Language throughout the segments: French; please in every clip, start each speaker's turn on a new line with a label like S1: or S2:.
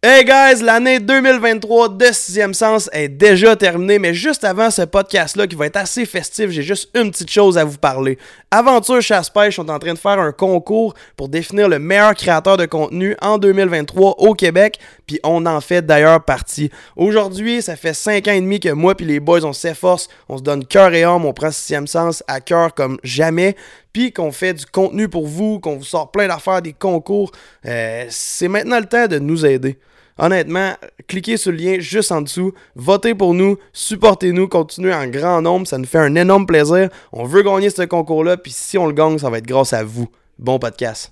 S1: Hey guys, l'année 2023 de Sixième Sens est déjà terminée, mais juste avant ce podcast-là qui va être assez festif, j'ai juste une petite chose à vous parler. Aventure Chasse-Pêche sont en train de faire un concours pour définir le meilleur créateur de contenu en 2023 au Québec, puis on en fait d'ailleurs partie. Aujourd'hui, ça fait 5 ans et demi que moi puis les boys, on s'efforce, on se donne cœur et âme, on prend Sixième Sens à cœur comme jamais puis qu'on fait du contenu pour vous, qu'on vous sort plein d'affaires, des concours. Euh, c'est maintenant le temps de nous aider. Honnêtement, cliquez sur le lien juste en dessous, votez pour nous, supportez-nous, continuez en grand nombre, ça nous fait un énorme plaisir. On veut gagner ce concours-là, puis si on le gagne, ça va être grâce à vous. Bon podcast.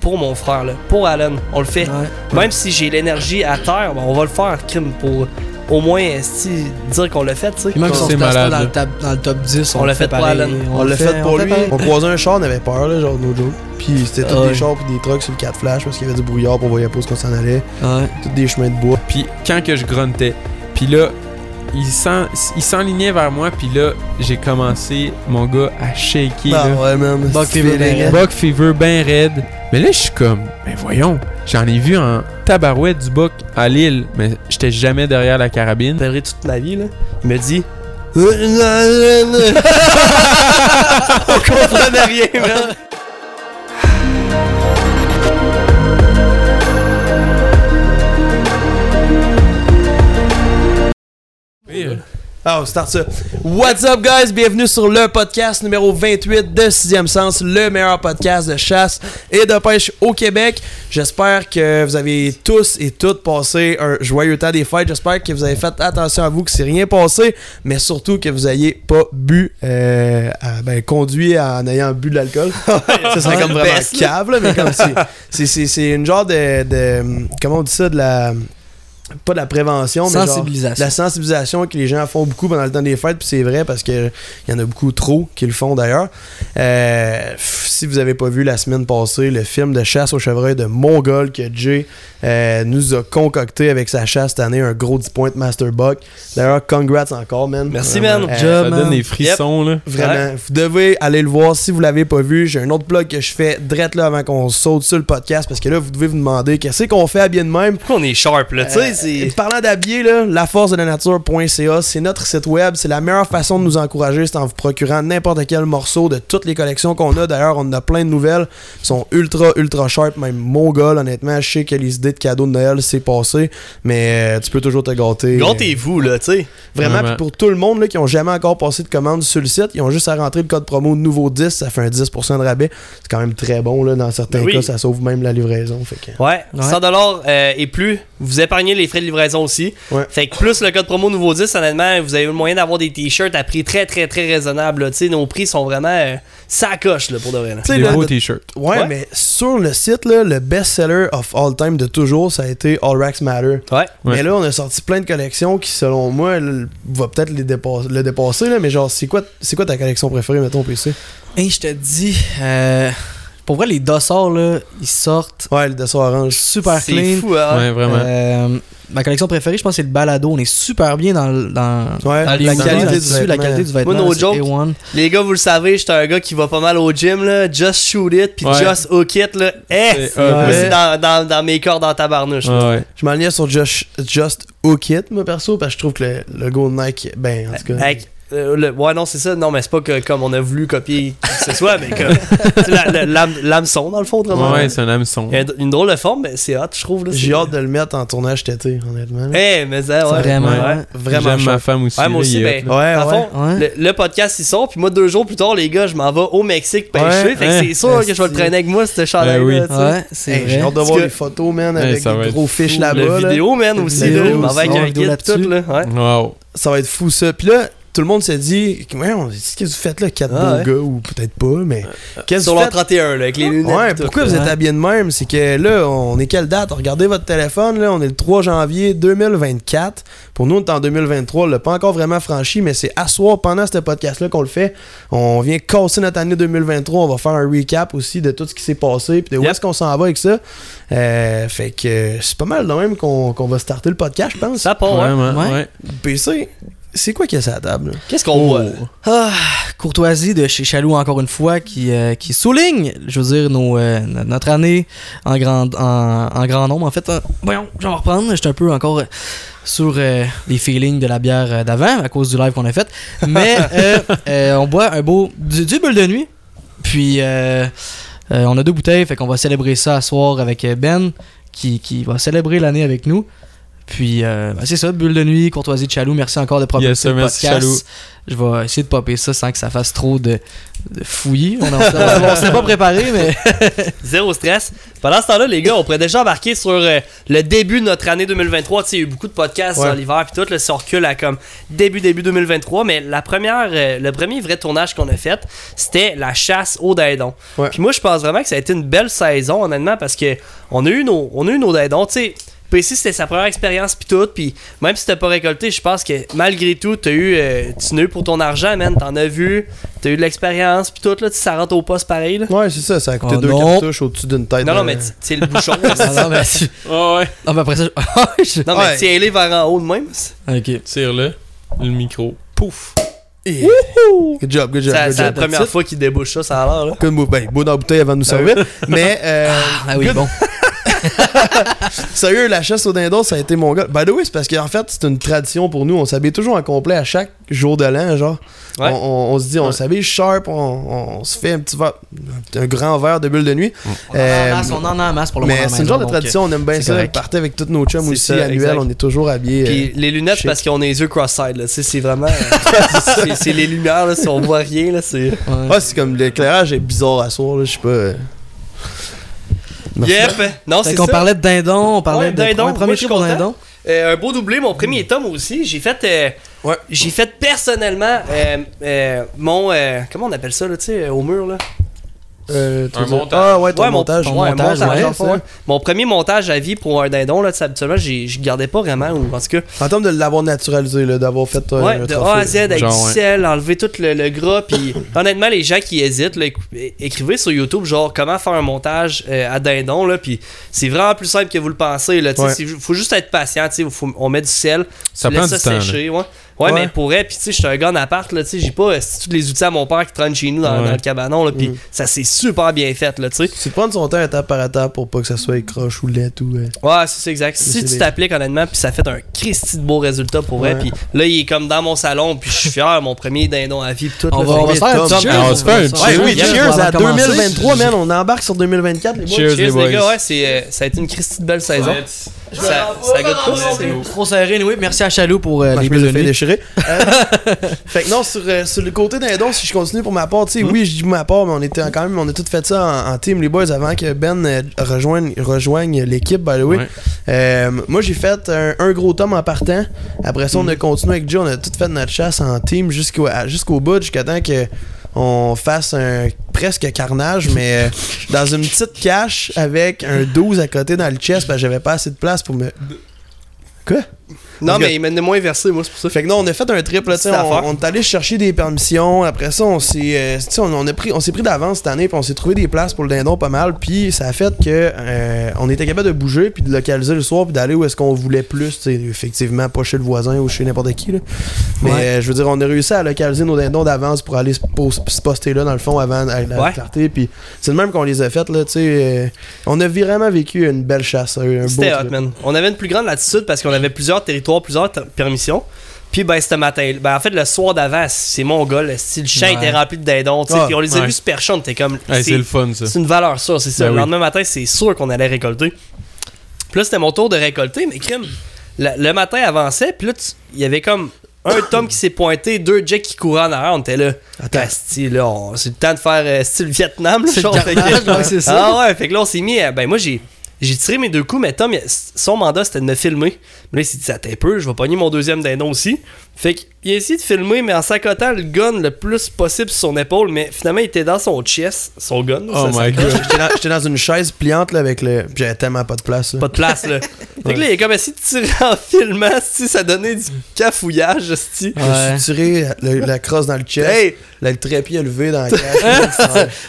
S2: Pour mon frère, là, pour Alan, on le fait. Même si j'ai l'énergie à terre, ben, on va le faire, crime, pour au moins esti, dire qu'on l'a fait, tu sais.
S3: Puis même si on
S4: C'est
S3: se place pas
S4: malade,
S3: dans
S4: là.
S3: le, tab- dans le top 10, on,
S2: On
S3: le
S2: l'a
S3: fait
S2: fait pour
S3: pareil.
S2: Alan.
S1: On l'a fait pour lui. On croisait un char, on avait peur, là, genre no joke. Puis c'était tous
S3: Ouais.
S1: des chars puis des trucks sur le 4 flash parce qu'il y avait du brouillard, puis on voyait pas où qu'on s'en allait.
S3: Ouais.
S1: Tous des chemins de bois.
S4: Puis quand que je gruntais, puis là, il s'en- il s'enlignait vers moi, puis là, j'ai commencé, mon gars, à shaker.
S1: Ah
S2: Bah
S4: là.
S1: ouais, man.
S3: Buck
S1: c'est
S3: Fever,
S1: feeling,
S3: man.
S1: hein.
S4: Buck Fever ben raide. Mais là, je suis comme, ben voyons, j'en ai vu en tabarouette du Buck à Lille, mais j'étais jamais derrière la carabine.
S2: Je rappellerai toute ma vie, là. Il me dit.
S1: Bah, comprenais rien, man. Ah, on start ça. What's up, guys? Bienvenue sur le podcast numéro 28 de Sixième Sens, le meilleur podcast de chasse et de pêche au Québec. J'espère que vous avez tous et toutes passé un joyeux temps des fêtes. J'espère que vous avez fait attention à vous, que c'est rien passé, mais surtout que vous ayez pas bu, euh, à- ben, conduit en ayant bu de l'alcool. ça serait comme vraiment
S2: Best, là.
S1: cave, là, mais comme c'est- c'est- c'est c'est une genre de, de- Comment on dit ça? De la. Pas de la prévention, mais genre-
S3: Sensibilisation.
S1: la sensibilisation que les gens font beaucoup pendant le temps des fêtes, puis c'est vrai parce que il y en a beaucoup trop qui le font d'ailleurs. Euh, pff, si vous avez pas vu la semaine passée le film de chasse au chevreuil de Mongol que Jay euh, nous a concocté avec sa chasse cette année, un gros 10 points de Master Buck. D'ailleurs, congrats encore, man.
S2: Merci,
S1: Vraiment.
S2: man.
S1: Euh,
S4: Ça donne des frissons, là.
S1: Vraiment, vous devez aller le voir si vous l'avez pas vu. J'ai un autre blog que je fais drette là avant qu'on saute sur le podcast parce que là, vous devez vous demander qu'est-ce qu'on fait à bien de même.
S2: Pourquoi on est sharp, là, tu sais?
S1: Euh,
S2: c'est-
S1: et parlant d'habiller, là, laforcedanature.ca, c'est notre site web. C'est la meilleure façon de nous encourager, c'est en vous procurant n'importe quel morceau de toutes les collections qu'on a. D'ailleurs, on en a plein de nouvelles. Ils sont ultra, ultra sharp, même mongol, honnêtement. Je sais que les idées de cadeaux de Noël, c'est passé, mais euh, tu peux toujours te gâter. Euh,
S2: Gantez-vous, là, tu sais.
S1: Vraiment,
S4: Vraiment.
S1: puis pour tout le monde là, qui n'ont jamais encore passé de commande sur le site, ils ont juste à rentrer le code promo nouveau 10, ça fait un 10% de rabais. C'est quand même très bon. Là, dans certains
S2: Ben oui.
S1: cas, ça sauve même la livraison. Fait que...
S2: Ouais,
S3: Ouais.
S2: 100 euh, et plus, vous épargnez les frais de livraison aussi.
S1: Ouais.
S2: Fait que plus le code promo nouveau 10, honnêtement, vous avez le moyen d'avoir des t-shirts à prix très très très raisonnable. là. Tu sais, nos prix sont vraiment euh, sacoche là, pour de vrai. là.
S1: Tu sais,
S4: Des
S1: là,
S4: beaux
S1: de-
S4: t-shirts.
S1: Ouais,
S2: Ouais.
S1: mais sur le site, là, le best-seller of all time de toujours, ça a été All Racks Matter.
S2: Ouais.
S4: Ouais.
S1: Mais là, on a sorti plein de collections qui, selon moi, l- va peut-être les dépass- le dépasser. Là, mais genre, c'est quoi, c'est quoi ta collection préférée, mettons, PC
S3: Hey, je te dis, euh, pour vrai, les dossards, là, ils sortent
S1: Ouais, le dessert orange.
S3: super
S2: C'est
S3: clean.
S2: fou, hein?
S4: Ouais, vraiment.
S3: Euh, ma collection préférée, je pense, c'est le balado. On est super bien dans, le- dans,
S1: Ouais,
S3: dans Ah, les
S1: la
S3: mouvements
S1: qualité
S3: là-dessus,
S1: du
S3: la qualité du vêtement.
S2: Moi, no
S3: c'est
S2: joke.
S3: A1.
S2: Les gars, vous le savez, j'étais un gars qui va pas mal au gym, là. Just shoot it, puis
S4: Ouais.
S2: just hook it, là. Eh!
S4: C'est
S2: Moi,
S4: hot,
S2: c'est
S1: Ouais.
S2: dans, dans, dans mes cordes en tabarnouche. là.
S4: Ah ouais.
S1: Je m'alignais sur Just, Just Hook It, moi, perso, parce que je trouve que le, le go de Nike, ben, en tout cas.
S2: Avec, euh, le- ouais, non, c'est ça. Non, mais c'est pas que comme on a voulu copier qui que ce soit, mais comme. la- la- l'hame- L'hameçon, dans le fond, autrement.
S4: Ouais, c'est un hameçon.
S2: Il y a une- Une drôle de forme, mais c'est hot, je trouve. là.
S1: J'ai hâte de le mettre en tournage cet été, honnêtement.
S2: Eh,
S1: là.
S2: mais ça, ouais.
S3: Vraiment.
S2: Ouais.
S3: ouais.
S1: Vraiment
S4: J'aime ma
S1: cher.
S4: femme aussi.
S2: Ouais, moi
S4: là,
S2: aussi,
S4: il est
S2: ben,
S4: hot, là.
S1: Ouais,
S2: Dans le
S1: ouais.
S2: fond,
S3: Ouais.
S2: le, le podcast il sort, puis moi deux jours plus tard, les gars, je m'en vais au Mexique pêcher.
S1: Ouais,
S2: fait que
S4: hein.
S2: c'est sûr que je vais le traîner avec moi, ce chandail là
S4: Ben oui.
S3: Ouais, c'est
S1: Hey, J'ai
S3: vrai.
S1: hâte de
S2: Parce
S1: voir
S2: que-
S1: les photos, man,
S4: Ouais,
S1: avec
S4: Eh, ça va
S1: des
S4: être
S1: gros fish
S4: fou,
S1: là-bas.
S2: Le
S1: là.
S2: vidéo, man,
S1: Le
S2: aussi,
S1: vidéo
S2: là, je m'en
S1: aussi.
S2: vais avec
S3: Ouais,
S2: un
S3: vidéo
S2: kit,
S3: là-dessus.
S2: tout, là. Ouais.
S4: Wow.
S1: ça va être fou ça. Puis là, tout le monde se dit, voyons, qu'est-ce que vous faites là, quatre
S2: Ah
S1: beaux
S2: ouais. Euh,
S1: gars ou peut-être pas, mais qu'est-ce que
S2: Sur
S1: vous
S2: l'an
S1: faites?
S2: 31, là, avec les lunettes.
S1: Ouais,
S2: et tout.
S1: pourquoi vous êtes
S3: Ouais.
S1: habillés de même? C'est que là, on est quelle date? Regardez votre téléphone, là, on est le 3 janvier 2024. Pour nous, on est en 2023, on l'a pas encore vraiment franchi, mais c'est à soir pendant ce podcast-là qu'on le fait. On vient casser notre année 2023, on va faire un recap aussi de tout ce qui s'est passé, puis de où
S2: Yep.
S1: est-ce qu'on s'en va avec ça. Euh, fait que c'est pas mal de même qu'on qu'on va starter le podcast, je pense.
S2: Ça part, hein. ouais.
S4: Vraiment,
S3: Ouais.
S4: ouais.
S1: PC, C'est quoi qu'il y a sur la table? là?
S2: Qu'est-ce qu'on voit?
S3: Ah, courtoisie de chez Chaloux, encore une fois, qui, euh, qui souligne, je veux dire, nos, euh, no- notre année en grand, en, en grand nombre. En fait, euh, voyons, je vais en reprendre. J'étais un peu encore euh, sur euh, les feelings de la bière euh, d'avant à cause du live qu'on a fait. Mais euh, euh, on boit un beau. Du, du bulle de nuit. Puis, euh, euh, on a deux bouteilles, fait qu'on va célébrer ça à soir avec euh, Ben, qui, qui va célébrer l'année avec nous. Puis, euh, ben, c'est ça, bulle de nuit, courtoisie de Chaloux. Merci encore de proposer
S4: Yes, sir,
S3: le
S4: merci,
S3: podcast.
S4: Chaloux.
S3: Je vais essayer de popper ça sans que ça fasse trop de, de fouillis. On, en- on s'est pas préparé, mais.
S2: Zéro stress. Pendant ce temps-là, les gars, on pourrait déjà embarquer sur euh, le début de notre année 2023. Tu sais, il y a eu beaucoup de podcasts
S1: Ouais.
S2: dans l'hiver, puis tout, le ça recule à comme début, début 2023. Mais la première, euh, le premier vrai tournage qu'on a fait, c'était la chasse au dindon.
S1: Ouais.
S2: Puis moi, je pense vraiment que ça a été une belle saison, honnêtement, parce que on a eu nos, on a eu nos dindons. Tu sais, PC, c'était sa première expérience, puis tout. Puis même si t'as pas récolté, je pense que malgré tout, t'as eu, euh, tu n'as eu pour ton argent, man. T'en as vu, t'as eu de l'expérience, puis tout, là, tu sais, ça rentre au poste pareil, là.
S1: Ouais, c'est ça, ça a coûté
S3: Oh
S1: deux
S3: non.
S1: cartouches au-dessus d'une tête.
S2: Non,
S1: de-
S2: non, mais tu- c'est le bouchon.
S3: Ah non, mais,
S4: ouais.
S3: non, mais Ah, bah, après ça, je. je-
S2: Non,
S1: Ouais.
S2: mais si elle est vers en haut de même, c'est-
S3: Ok.
S4: Tire-le. Le micro. Pouf.
S1: Eh. Good job, good job,
S2: c'est la-
S1: good
S2: c'est la
S1: job.
S2: première fois qu'il débouche ça, ça a l'air. là.
S1: Good move. Ben, beau dans la bouteille avant de nous servir. mais, euh,
S3: Ah oui,
S1: good.
S3: bon.
S1: sérieux, la chasse au dindon, ça a été mon gars. By the way, c'est parce qu'en fait, c'est une tradition pour nous. On s'habille toujours en complet à chaque jour de l'an, genre.
S2: Ouais.
S1: On, on- on se dit, on s'habille sharp, on, on se fait un petit verre, un grand verre de bulle de nuit.
S3: On en a en masse, on en a en masse pour le moment
S1: mais
S3: à la
S1: c'est une
S3: maison,
S1: genre de
S3: donc,
S1: tradition, on aime bien
S3: c'est
S1: ça. On
S3: correct.
S1: partait avec tous nos chums
S2: C'est
S1: aussi,
S2: ça,
S1: annuel,
S2: exact.
S1: on est toujours habillés. euh,
S2: Puis les lunettes,
S1: chic.
S2: parce qu'on a les yeux cross-side, là, tu sais, c'est vraiment. euh, c'est c'est les lumières, là, si on voit rien, là, c'est.
S3: euh, ouais.
S1: Ah, c'est comme l'éclairage est bizarre à soir, là, je sais pas. euh. Merci.
S2: Yep! Non,
S3: Fait
S2: c'est
S3: qu'on
S2: ça.
S3: parlait de dindon, on parlait
S2: Ouais,
S3: de
S2: dindon,
S3: un
S2: moi,
S3: premier
S2: je suis
S3: trip au
S2: content.
S3: dindon.
S2: Euh, un beau doublé, mon premier tome aussi. J'ai fait. euh,
S1: Ouais.
S2: J'ai fait personnellement euh, euh, mon. euh, comment on appelle ça, là, tu sais, euh, au mur, là?
S1: Euh, tu
S4: Un
S1: veux dire-
S4: montage.
S1: Ah ouais, ton
S2: Ouais, mon-
S1: montage.
S2: ouais,
S1: Mon montage,
S2: montage,
S1: ouais,
S2: ouais,
S1: ça.
S2: ouais. Mon premier montage à vie pour un dindon, là, tu sais, habituellement, j'ai- je gardais pas vraiment, ou en tout cas.
S1: En termes de l'avoir naturalisé, là, d'avoir fait euh,
S2: Ouais,
S1: un
S2: de A à Z
S1: trophée.
S2: avec
S4: Genre,
S2: du
S4: ouais.
S2: sel, enlever tout le, le gras. Puis honnêtement, les gens qui hésitent, là, écou- é- écrivez sur YouTube, genre comment faire un montage euh, à dindon. Là, puis c'est vraiment plus simple que vous le pensez. Là, tu sais,
S1: Ouais.
S2: c'est ju- faut juste être patient. tu sais, faut- on met du sel,
S4: Ça
S2: tu laisses
S4: prend du temps. là.
S2: sécher. Ouais. Ouais,
S1: Ouais.
S2: mais pour vrai, puis tu sais, j'étais un gars en appart, là, tu sais, j'ai pas euh, c'est tous les outils à mon père qui traîne chez nous dans,
S4: Ouais.
S2: dans le cabanon, là, puis
S1: Mm.
S2: ça s'est super bien fait, là, tu sais.
S1: C'est de prendre son temps étape par étape pour pas que ça soit croche ou laid ou. euh.
S2: Ouais, c'est ça, exact. Si
S1: c'est
S2: tu
S1: des-
S2: t'appliques honnêtement, puis ça fait un Christy de beau résultat pour vrai.
S1: Ouais.
S2: Puis là, il est comme dans mon salon, puis je suis fier, mon premier dindon à vie, puis tout.
S3: On
S2: là,
S3: va, on va se
S1: premier
S3: faire un
S1: tome.
S3: petit cheers,
S4: Ah, on va se faire un
S3: va
S4: petit
S1: Ouais,
S4: cheers.
S1: oui,
S3: avant
S1: cheers à
S3: de commencer.
S1: 2023, man. On embarque sur 2024, les boys.
S4: Cheers,
S2: Cheers,
S4: les boys.
S2: les gars, ouais, c'est, euh, ça a été une Christie de belle saison. Ça, ça goûte pas, c'est-
S3: Trop serré, oui. Merci à Chaloux pour euh,
S1: Ben,
S3: les
S1: je me
S3: bulles
S1: les
S3: de
S1: ai fait
S3: nuit.
S1: déchirer. Euh, fait que non, sur, euh, sur le côté d'un don, si je continue pour ma part, tu sais, oui, je dis ma part, mais on était en- quand même, on a tout fait ça en, en team, les boys, avant que Ben euh, rejoigne, rejoigne l'équipe, by the way.
S4: Ouais.
S1: Euh, moi, j'ai fait un, un gros tome en partant. Après ça, on a continué avec Joe, on a tout fait notre chasse en team jusqu'au à- jusqu'au bout, jusqu'à temps que on fasse un presque carnage, mais euh, dans une petite cache avec un 12 à côté dans le chest, parce que j'avais pas assez de place pour me. Quoi?
S2: Non,
S1: Parce que-
S2: mais il m'a donné moins versé, moi, c'est pour ça.
S1: fait que non, on a fait un trip, là, tu sais,
S2: C'est
S1: on,
S2: l'affaire.
S1: on est allé chercher des permissions. Après ça, on s'est, euh, tu sais, on, on a pris, on s'est pris d'avance cette année, puis on s'est trouvé des places pour le dindon pas mal. Puis ça a fait que euh, on était capable de bouger, puis de localiser le soir, puis d'aller où est-ce qu'on voulait plus. tu sais, effectivement, pas chez le voisin ou chez n'importe qui. là. Mais
S3: Ouais.
S1: euh, je veux dire, on a réussi à localiser nos dindons d'avance pour aller se, pos- se poster là dans le fond avant euh, la, la
S2: Ouais.
S1: clarté. Puis c'est le même qu'on les a faites là. Tu sais, euh, on a vraiment vécu une belle chasse, un beau
S2: C'était hot,
S1: trip.
S2: man. On avait une plus grande latitude parce qu'on avait plusieurs territoires, plusieurs ter- permissions. Puis, ben, ce matin, ben, en fait, le soir d'avant, c'est mon gars, le style chien
S3: Ouais.
S2: était rempli de dindons, tu sais.
S1: Ah,
S2: puis on les a
S4: ouais.
S2: vus super chauds, t'es comme.
S4: Hey,
S2: c'est-
S4: c'est le fun, ça.
S2: C'est une valeur sûre, c'est ça.
S4: Ben
S2: le
S4: oui.
S2: lendemain matin, c'est sûr qu'on allait récolter. Puis là, c'était mon tour de récolter, mais crime, la- le, matin avançait, puis là, tu- il y avait comme un Tom qui s'est pointé, deux Jack qui couraient en arrière, on était là.
S1: Attends.
S2: Asti, là, on- c'est le temps de faire euh, style Vietnam, là,
S3: C'est le
S2: genre, fait que-
S3: carnage, ouais, c'est ça.
S2: Ah ouais, fait que là, on s'est mis. à- Ben, moi, j'ai. J'ai tiré mes deux coups, mais Tom, il- son mandat c'était de me filmer. Mais là, il s'est dit, attends un peu, je vais pogner mon deuxième dindon aussi. Fait qu'il a essayé de filmer, mais en s'accotant le gun le plus possible sur son épaule. Mais finalement, il était dans son chest, son gun.
S4: Oh
S2: ça- ça-
S4: my god.
S1: J'étais dans, j'étais dans une chaise pliante là avec le. puis J'avais tellement pas de place. là.
S2: Pas de place, là. Fait que là, il a comme essayé de tirer en filmant, si ça donnait du cafouillage, si.
S1: Je me suis tiré le- la crosse dans le chest.
S2: Hey!
S1: Là, le trépied est levé dans la cage.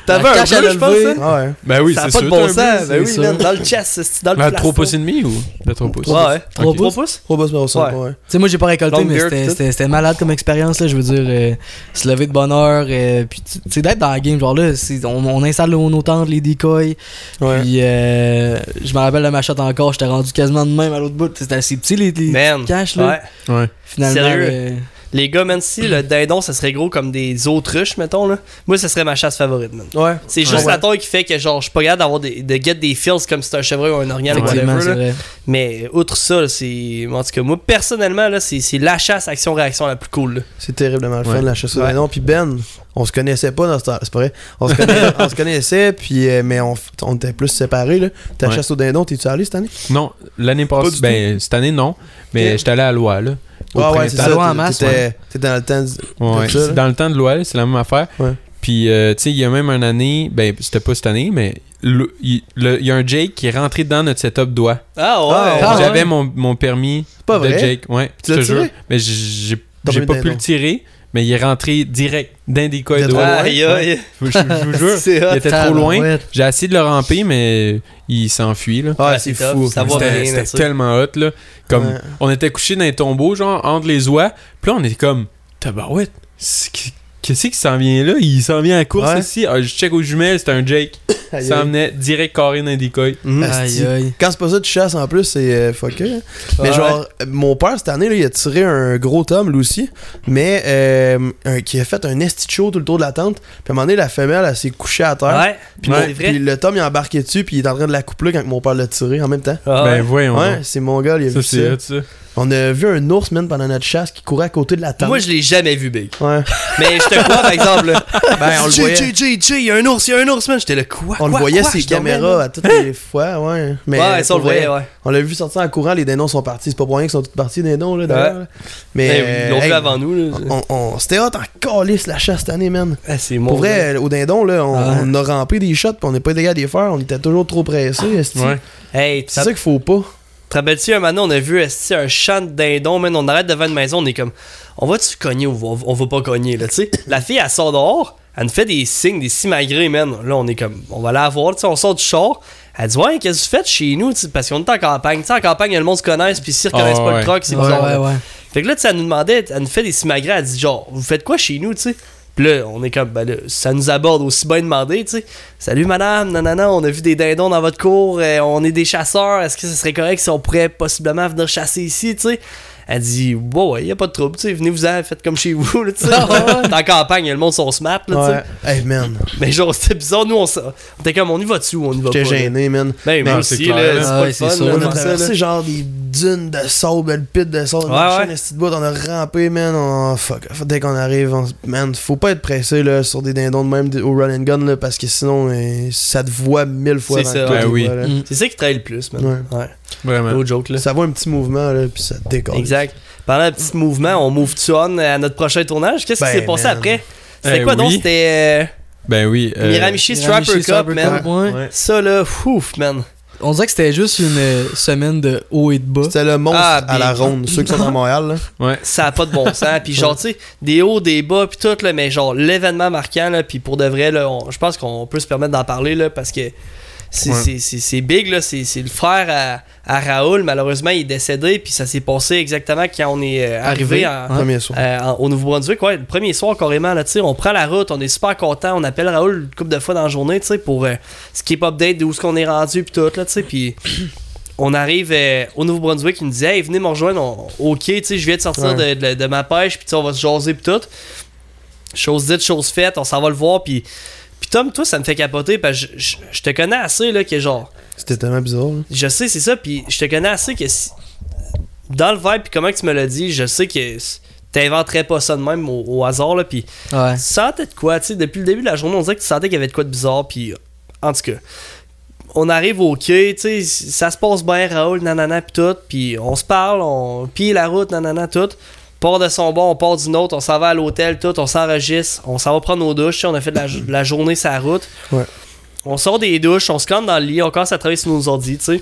S2: T'avais
S3: La
S2: un
S3: cache à
S2: bleu, je pense,
S3: lever.
S2: hein?
S1: Ah ouais.
S4: Ben oui,
S2: ça
S4: c'est
S2: n'a pas de
S4: sûr.
S2: bon
S4: t'as un
S2: sens. Ben
S3: c'est
S2: oui,
S3: sûr.
S2: man, dans le chest, fesses, c'est dans le
S4: Le
S2: plafond.
S4: 3 pouces et demi ou le 3 pouces?
S2: Ouais, ouais.
S3: Trois
S4: Ok.
S3: pouces.
S2: Trois pouces?
S1: Trois bosses par cinq,
S2: Ouais.
S1: ouais.
S3: Tu sais, moi, j'ai pas récolté,
S2: Longue
S3: mais
S2: beer,
S3: c'était-
S2: tout.
S3: c'était c'était malade comme expérience, là. Je veux dire, euh, se lever de bonne heure, euh, puis tu tu sais, d'être dans la game. Genre là, c'est- on, on installe nos, nos tentes, les decoys.
S1: Ouais.
S3: Puis, euh, je me rappelle de ma shot encore, j'étais rendu quasiment de même à l'autre bout. C'était assez petit, les, les
S2: Man.
S3: caches, là.
S2: Mm. Ouais.
S4: Ouais.
S3: Finalement,
S2: Sérieux?
S3: euh,
S2: Les gars, man, si le dindon, ça serait gros comme des autruches, mettons, là. Moi, ça serait ma chasse favorite, man.
S1: Ouais.
S2: C'est juste la taille qui fait que, genre, je suis pas capable d'avoir des, de get des feels comme si c'était un chevreuil ou un orignal ou
S3: effectivement,
S2: whatever,
S3: c'est
S2: là.
S3: vrai.
S2: Mais, outre ça, là, c'est. En tout cas, moi, personnellement, là, c'est c'est la chasse action-réaction la plus cool, là.
S1: C'est terriblement le fun,
S4: Ouais.
S1: la chasse au
S2: Ouais.
S1: dindon. Puis Ben, on se connaissait pas dans ce temps c'est pas vrai. On se, connaissait, on se connaissait, puis, euh, mais on, f- on était plus séparés. Là. Ta
S4: Ouais.
S1: chasse au dindon, t'es-tu allé cette année?
S4: Non, l'année
S1: Pas
S4: passée,
S1: du
S4: ben cette année non, mais
S1: Ok.
S4: j'étais allé à Loi là. au printemps.
S1: Ah c'est
S3: ça. Allons en
S1: t'es-
S3: masse,
S1: T'étais t'étais dans le temps. du-
S4: Ouais,
S1: Comme ça, là.
S4: c'est dans le temps de l'OL, c'est la même affaire.
S1: Ouais.
S4: Puis, euh, tu sais, il y a même une année, ben, c'était pas cette année, mais le- il le- il y a un Jake qui est rentré dans notre setup doigt.
S2: Ah
S1: ouais. Ah,
S4: J'avais mon, mon permis
S1: pas
S4: de
S1: vrai?
S4: Jake. Ouais,
S1: Tu
S4: je
S1: l'as
S4: te
S1: tiré?
S4: jure. Mais j'ai
S1: T'as
S4: j'ai
S1: mis
S4: pas
S1: dans
S4: pu
S1: les
S4: le tirer, mais il est rentré direct d'un des
S1: Il
S4: coins
S1: a
S4: de
S1: trop
S4: doigt.
S1: loin.
S2: Aïe, aïe.
S4: Je je vous jure,
S2: C'est
S4: il
S2: hot.
S4: était trop loin.
S3: Tabarouette.
S4: J'ai essayé de le ramper, mais il s'enfuit, là.
S1: Ah,
S2: Ouais,
S1: c'est
S2: c'est
S1: fou.
S2: top, ça va
S1: C'était-
S2: bien.
S4: C'était c'était
S2: là-dessus.
S4: tellement hot, là. Comme,
S1: Ouais.
S4: on était couché dans les tombeaux, genre, entre les oies. Puis là, on était comme, tabarouette, c'est qui- qu'est-ce qui s'en vient là? Il s'en vient à la course
S1: Ouais.
S4: ici. Ah, je check aux jumelles, c'était un Jake. Il
S1: Aïe,
S4: s'en
S1: aïe.
S4: venait direct carré dans des coilles.
S1: Mhm.
S3: Aïe, aïe.
S1: Quand c'est pas ça que tu chasses en plus, c'est euh, fucké. hein. Mais
S4: Ouais.
S1: genre, euh, mon père cette année, là, il a tiré un gros tome, lui aussi, mais euh, un- qui a fait un esti de show tout le tour de la tente. Puis à un moment donné, la femelle, elle s'est couchée à terre.
S2: Ouais.
S1: Puis,
S2: Ouais,
S1: mon-
S2: c'est vrai.
S1: puis le tome, il a embarqué dessus, puis il est en train de la coupler quand mon père l'a tiré en même temps.
S2: Ah,
S4: Ben
S2: ouais.
S4: voyons.
S1: Ouais,
S4: donc.
S1: c'est mon gars, il a
S4: Ça,
S1: vu
S4: c'est
S1: ça.
S4: hot, ça.
S1: On a vu un ours, man, pendant notre chasse qui courait à côté de la tente.
S2: Moi, je l'ai jamais vu, Big.
S1: Ouais.
S2: Mais je te crois, par exemple, là.
S1: Ben, on le
S2: Jay,
S1: voyait.
S2: Jay, Jay, Jay, il y a un ours, il y a un ours, man. J'étais là, quoi?
S1: On le
S2: quoi,
S1: voyait
S2: quoi?
S1: ses
S2: Je dormais,
S1: caméras
S2: là.
S1: à toutes les fois, ouais. Mais
S2: Ouais, ça, on le
S1: pour vrai,
S2: voyait, ouais.
S1: On l'a vu sortir en courant, les dindons sont partis. C'est pas pour rien qu'ils sont tous partis, les dindons, là, d'ailleurs. là. Mais.
S2: Ben, Ils l'ont
S1: euh,
S2: vu
S1: hey,
S2: avant nous, là.
S1: on, on- C'était hot en calice la chasse cette année, man.
S2: Ah, c'est mon.
S1: Pour vrai, au dindon, là, on,
S3: Ah.
S1: on a rampé des shots, puis on n'est pas dégagé des fers, on était toujours trop
S2: Ah.
S1: pressés, esti.
S4: Ouais.
S2: Hey,
S1: C'est
S2: ça
S1: ça qu'il faut pas.
S2: Te rappelles-tu, un moment donné, on a vu esti, un champ de dindons, man, on arrête devant une maison, on est comme, on va-tu cogner ou on, on va pas cogner, là, tu sais? La fille, elle sort dehors, elle nous fait des signes, des simagrés, man. Là, on est comme, on va la voir, tu sais, on sort du char. Elle dit, ouais, qu'est-ce que tu fais chez nous, tu sais, parce qu'on est en campagne. Tu sais, en campagne, le monde se connaisse, puis s'ils reconnaissent
S4: Ah,
S2: pas
S4: ouais.
S2: le truck, c'est
S3: Ouais,
S2: bizarre. là.
S3: ouais, ouais.
S2: Fait que là, tu sais, elle nous demandait, elle nous fait des simagrées, elle dit genre, vous faites quoi chez nous, tu sais? Puis là, on est comme, ben là, ça nous aborde aussi bien demandé, tu sais. Salut madame, nanana, on a vu des dindons dans votre cour, euh, on est des chasseurs, est-ce que ce serait correct si on pourrait possiblement venir chasser ici, tu sais? Elle dit, bon, ouais, y a pas de trouble, tu sais, venez-vous-en, faites comme chez vous, là, tu sais. T'es en campagne, le monde sont smart, là, tu sais.
S1: Ouais. Hey, man,
S2: Mais genre, c'était bizarre, nous, on, s- on était comme, on y va-tu ou on y va pas?
S1: j'étais
S2: là?
S1: gêné, man.
S2: Ben, moi
S4: Non, c'est
S2: aussi,
S4: clair,
S2: là,
S4: là.
S2: c'est
S3: Ah
S2: pas
S3: ouais,
S2: le
S3: c'est
S2: fun,
S3: sûr,
S2: là,
S1: On
S2: de
S1: a
S2: faire ça, là.
S1: traversé genre des dunes de sable, le pit de sable,
S2: Ouais,
S1: machin,
S2: ouais.
S1: esti de boîte, on a rampé, man, on fuck. off. Dès qu'on arrive, on... s- man, faut pas être pressé là, sur des dindons de même d- au run and gun là, parce que sinon euh, ça te voit mille fois.
S2: C'est
S1: avant
S2: ça, Ben
S1: que
S2: Mm.
S1: toi,
S4: ouais.
S1: tu
S4: Ah
S1: vois, là.
S3: Mm.
S2: C'est ça qui travaille le plus, man.
S1: Ouais.
S2: Ouais,
S4: Vraiment.
S2: no joke, là.
S1: Ça voit un petit mouvement là, puis ça te décolle.
S2: Exact. Pendant un petit mouvement, on move-tu on à notre prochain tournage. Qu'est-ce
S1: Ben,
S2: qui s'est passé
S1: man.
S2: après? C'était
S4: Eh
S2: quoi donc?
S4: oui.
S2: C'était
S4: Ben oui.
S2: euh,
S4: euh,
S2: Miramichi Strapper
S3: Miramichi
S2: Cup,
S3: Strapper
S2: man.
S3: Cup, ouais.
S4: Ouais.
S2: Ça là, ouf, man.
S3: On dirait que c'était juste une euh, semaine de haut et de bas.
S1: C'était le monstre
S2: Ah,
S1: à la
S2: big.
S1: ronde, ceux qui sont à Montréal. Là.
S4: Ouais.
S2: Ça a pas de bon sens. Puis genre, tu sais, des hauts, des bas, puis tout, là, mais genre, l'événement marquant, là, puis pour de vrai, là, on- je pense qu'on peut se permettre d'en parler, là, parce que c'est
S4: Ouais.
S2: c'est- c'est- c'est big, là. C'est c'est le frère à, à Raoul. Malheureusement, il est décédé, puis ça s'est passé exactement quand on est euh, arrivé,
S3: Arrivé.
S2: en,
S3: Ouais.
S1: Premier soir.
S2: Euh, en- au Nouveau-Brunswick, ouais, le premier soir carrément, là, tu sais, on prend la route, on est super content, on appelle Raoul une couple de fois dans la journée, tu sais, pour euh, skip update d'où ce qu'on est rendu, puis tout, là, tu sais, puis on arrive euh, au Nouveau-Brunswick, il nous dit, hey, venez me rejoindre, on- ok, tu sais, je viens de sortir
S1: Ouais.
S2: de, de- de ma pêche, puis tu sais, on va se jaser, puis tout. Chose dite, chose faite, on s'en va le voir, puis. Puis Tom, toi, ça me fait capoter, parce que je- je je te connais assez, là, que genre,
S1: C'était tellement bizarre. là.
S2: je sais, c'est ça, puis je te connais assez que si- dans le vibe, puis comment que tu me l'as dit, je sais que s- t'inventerais pas ça de même au, au hasard, là, puis
S3: Ouais.
S2: tu sentais de quoi, tu sais, depuis le début de la journée, on disait que tu sentais qu'il y avait de quoi de bizarre, puis euh, en tout cas, on arrive au quai, tu sais, ça se passe bien, Raoul, nanana, puis tout, puis on se parle, on pille la route, nanana, tout, part de son bord, on part d'une autre, on s'en va à l'hôtel, tout, on s'enregistre, on s'en va prendre nos douches, tu sais, on a fait de la, de la journée sur la route.
S1: Ouais.
S2: On sort des douches, on se campe dans le lit, on commence à travailler sur nos ordi, tu sais.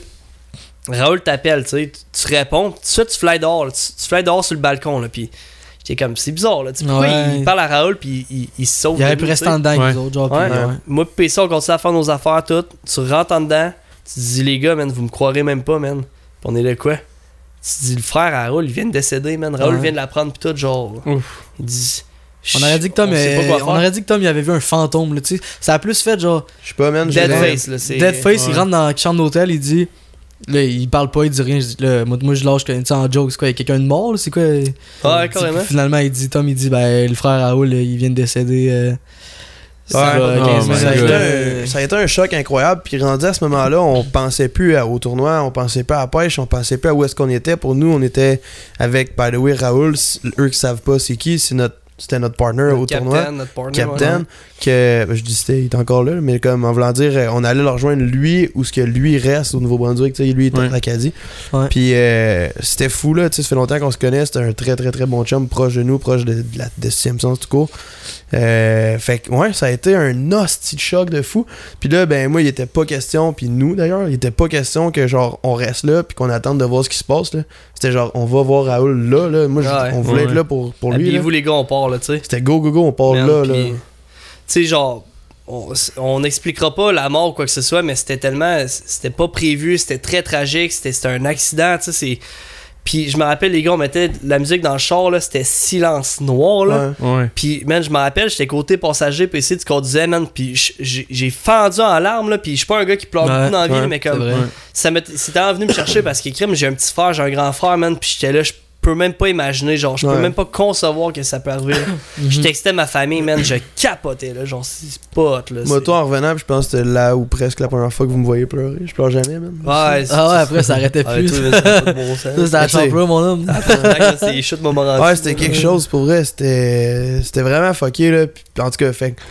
S2: Raoul t'appelle, tu sais, tu- tu réponds, tout de suite tu fly dehors, là, tu, tu fly dehors sur le balcon, là, puis j'étais comme, c'est bizarre, là, tu sais, pourquoi
S3: Ouais.
S2: il parle à Raoul, puis il, il, il se sauve
S3: Il y
S2: de
S3: aurait
S2: nous,
S3: pu
S2: tu sais?
S3: rester en dedans avec
S4: Ouais.
S3: nous autres, genre.
S2: Ouais,
S3: puis, ouais.
S2: Moi pis PC, on continue à faire nos affaires toutes. Tu rentres en dedans. Tu te dis, les gars, man, vous me croirez même pas, man. Puis on est là, quoi? Tu te dis, le frère à Raoul, il vient de décéder, man. Raoul
S3: Ouais.
S2: vient de la prendre, pis tout, genre.
S4: Ouf.
S2: Il dit.
S3: On aurait dit que Tom,
S2: on sait pas
S3: euh,
S2: quoi
S3: on,
S2: faire.
S3: aurait dit que Tom il avait vu un fantôme, là, tu sais. Ça a plus fait genre
S1: Je sais pas, man. j'ai
S2: Dead
S1: l'air-
S2: Face, là. c'est-
S3: Deadface,
S4: ouais.
S3: il rentre dans la chambre d'hôtel, il dit. Là, il parle pas, il dit rien. Je dis, là, moi, moi, je lâche que, tu sais, en joke, c'est quoi, il y a quelqu'un de mort, là, c'est quoi il
S2: Ouais,
S3: dit-
S2: carrément.
S3: puis Finalement, il dit, Tom, il dit, ben, le frère Raoul, il vient de décéder. euh, ça
S1: Ouais.
S3: va,
S4: Oh
S3: 15
S4: my
S1: Ah, Ça a,
S3: minutes.
S1: été
S4: God.
S1: un, ça a été un choc incroyable. Puis rendu à ce moment-là, on pensait plus à- au tournoi, on pensait pas à la pêche, on pensait pas à où est-ce qu'on était. Pour nous, on était avec, by the way, Raoul. c- Eux qui savent pas c'est qui, c'est notre, c'était notre partner au tournoi.
S2: Captain, notre partner,
S1: Captain,
S2: ouais.
S1: que ben, je dis c'était, il est encore là, mais comme en voulant dire, euh, on allait le rejoindre lui ou ce que lui reste au Nouveau-Brunswick, tu sais, lui il est
S4: Ouais.
S1: en Acadie.
S3: Ouais.
S1: Puis euh, c'était fou là, tu sais, ça fait longtemps qu'on se connaît, c'était un très très très bon chum, proche de nous, proche de, de la, de Simpsons tout court. Euh, fait que ouais, ça a été un hostie de choc de fou. Puis là, ben moi, il était pas question, puis nous d'ailleurs, il était pas question que genre on reste là puis qu'on attende de voir ce qui se passe là. C'était genre on va voir Raoul là, là. Moi, je-
S2: Ouais.
S1: on voulait
S4: Ouais.
S1: être là pour, pour lui. là.
S2: Habillez-vous, les gars, on part, là, tu sais.
S1: C'était go go go, on part
S2: Man,
S1: là là.
S2: puis, Tu sais, genre, on on n'expliquera pas la mort ou quoi que ce soit, mais c'était tellement. C'était pas prévu, c'était très tragique, c'était c'était un accident, tu sais. c'est- Puis je me rappelle, les gars, on mettait de la musique dans le char, là, c'était silence noir, là.
S1: Ouais.
S4: Ouais.
S2: Puis, man, je me rappelle, j'étais côté passager, puis c'est du conduisais, man, puis j- j'ai j'ai fendu en larmes, là, puis je suis pas un gars qui pleure
S3: Ouais,
S2: beaucoup dans la vie,
S4: ouais,
S2: mais comme,
S3: c'est vrai.
S4: Ouais.
S2: ça m'était- c'était en venu me chercher parce qu'écrit, j'ai un petit frère, j'ai un grand frère, man, puis j'étais là, je peux même pas imaginer, genre, je peux
S1: Ouais.
S2: même pas concevoir que ça peut arriver. là. je textais ma famille, man, je capotais, là, genre, c'est pas hot, là.
S1: Moi,
S2: c'est-
S1: toi, en revenant, puis je pense que c'était là ou presque la première fois que vous me voyez pleurer. Je pleure jamais, même.
S2: Ouais, c'est-
S3: Ah ouais, après, ça arrêtait
S2: Ah, mais
S3: plus.
S2: toi, man, ça a pas de bon sens.
S3: Ça, c'était la
S1: Mais tu sais-
S3: chambre, mon homme.
S2: Tabarnak, là, c'est les chutes Montmorency,
S1: Ouais, c'était
S2: là.
S1: quelque chose pour vrai. C'était c'était vraiment fucké, là. Puis, en tout cas, fait que,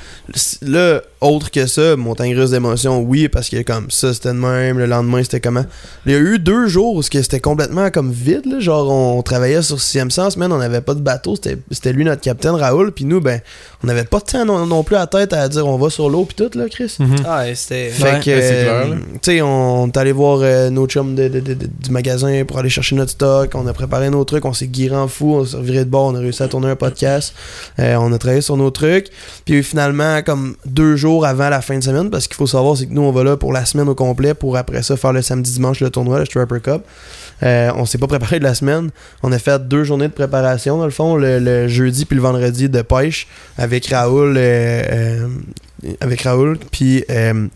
S1: là, autre que ça, montagne russe d'émotions, oui, parce que comme ça, c'était de même. Le lendemain, c'était comment Il y a eu deux jours où ce que c'était complètement comme vide, là. Genre, on travaillait sur Sixième Sens, man, on n'avait pas de bateau. C'était- C'était lui, notre capitaine, Raoul. Puis nous, ben, on n'avait pas de temps non, non plus à tête à dire on va sur l'eau, puis tout, là, Chris.
S4: Mhm.
S2: Ouais, c'était.
S1: Fait
S3: Ouais,
S1: que,
S4: ben, c'est clair,
S1: euh,
S4: là.
S1: tu sais, on est allé voir euh, nos chums de- de- de- de- du magasin pour aller chercher notre stock. On a préparé nos trucs, on s'est guiré en fou, on s'est reviré de bord, on a réussi à tourner un podcast. Euh, on a travaillé sur nos trucs. Puis finalement, comme deux jours avant la fin de semaine, parce qu'il faut savoir, c'est que nous, on va là pour la semaine au complet pour après ça faire le samedi-dimanche le tournoi, le Strapper Cup. Euh, on s'est pas préparé de la semaine. On a fait deux journées de préparation, dans le fond, le, le jeudi puis le vendredi de pêche avec Raoul. euh, euh, avec Raoul. Puis euh,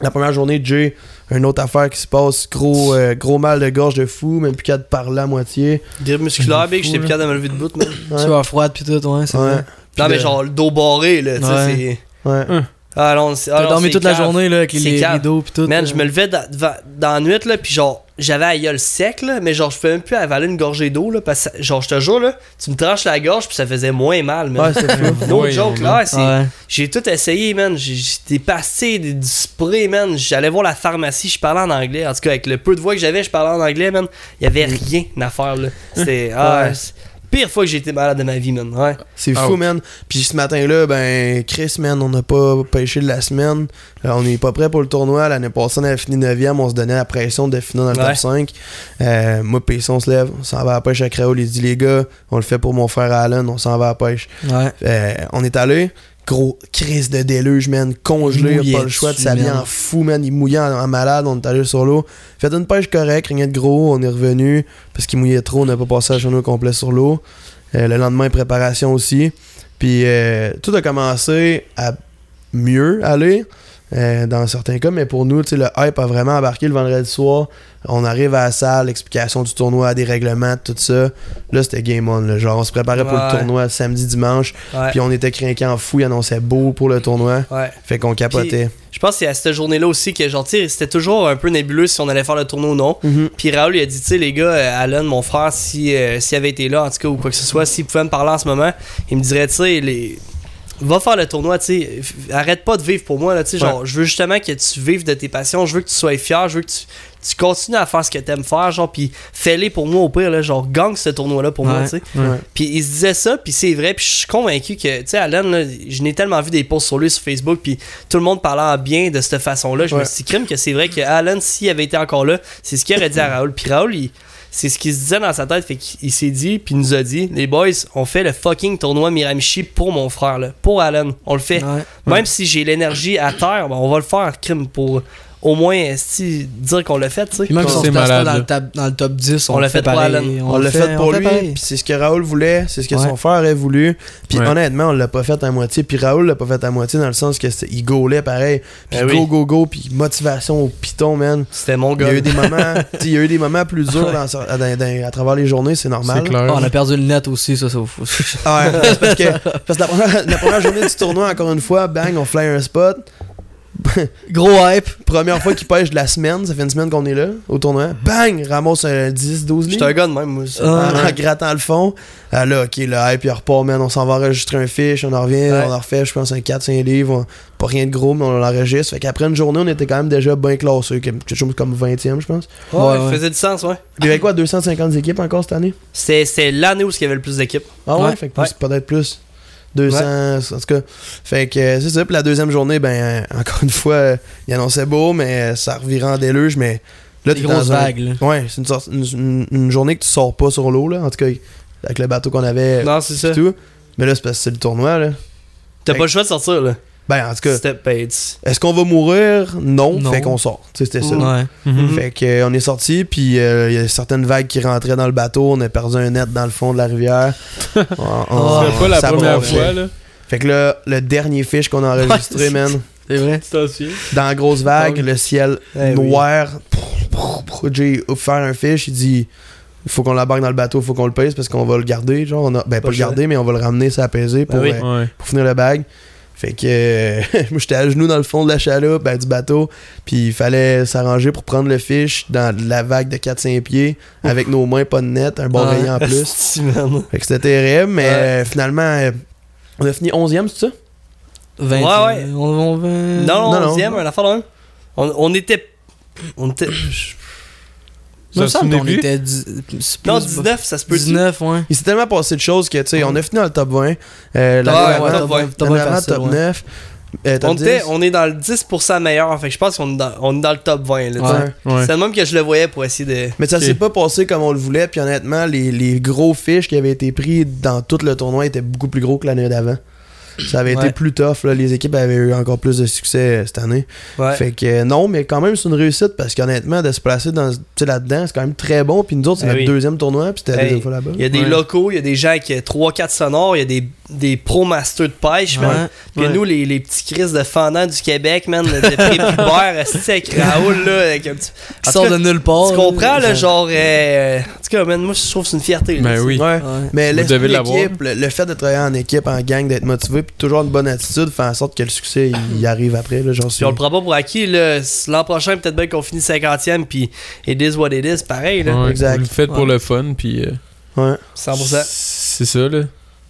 S1: la première journée, Jay, une autre affaire qui se passe, gros, euh, gros mal de gorge de fou, même plus qu'à de parler à moitié.
S2: Grippe musculaire, big,
S1: Fou,
S2: j'étais plus
S1: là.
S2: capable de me lever de bout, man.
S1: Ouais.
S3: Sueur froide, puis tout, ouais, c'est
S1: Ouais.
S3: vrai.
S1: Puis
S2: Non, mais
S1: de-
S2: genre, le dos barré, là, tu sais,
S3: Ouais.
S2: c'est.
S1: Ouais.
S2: Ah non, c'est. ah
S3: T'as
S2: non,
S3: dormi
S2: c'est
S3: toute la
S2: cave.
S3: journée, là, avec les,
S2: C'est
S3: les
S2: cave.
S3: rideaux, puis tout. euh.
S2: Man,
S3: là.
S2: je me levais dans, devant- dans la nuit, là, puis genre, j'avais la gueule sec, là, mais genre, je pouvais même plus avaler une gorgée d'eau, là, parce que, genre, je te jure, là, tu me tranches la gorge, puis ça faisait moins mal, man.
S1: Ouais, c'est fou.
S2: no
S4: Ouais,
S2: joke,
S4: ouais.
S2: là, c'est-
S3: Ouais.
S2: J'ai tout essayé, man. J'ai j'ai des pastilles, des, du spray, man. J'allais voir la pharmacie, je parlais en anglais. En tout cas, avec le peu de voix que j'avais, je parlais en anglais, man. Il y avait rien à faire, là. C'était. ah,
S1: Ouais.
S2: c'est- Pire fois que j'ai été malade de ma vie, man. Ouais.
S1: C'est
S4: Ah
S1: fou,
S4: ouais.
S1: man. Puis ce matin-là, ben, Chris, man, on n'a pas pêché de la semaine. Euh, on n'est pas prêt pour le tournoi. L'année passée, on avait fini 9e. On se donnait la pression de finir dans le
S2: Ouais.
S1: top 5. Euh, moi, Pesson, on se lève. On s'en va à la pêche à Créole. Il dit, les gars, on le fait pour mon frère Alan. On s'en va à la pêche.
S3: Ouais.
S1: Euh, on est allé. Gros crise de déluge, man. Congelé,
S3: Il
S1: pas le choix de
S3: mouillait-tu,
S1: s'habiller
S3: man?
S1: en fou, man. Il mouillait en, en malade. On est allé sur l'eau. Fait une pêche correcte, rien de gros. On est revenu parce qu'il mouillait trop. On n'a pas passé la journée au complet sur l'eau. Euh, le lendemain, préparation aussi. Puis euh, tout a commencé à mieux aller euh, dans certains cas, mais pour nous, tu sais, le hype a vraiment embarqué le vendredi soir. On arrive à la salle, explication du tournoi, des règlements, tout ça. Là, c'était game on. là. Genre, on se préparait pour
S2: Ouais.
S1: le tournoi samedi, dimanche.
S2: Ouais.
S1: Puis on était crinquant en fou, il annonçait beau pour le tournoi.
S2: ouais.
S1: Fait qu'on capotait.
S2: Je pense que c'est à cette journée-là aussi que, genre, tu sais, c'était toujours un peu nébuleux si on allait faire le tournoi ou non.
S1: Mhm.
S2: Puis Raoul, il a dit, tu sais, les gars, euh, Alan, mon frère, si, euh, s'il avait été là, en tout cas, ou quoi que ce soit, s'il pouvait me parler en ce moment, il me dirait, tu sais, les... va faire le tournoi, tu sais, f- arrête pas de vivre pour moi, là, tu sais, genre, je veux justement que tu vives de tes passions, je veux que tu sois fier, je veux que tu, tu continues à faire ce que t'aimes faire, genre, puis fais-les pour moi au pire, là, genre, gagne ce tournoi-là pour moi,
S3: Ouais.
S2: tu sais.
S1: Ouais.
S2: Puis il se disait ça, puis c'est vrai, puis je suis convaincu que, tu sais, Alan, là, je n'ai tellement vu des posts sur lui sur Facebook, puis tout le monde parlant bien de cette façon-là. Je me
S1: Ouais.
S2: suis dit, crime que c'est vrai que Alan, s'il avait été encore là, c'est ce qu'il aurait dit à Raoul. Puis Raoul, il- c'est ce qu'il se disait dans sa tête, fait qu'il s'est dit, puis il nous a dit, les boys, on fait le fucking tournoi Miramichi pour mon frère, là, pour Alan, on le fait.
S3: Ouais.
S2: Même si j'ai l'énergie à terre, ben, on va le faire, crime, pour. au moins esti, dire qu'on l'a fait, tu sais.
S3: Puis même
S4: Quand
S3: si on
S4: c'est
S3: se place
S4: malade,
S3: pas dans
S4: là.
S3: le, tab- dans le top 10, on,
S2: On
S3: le
S2: l'a
S3: fait
S2: fait pour
S3: pareil.
S2: Alan.
S1: On l'a fait
S3: on
S1: pour
S3: le
S1: lui,
S3: pareil.
S1: puis c'est ce que Raoul voulait, c'est ce que
S3: Ouais.
S1: son frère a voulu. Puis
S4: Ouais.
S1: honnêtement, on l'a pas fait à moitié. Puis Raoul l'a pas fait à moitié dans le sens que c'était- il gaulait pareil. Puis
S2: Ben
S1: go,
S2: oui.
S1: go, go, puis motivation au piton, man.
S2: C'était mon
S1: Il y
S2: gars.
S1: a eu des moments, tu sais, il y a eu des moments plus durs dans- dans- dans- à travers les journées, c'est
S4: C'est
S1: normal.
S4: clair.
S3: Ah, on a perdu le net aussi, ça, ça. faut-
S1: Ouais, c'est parce que, parce que la, première, la première journée du tournoi, encore une fois, bang, on fly un spot.
S3: Gros hype.
S1: Première fois qu'il pêche de la semaine, ça fait une semaine qu'on est là, au tournoi. Bang, ramasse un 10, 12
S2: J'étais un
S1: livres.
S2: gars de même, moi. aussi.
S1: En,
S3: Ah,
S1: en grattant le fond. Ah là, ok, là, hype, il repart, man, on s'en va enregistrer un fish, on en revient,
S2: Ouais.
S1: on en refait, je pense, un 4, 5 livres. on- pas rien de gros, mais on l'enregistre. Fait qu'après une journée, on était quand même déjà bien classé, quelque chose comme 20e, je pense.
S2: Ouais,
S3: Ouais,
S2: ça
S3: ouais.
S2: faisait du sens, ouais.
S1: Il y avait quoi, 250 équipes encore cette année?
S2: C'était c'était l'année où il y avait le plus d'équipes.
S1: Ah ouais,
S3: Ouais,
S1: fait que plus- peut-être plus. 200, en tout cas. Fait que euh, c'est ça. Puis la deuxième journée, ben, euh, encore une fois, euh, il annonçait beau, mais euh, ça revirait en déluge. Mais là,
S3: des
S1: t'es
S3: grosses
S1: dans un-
S3: vagues, là.
S1: Ouais, c'est une, sorte- une- une- une journée que tu sors pas sur l'eau, là. En tout cas, avec le bateau qu'on avait
S2: Non, c'est ça.
S1: et tout. Mais là, c'est parce que c'est le tournoi, là.
S2: T'as pas le choix de sortir, là.
S1: Ben, en tout cas,
S2: C'était paid.
S1: est-ce qu'on va mourir Non.
S3: Non.
S1: Fait qu'on sort. Tu sais, c'était ça.
S3: Ouais. Mm.
S4: Mhm.
S1: Fait que, euh, on est sorti, puis euh, il y a certaines vagues qui rentraient dans le bateau. On a perdu un net dans le fond de la rivière. On-
S3: Ah.
S1: on-
S4: C'était pas la
S1: Ah, ça
S4: première
S1: bronchait.
S4: fois, là.
S1: Fait que là, le dernier fish qu'on a enregistré,
S3: Ouais,
S1: man,
S3: C'est vrai.
S4: Tu t'en souviens?
S1: dans la grosse vague,
S4: Ah oui.
S1: le ciel
S2: Eh oui.
S1: noir, prou, prou, prou, j'ai offert un fish, il dit il faut qu'on l'embarque dans le bateau, faut qu'on le pèse parce qu'on va le garder, genre on a, ben pas,
S2: Pas
S1: le
S2: cher.
S1: garder mais on va le ramener s'apaiser pour,
S2: Ah oui.
S1: euh,
S4: Ouais.
S1: pour finir le bag. Fait que euh, moi j'étais à genoux dans le fond de la chaloupe, ben, du bateau, puis il fallait s'arranger pour prendre le fish dans la vague de 4-5 pieds avec nos mains pas de net, un bon
S3: Ah.
S1: rayon en plus.
S2: Esti, man.
S1: Fait que c'était terrible, mais
S2: Ouais.
S1: euh, finalement euh, on a fini 11e, c'est ça
S3: 20,
S2: Ouais, ouais.
S3: euh, On, on va-
S2: Non,
S1: non,
S2: non,
S1: non.
S2: on dixième, un affaire de même. On, on était. On était.
S3: Il me
S4: Ça,
S3: semble
S4: tu
S3: qu'on
S4: l'as vu?
S3: était dix- c'est plus-
S2: Non, 19, ça se peut.
S3: 19, ouais.
S1: Il s'est tellement passé de choses que, tu sais, on a fini dans le top 20. Euh, l'année avant,
S2: Ouais, Ah, ouais,
S1: l'année
S2: top 20,
S3: top 20
S1: avant,
S3: facile,
S1: top
S3: ouais.
S1: 9. euh, top
S2: On, était,
S1: 10.
S2: on est dans le 10% meilleur, fait que je pense qu'on est dans, on est dans le top 20. là, tu sais.
S1: Ouais.
S4: Ouais.
S2: C'est le même que je le voyais pour essayer de.
S1: Mais ça
S4: Ok.
S1: s'est pas passé comme on le voulait. Puis honnêtement, les, les gros fiches qui avaient été pris dans tout le tournoi étaient beaucoup plus gros que l'année d'avant. Ça avait été
S2: Ouais.
S1: plus tough. Là. Les équipes avaient eu encore plus de succès euh, cette année.
S2: Ouais.
S1: Fait que euh, non, mais quand même, c'est une réussite parce qu'honnêtement, de se placer dans, tu sais, là-dedans, c'est quand même très bon. Puis nous autres, c'est
S2: Eh
S1: notre
S2: oui.
S1: deuxième tournoi. Puis c'était la
S2: Hey,
S1: deuxième fois là-bas.
S2: Il y a des
S4: Ouais.
S2: locaux, il y a des gens qui ont 3-4 sonores, il y a des, des pro-masters de pêche, man.
S3: Ouais.
S2: Puis
S1: Ouais.
S2: nous, les, les petits crises de fendants du Québec, man, de prépubères, c'est avec Raoul, là, avec un petit...
S3: Qui
S2: En
S3: sort
S2: tout
S3: de
S2: cas,
S3: nulle part.
S1: Oh,
S2: Tu comprends, là, genre... euh, En tout cas, man, moi, je trouve que c'est une fierté. là,
S4: Ben
S2: tu sais.
S4: oui.
S1: Ouais.
S3: Ouais.
S1: Mais
S4: Vous
S1: l'esprit
S4: devez l'avoir.
S1: d'équipe, le, le fait de travailler en équipe, en gang, d'être motivé, puis toujours une bonne attitude, fait en sorte que le succès il arrive après. Là, j'en suis.
S2: Puis on le prend pas pour acquis, là. L'an prochain, peut-être bien qu'on finit 50e, puis it is what it is, pareil, là.
S4: Ouais,
S1: Exact.
S4: Vous le faites
S3: Ouais.
S4: pour le fun, puis. euh,
S2: 100%.
S4: C'est ça, là.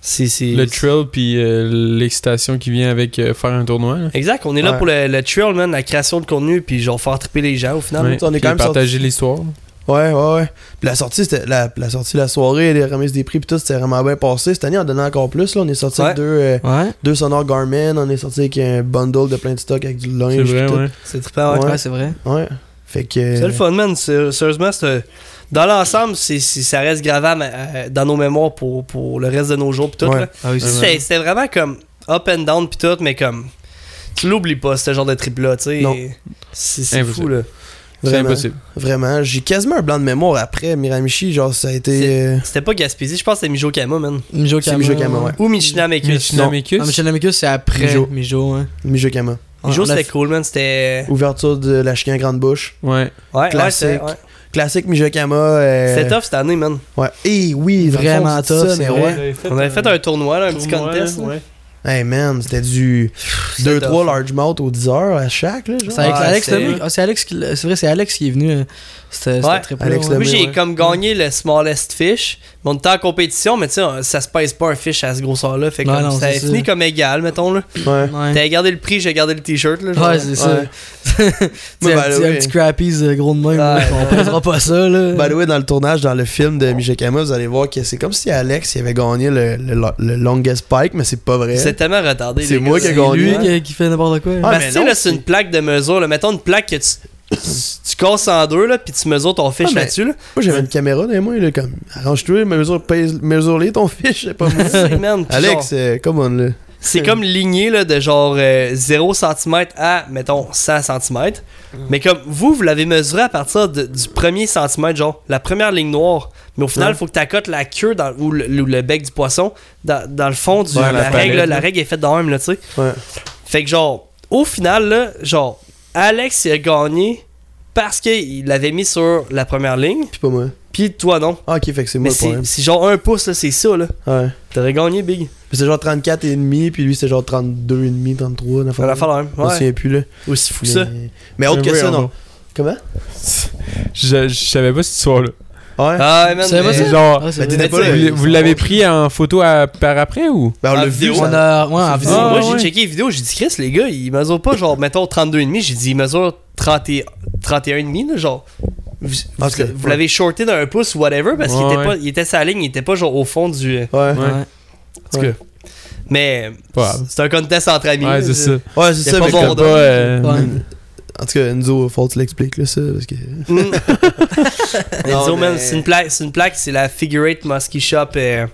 S2: Si, si.
S4: Le thrill, puis euh, l'excitation qui vient avec euh, faire un tournoi. là.
S2: Exact, on est là
S1: Ouais.
S2: pour le, le thrill, man, la création de contenu, puis genre faire triper les gens, au final.
S4: Ouais.
S1: on est
S4: Puis
S1: quand même
S4: partager
S1: sorti-
S4: l'histoire.
S1: Ouais, ouais, ouais. Puis la sortie, c'était la, la sortie de la soirée, les remises des prix, puis tout, c'était vraiment bien passé. Cette année, on donnait encore plus. Là, on est sorti avec
S2: Ouais.
S1: deux, euh,
S3: Ouais.
S1: deux sonores Garmin, on est sorti avec un bundle de plein de stocks avec du linge.
S4: C'est
S1: puis
S4: vrai,
S1: tout.
S4: ouais.
S2: C'est trippant, ouais.
S1: Ouais.
S3: Ouais, c'est vrai.
S1: Ouais. Fait que.
S2: C'est le fun, man. Sé- Sérieusement, c'est- dans l'ensemble, c'est- c'est- ça reste gravable euh, dans nos mémoires pour, pour le reste de nos jours. pis tout,
S1: Ouais.
S2: là.
S3: Ah oui,
S2: C'est-
S3: c'est
S2: C'était vraiment comme up and down, puis tout, mais comme. Tu l'oublies pas, ce genre de trip-là, tu
S1: Non.
S2: sais. C'est c'est fou,
S4: Impossible.
S2: là.
S4: C'est
S1: Vraiment.
S4: impossible.
S1: Vraiment. J'ai quasiment un blanc de mémoire après Miramichi. Genre, ça a été.
S2: C'est-
S1: euh,
S2: C'était pas Gaspésie, je pense que c'était Mijo Kama, man.
S3: Mijo
S1: C'est
S3: Kama.
S1: Mijo Kama, ouais.
S2: Ou Michinamekus.
S1: Non.
S4: Michinamekus.
S3: Ah, Michel Amicus, c'est après
S1: Mijo.
S3: Mijo. Mijo, ouais.
S1: Mijokama.
S3: On-
S2: Mijo,
S3: Ah, on a
S2: c'était
S3: fait-
S2: cool, man. C'était.
S1: Ouverture de la chien grande bouche.
S4: Ouais.
S2: Ouais, ouais,
S1: Classique.
S2: c'était. ouais.
S1: Classique Mijokama. Euh...
S2: C'était tough cette année, man.
S1: Ouais. Et oui, dans le fond,
S3: Vraiment
S1: tu dis
S3: tough,
S1: ça,
S3: c'est
S1: mais
S3: vrai.
S1: Eh ouais.
S2: On avait fait un tournoi, là, un petit contest. là.
S1: Hey man, c'était du
S2: c'était
S1: 2-3
S2: tough.
S1: largemouth aux 10 heures à chaque, là, genre.
S3: C'est avec
S2: Ouais,
S3: Alex
S2: c'est-
S3: Lemay. Ah, c'est Alex qui l'a- C'est vrai, c'est Alex qui est venu. euh, C'était
S2: Ouais.
S3: c'était très
S1: Alex
S3: ouais.
S1: Lemay.
S2: Moi, j'ai
S1: ouais.
S2: comme gagné le smallest fish. Mais on était en compétition, mais tu sais, ça se pèse pas un fish à ce grosseur-là. Fait que
S3: Ouais,
S2: comme
S3: non,
S2: ça a
S3: c'est
S2: fini
S3: ça.
S2: comme égal, mettons. là.
S1: Ouais.
S3: Ouais.
S2: T'avais gardé le prix, j'ai gardé le t-shirt. là, genre.
S3: Ouais, c'est ça.
S1: Ouais.
S3: C'est
S1: Moi,
S3: un,
S1: by the
S3: petit- un
S1: way-
S3: petit crappies euh, gros de même. là,
S2: Ouais.
S3: On pèsera pas ça, là.
S1: By the way, dans le tournage, dans le film de Mishakama, vous allez voir que c'est comme si Alex il avait gagné le, le, le longest pike, mais c'est pas vrai.
S2: C'est tellement retardé.
S1: C'est
S2: les
S1: moi
S2: gars.
S1: qui ai
S3: c'est
S1: gagné.
S3: lui
S1: Ouais.
S3: qui, qui fait n'importe quoi.
S1: Ah,
S2: Parce
S1: mais
S2: que tu sais,
S1: non,
S2: là, c'est
S1: c'est-
S2: une plaque de mesure. Là. Mettons une plaque que tu, tu casses en deux, là, puis tu mesures ton fish
S1: Ah, mais-
S2: là-dessus. Là.
S1: Moi, j'avais une caméra dans les mains, là, comme arrange-toi, mesure, pèse- mesure-les ton fish, je sais pas moi.
S2: C'est, man, puis
S1: Alex,
S2: genre,
S1: euh, come on, là.
S2: C'est comme ligné là, de genre euh, 0 cm à, mettons, 100 cm.
S1: Mm.
S2: Mais comme vous, vous l'avez mesuré à partir de- du premier centimètre, genre la première ligne noire. Mais au
S1: Mm.
S2: final, il faut que tu accotes la queue dans, ou, le, ou le bec du poisson dans, dans le fond du,
S1: Ouais,
S2: la,
S1: la
S2: règle.
S1: palette,
S2: là,
S1: là.
S2: la règle est faite de même, là, tu sais.
S1: Ouais.
S2: Fait que genre, au final, là, genre, Alex il a gagné parce qu'il l'avait mis sur la première ligne,
S1: Puis pas moi.
S2: puis toi non.
S1: Ah, ok, fait que c'est moi
S2: Mais
S1: le
S2: c'est
S1: problème.
S2: c'est genre un pouce, là, c'est ça, là.
S1: Ouais.
S2: T'aurais gagné, Big.
S1: Puis c'est genre 34 et demi, puis lui c'est genre 32 et demi, 33, une
S2: On
S1: affaire.
S2: la faire la même.
S1: Je me
S2: Ouais.
S1: souviens plus là.
S2: Aussi fou que
S1: Mais-
S2: ça.
S1: Mais autre que ça, non. Comment
S4: Je, je savais pas cette histoire-là. Eh,
S1: Ouais.
S2: Ah, man,
S3: C'est
S2: mais-
S3: pas ça?
S4: Genre,
S3: Ah, c'est
S1: Ben,
S3: vrai.
S1: t'étais pas là.
S4: vous l'avez- vous l'avez pris en photo à- par après ou
S1: Ben, on
S2: en
S1: l'a vu.
S2: vidéo,
S1: ça.
S3: On a. Ouais, en
S2: Ah,
S3: vidéo.
S2: moi, j'ai
S4: ouais.
S2: checké les vidéos, j'ai dit, Chris, les gars, ils mesurent pas, genre, mettons, 32,5. J'ai dit, ils mesurent 30 et- 31,5, là, genre. Vous,
S1: Parce
S2: vous-
S1: que-
S2: vous l'avez shorté d'un pouce ou whatever, parce qu'il
S4: Ouais,
S2: était, pas-
S4: ouais.
S2: il était sa ligne, il était pas, genre, au fond du.
S1: Ouais.
S4: Ouais.
S3: Ouais.
S2: En tout cas. Mais
S4: Pas grave.
S2: c'est un contest entre amis.
S4: Ouais,
S2: là,
S4: c'est ça.
S1: Ouais, c'est
S2: C'était
S1: ça,
S2: pas
S1: mais
S2: bon.
S1: comme-
S4: T'as pas, euh,
S3: Ouais.
S1: En tout cas, Enzo, faut que tu l'expliques, là, ça, parce que.
S2: Mm. Enzo,
S1: Non,
S2: man,
S1: mais-
S2: c'est une plaque, c'est une plaque, c'est la Figure 8 Musky Shop. euh,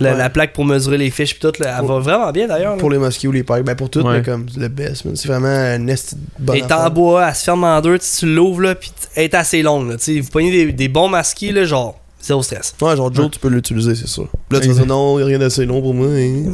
S2: la,
S1: Ouais.
S2: la plaque pour mesurer les fiches pis tout, là, elle va vraiment bien d'ailleurs. là.
S1: Pour les mosquées ou les pipes, ben pour tout,
S4: Ouais.
S1: mais comme le best, man. C'est vraiment un nest bon.
S2: Elle est en bois, elle se ferme en deux, tu tu l'ouvres là, pis elle est assez longue. Là, tu sais, vous prenez des, des bons masquis, là, genre, zéro stress.
S1: Ouais, genre Joe, tu peux l'utiliser, c'est sûr. Là, tu vas
S4: Exact.
S1: dire non, y a rien d'assez long pour moi. hein.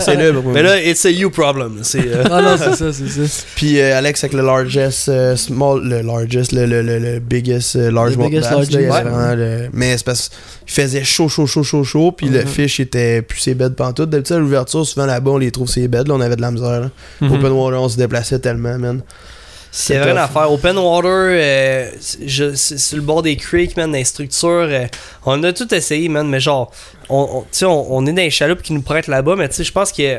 S1: c'est là, pour moi.
S2: Mais là, it's a you problem. là, C'est, euh,
S3: Ah non, c'est ça, c'est ça.
S1: Puis euh, Alex avec le largest, euh, small, le largest, le, le, le, le biggest euh, large
S3: Le
S1: mouth
S3: biggest
S1: bass, là, il y
S3: large
S1: avait
S3: bass.
S1: vraiment le- Mais c'est parce qu'il faisait chaud, chaud, chaud, chaud, chaud. Puis le
S2: Mm-hmm.
S3: Mhm.
S1: fish était plus ses beds pantoute. D'habitude, à l'ouverture, souvent là-bas, on les trouve ses beds. Là, on avait de la misère. Là.
S2: Mm-hmm.
S4: Mhm.
S1: Open water, on se déplaçait tellement, man.
S2: c'est rien
S1: tough.
S2: à faire. Open water, euh, je- c'est sur le bord des creeks, man, dans les structures. euh, on a tout essayé, man, mais genre, on, on- tu sais, on, on est dans les chaloupes qui nous prêtent là-bas, mais tu sais, je pense que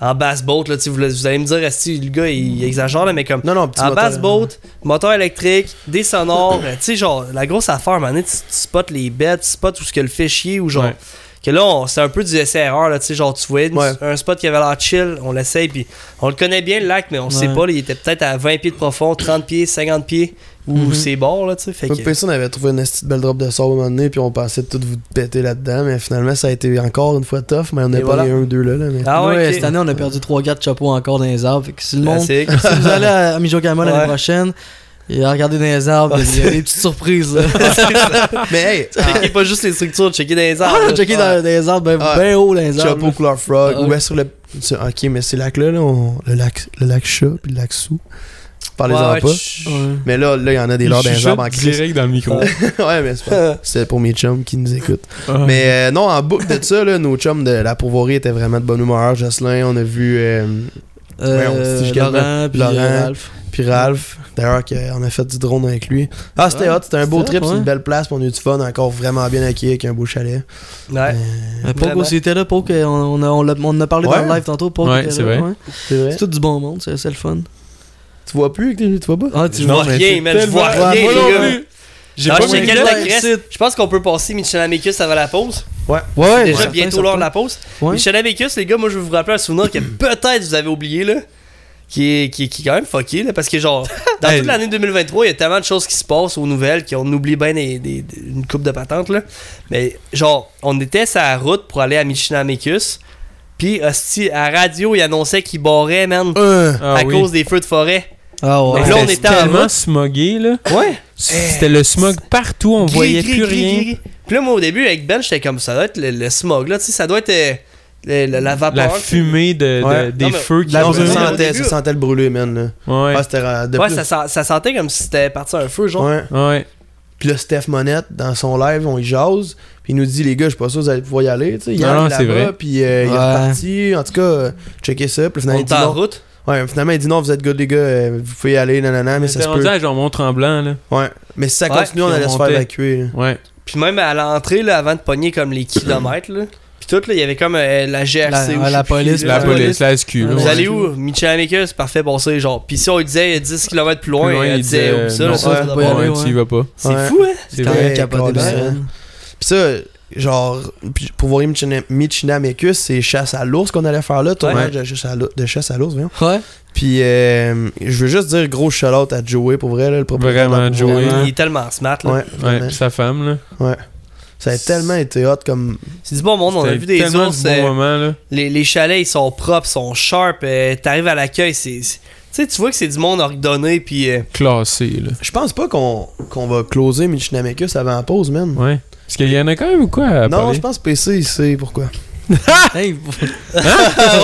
S2: en bass boat, là, tu sais, vous, le- vous allez me dire, si le gars, il, il exagère, là, mais comme.
S1: Non, non, petit
S2: En
S1: moteur,
S2: bass boat, moteur électrique, des sonores, euh, tu sais, genre, la grosse affaire, man, tu, tu spots les bêtes, tu spots où ce que le fichier, ou genre.
S4: Ouais.
S2: Que là, on- c'est un peu du essai-erreur, là, tu sais, genre, tu vois, une-
S1: Ouais.
S2: un spot qui avait l'air chill, on l'essaye, puis on le connaît bien, le lac, mais on sait
S3: Ouais.
S2: pas, là, il était peut-être à 20 pieds de profond, 30 pieds, 50 pieds, ou
S3: Mhm.
S2: ses bords, là, tu sais, fait
S1: Moi,
S2: que-
S1: puis ça, on avait trouvé une petite belle drop de sable à un moment donné, puis on pensait tout vous péter là-dedans, mais finalement, ça a été encore une fois tough, mais on
S2: Et
S1: n'est pas
S2: voilà.
S1: les un ou deux là. là, mais...
S2: Ah ouais, ok.
S3: cette année, on a perdu 3-4 de chapeaux encore dans les arbres. Fait que si le monde.
S2: Classique.
S3: si vous allez à, à Mijokama
S2: Ouais.
S3: l'année prochaine, et regardez dans les arbres,
S2: Ah,
S3: il y a des petites surprises. là.
S1: mais hey,
S2: Checker pas juste les structures, checker dans les
S3: Ah,
S2: arbres. là.
S3: checker dans, dans les arbres, ben,
S1: Ouais.
S3: ben haut dans les arbres.
S1: chapeau couleur frog,
S3: Ah, ouais.
S1: ouais, sur le. sur- ok, mais ces lacs-là, là, on- le, lac, le lac chat, puis le lac sous. Parlez-en
S2: Ouais,
S1: pas.
S2: tch-
S3: Ouais.
S1: Mais là, là, il y en a des leurs
S4: Je
S1: dans les
S4: chuchote
S1: arbres en crise.
S4: direct dans le micro.
S1: ouais, mais c'est pas. C'était pour mes chums qui nous écoutent.
S4: Ah.
S1: Mais euh, non, en boucle de ça, là, nos chums de la pourvoirie étaient vraiment de bonne humeur. Jocelyn, on a vu. euh,
S3: Euh,
S1: Ouais, on se dit
S3: Laurent, puis
S1: Laurent.
S3: euh, Ralph.
S1: Puis Ralph, d'ailleurs, que- on a fait du drone avec lui. Ah, c'était
S3: Ouais,
S1: hot, c'était un beau
S3: c'était
S1: trip,
S3: hot,
S1: c'est une
S3: ouais.
S1: belle place, puis on a eu du fun, encore vraiment bien accueilli avec un beau chalet.
S2: Ouais.
S3: Euh, Pauk
S2: Vraiment.
S3: aussi était là, Pauk, euh, on, on, a- on, l'a- on en a parlé
S1: Ouais.
S3: dans le live tantôt. Pauk
S4: Ouais,
S3: était
S4: c'est
S3: là,
S4: vrai.
S3: ouais.
S1: C'est vrai.
S3: C'est tout du bon monde, c'est c'est le fun.
S1: Tu vois plus avec tes tu vois pas?
S3: Ah, tu
S2: Je vois
S3: vois, mais
S2: rien, man, je vois
S3: tellement-
S2: rien,
S3: Ouais, moi
S2: les
S3: non
S2: gars.
S3: plus.
S4: J'ai
S2: Non,
S4: pas
S2: Ah, je sais
S4: mis-
S2: quelle
S3: de
S2: la
S3: ici.
S2: graisse. Je pense qu'on peut passer Michel Amicus avant la pause.
S1: Ouais. Ouais, ouais.
S2: Déjà
S3: certain,
S2: bientôt l'heure de la pause.
S3: Ouais.
S2: Michel Amicus, les gars, moi je vais vous rappeler un souvenir que peut-être vous avez oublié là. Qui est, qui, est- qui est quand même fucké, là, parce que genre, dans
S4: Hey.
S2: toute l'année 2023, il y a tellement de choses qui se passent aux nouvelles qu'on oublie bien des- des- des- une coupe de patentes, là. Mais genre, on était sur la route pour aller à Michinamekus, puis hostie, à la radio, il annonçait qu'il barrait, man,
S1: Euh,
S4: Ah
S2: à
S4: oui.
S2: cause des feux de forêt.
S3: Ah ouais.
S2: Mais
S4: Ah,
S2: là, on
S4: c'était
S2: était en
S4: tellement
S2: route.
S4: smogué, là.
S2: Ouais!
S4: C'était le smog partout, on
S2: Gris,
S4: voyait
S2: gris,
S4: plus
S2: gris,
S4: rien.
S2: gris, gris. Puis là, moi, au début, avec Ben, j'étais comme ça doit être le, le smog, là, tu sais, ça doit être euh, le- le- la vapeur.
S4: La fumée de, de-
S1: Ouais.
S4: des
S2: Non, mais-
S4: feux qui
S1: Là, on
S2: Ouais.
S1: se
S4: brûlaient.
S2: sent-
S1: sentait,
S2: Au début,
S1: ça sentait le brûlé, man. Là.
S4: Ouais.
S1: Ah, c'était ra- de
S2: Ouais,
S1: plus.
S2: ça, sent- ça sentait comme si c'était parti un feu, genre.
S1: Ouais.
S4: Ouais.
S1: Puis là, Steph Monette, dans son live, on y jase. Puis il nous dit, les gars, je suis pas sûr que vous allez pouvoir y aller. Tu sais, il
S4: Non, non,
S1: arrive
S4: c'est
S1: là-bas,
S4: vrai.
S1: Puis euh, il est
S3: Ouais.
S1: reparti. En tout cas, euh, checkez ça. Puis
S2: On
S1: finalement, il
S2: était
S1: dit
S2: en
S1: non.
S2: route.
S1: Ouais, finalement, il dit non, vous êtes good, les gars. euh, Vous pouvez y aller, nanana. Mais ça
S4: C'était
S1: se
S4: rendu
S1: peut.
S4: à genre Mont-Tremblant, là.
S1: Ouais. Mais si ça
S2: Ouais,
S1: continue, on
S4: puis on
S1: allait se faire
S4: montait.
S1: évacuer. là.
S4: Ouais.
S2: Puis même à l'entrée, là, avant de pogner comme les kilomètres, là. Puis tout, là, il y avait comme euh, la GRC.
S3: La-
S2: ou
S3: ouais,
S2: je
S3: la
S2: sais plus
S3: police,
S2: qui,
S4: La
S2: là.
S4: police, la SQ, là.
S2: Vous
S4: ouais.
S2: allez où Michelamekus, c'est parfait pour ça, genre. Puis si on lui disait 10 km plus loin,
S4: Plus loin,
S2: elle
S4: il
S2: disait
S4: disait,
S2: oublie ça,
S4: non,
S2: là, ça,
S1: ouais,
S2: ça doit
S3: ouais,
S2: pas
S3: ouais.
S2: aller.
S4: Ouais, tu y vas pas.
S2: C'est
S1: Ouais.
S2: fou, hein?
S4: C'est
S3: Quand
S4: vrai.
S3: même capoté,
S1: Ouais,
S3: ben.
S1: Puis ça, genre, puis pour voir Michina- Michinamekus, c'est chasse à l'ours qu'on allait faire là, tournage de chasse à l'ours- de chasse à l'ours, voyons.
S3: Ouais.
S1: Puis euh, je veux juste dire gros shout-out à Joey pour vrai, là, le propriétaire.
S4: Vraiment,
S1: de la
S4: Joey.
S1: pourvoirie.
S2: Il est tellement smart, là.
S1: Ouais,
S4: Ouais,
S1: vraiment.
S4: pis sa femme, là.
S1: Ça a tellement été hot comme.
S2: C'est du bon monde, on a
S4: C'était
S2: vu des
S4: tellement
S2: ours.
S4: du
S2: euh,
S4: bon moment, là.
S2: les, les chalets, ils sont propres, sont sharp. euh, T'arrives à l'accueil, c'est. c'est- Tu sais, tu vois que c'est du monde ordonné, puis. euh,
S4: Classé, là.
S1: Je pense pas qu'on qu'on va closer Michinamekus avant la pause, man.
S4: Ouais. Parce qu'il y en a quand même ou quoi à
S1: non,
S4: parler?
S1: je pense que PC, il sait pourquoi.
S3: Hey,
S2: Ah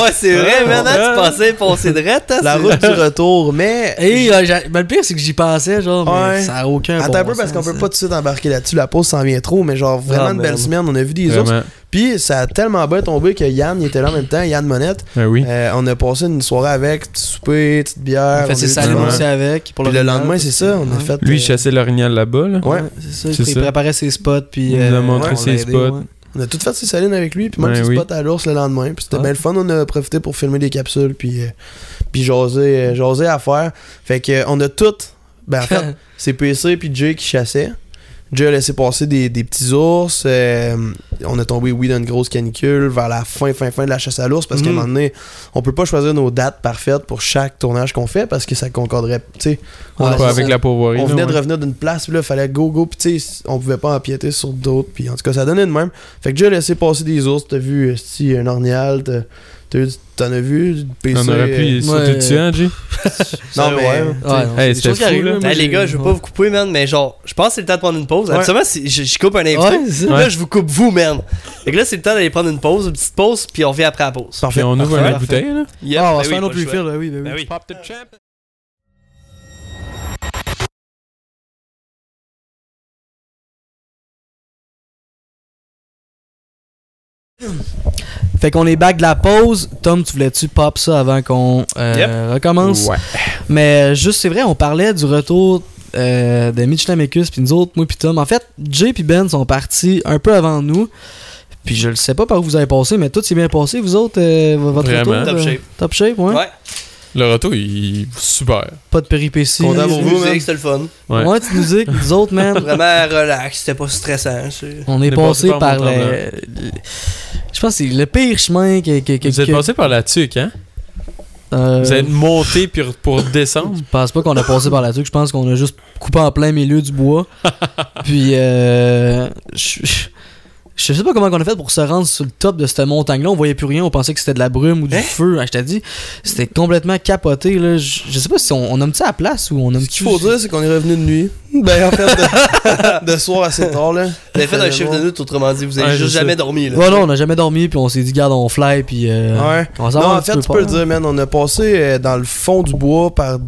S2: ouais, c'est vrai, man. hein,
S4: Ouais.
S2: tu pensais penser de rette, hein,
S1: La
S2: c'est-
S1: route du retour, mais.
S3: hey, euh, j'a- ben, le pire, c'est que j'y pensais, genre, mais
S1: Ouais.
S3: ça a aucun
S1: Attends
S3: bon
S1: un peu parce qu'on
S3: sens, hein.
S1: peut
S3: ça.
S1: pas tout de suite embarquer là-dessus, la pause s'en vient trop, mais genre vraiment
S2: Ah,
S1: une belle
S2: man.
S1: semaine, on a vu des ours.
S4: Vraiment.
S1: Puis ça a tellement bien tombé que Yann il était là en même temps, Yann Monette.
S4: Ben oui.
S1: Euh, on a passé une soirée avec, petit souper, petite bière.
S3: On
S1: on
S3: fait
S1: a
S3: ses
S1: eu du
S3: salons
S1: fun.
S3: aussi avec. Pour
S1: Puis le
S3: final,
S1: lendemain, c'est ça, on a
S3: Ouais.
S1: fait.
S4: Lui, il
S1: euh,
S4: chassait l'orignal là-bas, là.
S1: Ouais,
S3: Ouais, c'est ça.
S4: c'est
S3: Il
S4: ça.
S3: préparait ses spots. Puis,
S4: Il nous a montré
S3: on
S4: ses
S3: l'a aidé,
S4: spots.
S3: ouais.
S1: on a tout fait ses salines avec lui, puis même
S4: Ouais,
S1: ses
S4: Ben oui.
S1: spots à l'ours le lendemain. Puis c'était
S3: Ouais.
S1: bien le fun, on a profité pour filmer des capsules, puis, euh, puis jaser, euh, jaser à faire. Fait que euh, on a tout. Ben en fait, c'est PC puis Jay qui chassait. Jay a laissé passer des, des petits ours. euh, on a tombé, oui, dans une grosse canicule vers la fin, fin, fin de la chasse à l'ours parce qu'à un
S4: Mm.
S2: Mhm.
S1: moment donné, on peut pas choisir nos dates parfaites pour chaque tournage qu'on fait parce que ça concorderait. tu sais, on,
S4: Pas
S1: on-
S4: avec la
S1: on
S4: pauvoirie. là,
S1: venait de
S4: ouais.
S1: revenir d'une place, puis là, fallait go, go, puis tu sais, on pouvait pas empiéter sur d'autres. Puis en tout cas, ça donnait de même. Fait que Jay a laissé passer des ours. T'as vu, euh, si, un ornial, t'as t'as eu du- t'en as vu, du PC.
S4: On aurait pu
S1: euh,
S4: sauter
S3: ouais.
S4: dessus, hein, Jay?
S1: Non,
S2: Ça,
S1: mais.
S2: ouais.
S1: euh,
S3: Ouais, non,
S4: Hey,
S3: c'est des
S4: c'était
S3: choses qui
S4: fou,
S3: arrivent,
S4: là.
S3: là, moi,
S2: Hey, les
S3: j'ai-
S2: gars, je veux
S3: ouais.
S2: pas vous couper, man, mais genre, je pense que c'est le temps de prendre une pause.
S1: Ouais.
S2: Absolument, c'est- je, je coupe un invité.
S3: Ouais, c'est ça.
S2: Là, je vous coupe vous, man. Fait que là, c'est le temps d'aller prendre une pause, une petite pause, puis on revient après la pause.
S4: Puis on ouvre
S2: parfait,
S4: la
S3: parfait.
S4: bouteille, là.
S2: Yep,
S3: Ah, on
S2: ben
S3: va
S2: oui,
S3: se faire un
S2: pas
S3: autre
S2: le choix.
S3: refill, ben oui, ben oui.
S2: Ben oui.
S4: Pop the champ.
S3: Fait qu'on est back de la pause. Tom, tu voulais-tu pop ça avant qu'on euh, recommence?
S4: Ouais.
S3: Mais euh, juste, c'est vrai, on parlait du retour euh, de Michelamekus, puis nous autres, moi puis Tom. En fait, Jay puis Ben sont partis un peu avant nous. Puis je le sais pas par où vous avez passé, mais tout s'est bien passé. Vous autres, euh, votre
S4: Vraiment.
S3: retour?
S2: Top
S3: euh,
S2: shape.
S3: Top shape, ouais.
S2: Ouais,
S4: Le retour, il super.
S3: Pas de péripéties.
S1: Content pour
S2: c'est
S1: vous,
S2: musique,
S1: man.
S2: c'était le fun.
S4: Ouais.
S3: Ouais, tu nous dis que nous autres, man,
S2: Vraiment relax, c'était pas stressant. c'est-
S3: on est
S4: On est
S3: passé
S4: passé par
S3: par...
S4: Mont-Tremblant.
S3: euh, le- Je pense que c'est le pire chemin que... que, que-
S4: Vous êtes
S3: que-
S4: passé par la tuque, hein?
S3: euh,
S4: Vous êtes monté puis re- pour descendre?
S3: Je pense pas qu'on a passé par la truc, je pense qu'on a juste coupé en plein milieu du bois. Puis euh, je, je- je sais pas comment on a fait pour se rendre sur le top de cette montagne là, on voyait plus rien, on pensait que c'était de la brume ou du
S2: Hein?
S3: feu, Ah, je t'ai dit, c'était complètement capoté là, je, je sais pas si on, on nomme ça à la place ou on nomme
S1: Ce qu'il faut dire, c'est qu'on est revenu de nuit. Ben, en fait, de, de soir assez tard, là.
S2: Vous avez fait un chiffre de nuit, autrement dit, vous avez
S4: Ouais,
S2: juste
S4: je sais.
S2: jamais dormi. Là.
S3: Ouais, non, on a jamais dormi puis on s'est dit garde on fly puis euh,
S1: Ouais.
S3: on s'en va
S1: Non,
S3: un
S1: en
S3: petit
S1: fait,
S3: peu
S1: tu peux hein. le
S3: par-
S1: dire, man. On a passé euh, dans le fond du bois par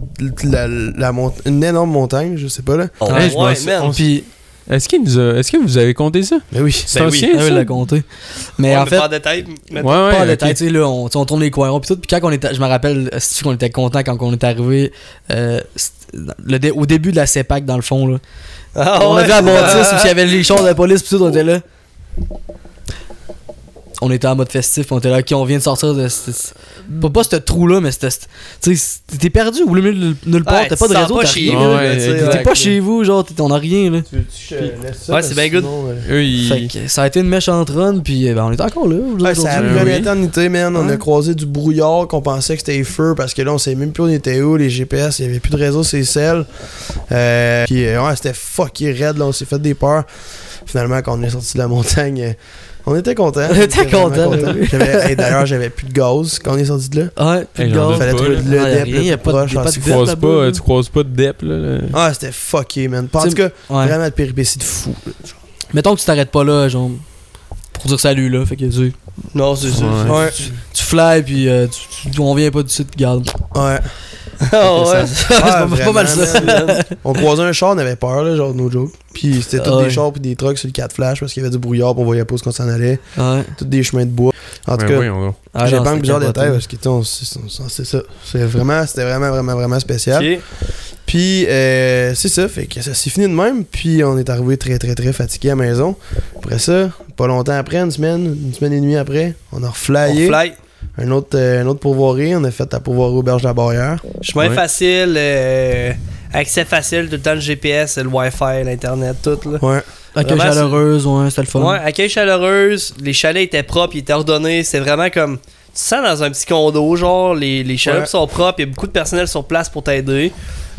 S1: la, la mont- une énorme montagne, je sais pas, là.
S2: Oh,
S4: Hey, je m'en
S2: ouais,
S4: suis-
S1: Ben,
S2: man.
S4: on-
S3: Puis
S4: Est-ce qu'il nous a- Est-ce que vous avez compté ça?
S1: Mais oui.
S4: C'est
S2: Ben oui.
S4: ancien,
S3: ah oui,
S4: ça?
S3: l'a compté. Mais
S2: Ouais,
S3: en fait
S2: pas en détail, mais-
S4: Ouais, ouais.
S3: pas en
S4: ok.
S3: détail, tu sais, là, on, tu sais, on tourne les coins ronds, puis tout. Puis quand on était, je me rappelle, euh, c'est-tu qu'on était content quand on est arrivé euh, c't- le dé- au début de la CEPAC, dans le fond, là.
S2: Ah,
S3: on
S2: ouais.
S3: avait la bâtisse, puis il y avait les chars de la police, puis tout, on était là. On était en mode festif, puis on était là, ok, on vient de sortir de. ce- ce- Pas, pas ce trou-là, mais c'était. ce- Tu sais, c'est- t'es perdu au milieu de nulle part,
S2: Ouais,
S3: t'as pas
S2: tu
S3: de
S2: sors
S3: réseau,
S2: pas
S3: t'as
S2: chez
S3: rien.
S2: vous,
S3: là.
S4: Ouais,
S2: là, tu sais,
S4: exact.
S3: T'es
S2: ouais.
S3: pas chez vous, genre, t'es- on a rien, là.
S1: Ben,
S2: Ouais, c'est bien good.
S1: euh,
S4: Eux, ils-
S3: Fait que ça a été une méchante run, puis euh, ben, on est encore là.
S1: Ouais,
S3: aujourd'hui.
S1: ça a
S4: aujourd'hui.
S1: pris une
S4: Oui.
S1: éternité, man. On a
S3: Ouais.
S1: croisé du brouillard qu'on pensait que c'était les feux parce que là, on savait même plus où on était où. Les GPS, il n'y avait plus de réseau, c'est celle. Euh, puis, euh, ouais, c'était fucké raide, là. On s'est fait des peurs. Finalement, quand on est sorti de la montagne, euh, on était contents.
S3: On était
S1: vraiment
S3: contents,
S1: contents.
S3: oui.
S1: J'avais- hey, D'ailleurs, j'avais plus de gaz quand on est sorti de là.
S3: Ouais, plus
S4: Hey,
S3: de
S4: j'en
S3: gaz.
S1: Il fallait
S4: pas,
S1: trouver
S4: là.
S1: le
S3: Ah, y a
S1: dep
S3: rien, y
S1: le
S3: a
S1: plus
S3: pas de-
S1: proche.
S3: y a
S1: en
S3: pas
S1: ce
S3: de
S4: tu
S1: qui-
S3: dep.
S4: croises
S3: là-bas,
S4: pas,
S3: là.
S4: tu croises pas de dep, là. là.
S1: Ah, c'était fucké, man. En
S3: Tu-
S1: tout cas,
S3: Ouais.
S1: vraiment de péripéties de fou. là.
S3: Mettons que tu t'arrêtes pas là, genre, pour dire salut, là. Fait que tu,
S2: Non, c'est ça.
S4: Ouais.
S1: Ouais.
S3: tu fly, puis euh, tu, tu- on vient pas du site, garde.
S1: Ouais.
S2: Ah, ouais.
S3: c'est
S1: Ah,
S3: pas, pas mal
S1: vraiment,
S3: ça.
S1: man. on croisait un char, on avait peur, là, genre no joke. Puis c'était tous
S3: Ah ouais.
S1: des chars puis des trucks sur le 4 flash parce qu'il y avait du brouillard, puis on voyait pas ce qu'on s'en allait.
S3: Ouais.
S1: Tous des chemins de bois. En tout
S4: Ben
S1: cas,
S4: oui, on-
S3: Ah,
S1: j'ai
S3: non,
S1: pas
S3: c'était
S1: plusieurs
S3: capoté.
S1: détails parce que tu sais, on- c'est on- c'est ça. C'est vraiment, c'était vraiment, vraiment, vraiment spécial.
S2: Ok.
S1: Puis euh, c'est ça, fait que ça s'est fini de même. Puis on est arrivé très, très, très fatigué à la maison. Après ça, pas longtemps après, une semaine, une semaine et demie après, on a
S2: On
S1: reflyé
S2: fly.
S1: un autre, euh, un autre pourvoirie. On a fait la pourvoirie au berge de la barrière.
S2: Chemin
S4: Ouais.
S2: facile, euh, accès facile, tout le temps le GPS, le Wi-Fi, l'Internet, tout. Là.
S1: Ouais.
S3: Accueil
S2: Vraiment, c'est-
S3: chaleureuse, ouais, c'était le fun.
S2: Ouais, accueil chaleureuse, les chalets étaient propres, ils étaient ordonnés, c'est vraiment comme. Tu te sens dans un petit condo, genre, les, les chalets
S1: Ouais.
S2: sont propres, il y a beaucoup de personnel sur place pour t'aider.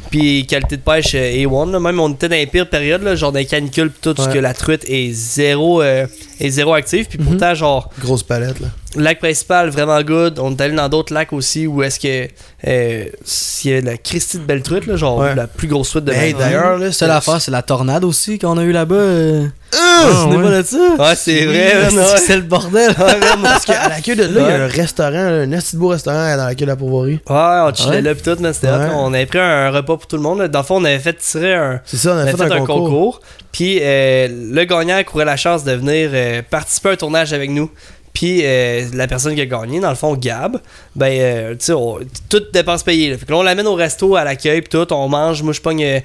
S2: Puis qualité de pêche euh, A1. là. Même on était dans les pires périodes, là, genre des canicules, pis tout, parce
S1: Ouais.
S2: que la truite est zéro, euh, est zéro active. Puis
S3: Mhm.
S2: pourtant, genre,
S1: Grosse palette, là.
S2: lac principal, vraiment good. On est allé dans d'autres lacs aussi où est-ce que. Euh, s'il y avait de la Christie de belle truite, là, genre
S1: Ouais.
S2: la plus grosse truite de hein.
S1: Mais hey,
S2: ma-
S1: d'ailleurs, là,
S3: C'est l'affaire, c'est la tornade aussi qu'on a eu là-bas. euh,
S4: Ah,
S3: ce n'est
S4: ouais.
S3: pas de ça.
S2: Ouais, c'est vrai,
S3: C'est-
S2: man, ouais.
S3: C'est le bordel.
S1: Ouais, man, parce qu'à la queue de là, il y a un restaurant, là, un assez beau restaurant dans la queue de la pourvoirie.
S2: Ouais, on chillait
S3: Ouais.
S2: là pis tout, mais c'était
S1: Ouais.
S2: hot, là. On avait pris un repas pour tout le monde. là. Dans le fond, on avait fait tirer un,
S1: C'est ça, on a,
S2: on avait
S1: fait, un, concours.
S2: Puis euh, le gagnant courait la chance de venir euh, participer à un tournage avec nous. Puis euh, la personne qui a gagné, dans le fond, Gab, ben, euh, tu sais, on- toute dépense payée. là. Fait que là, on l'amène au resto, à l'accueil, pis tout, on mange. Moi, je pogne. euh,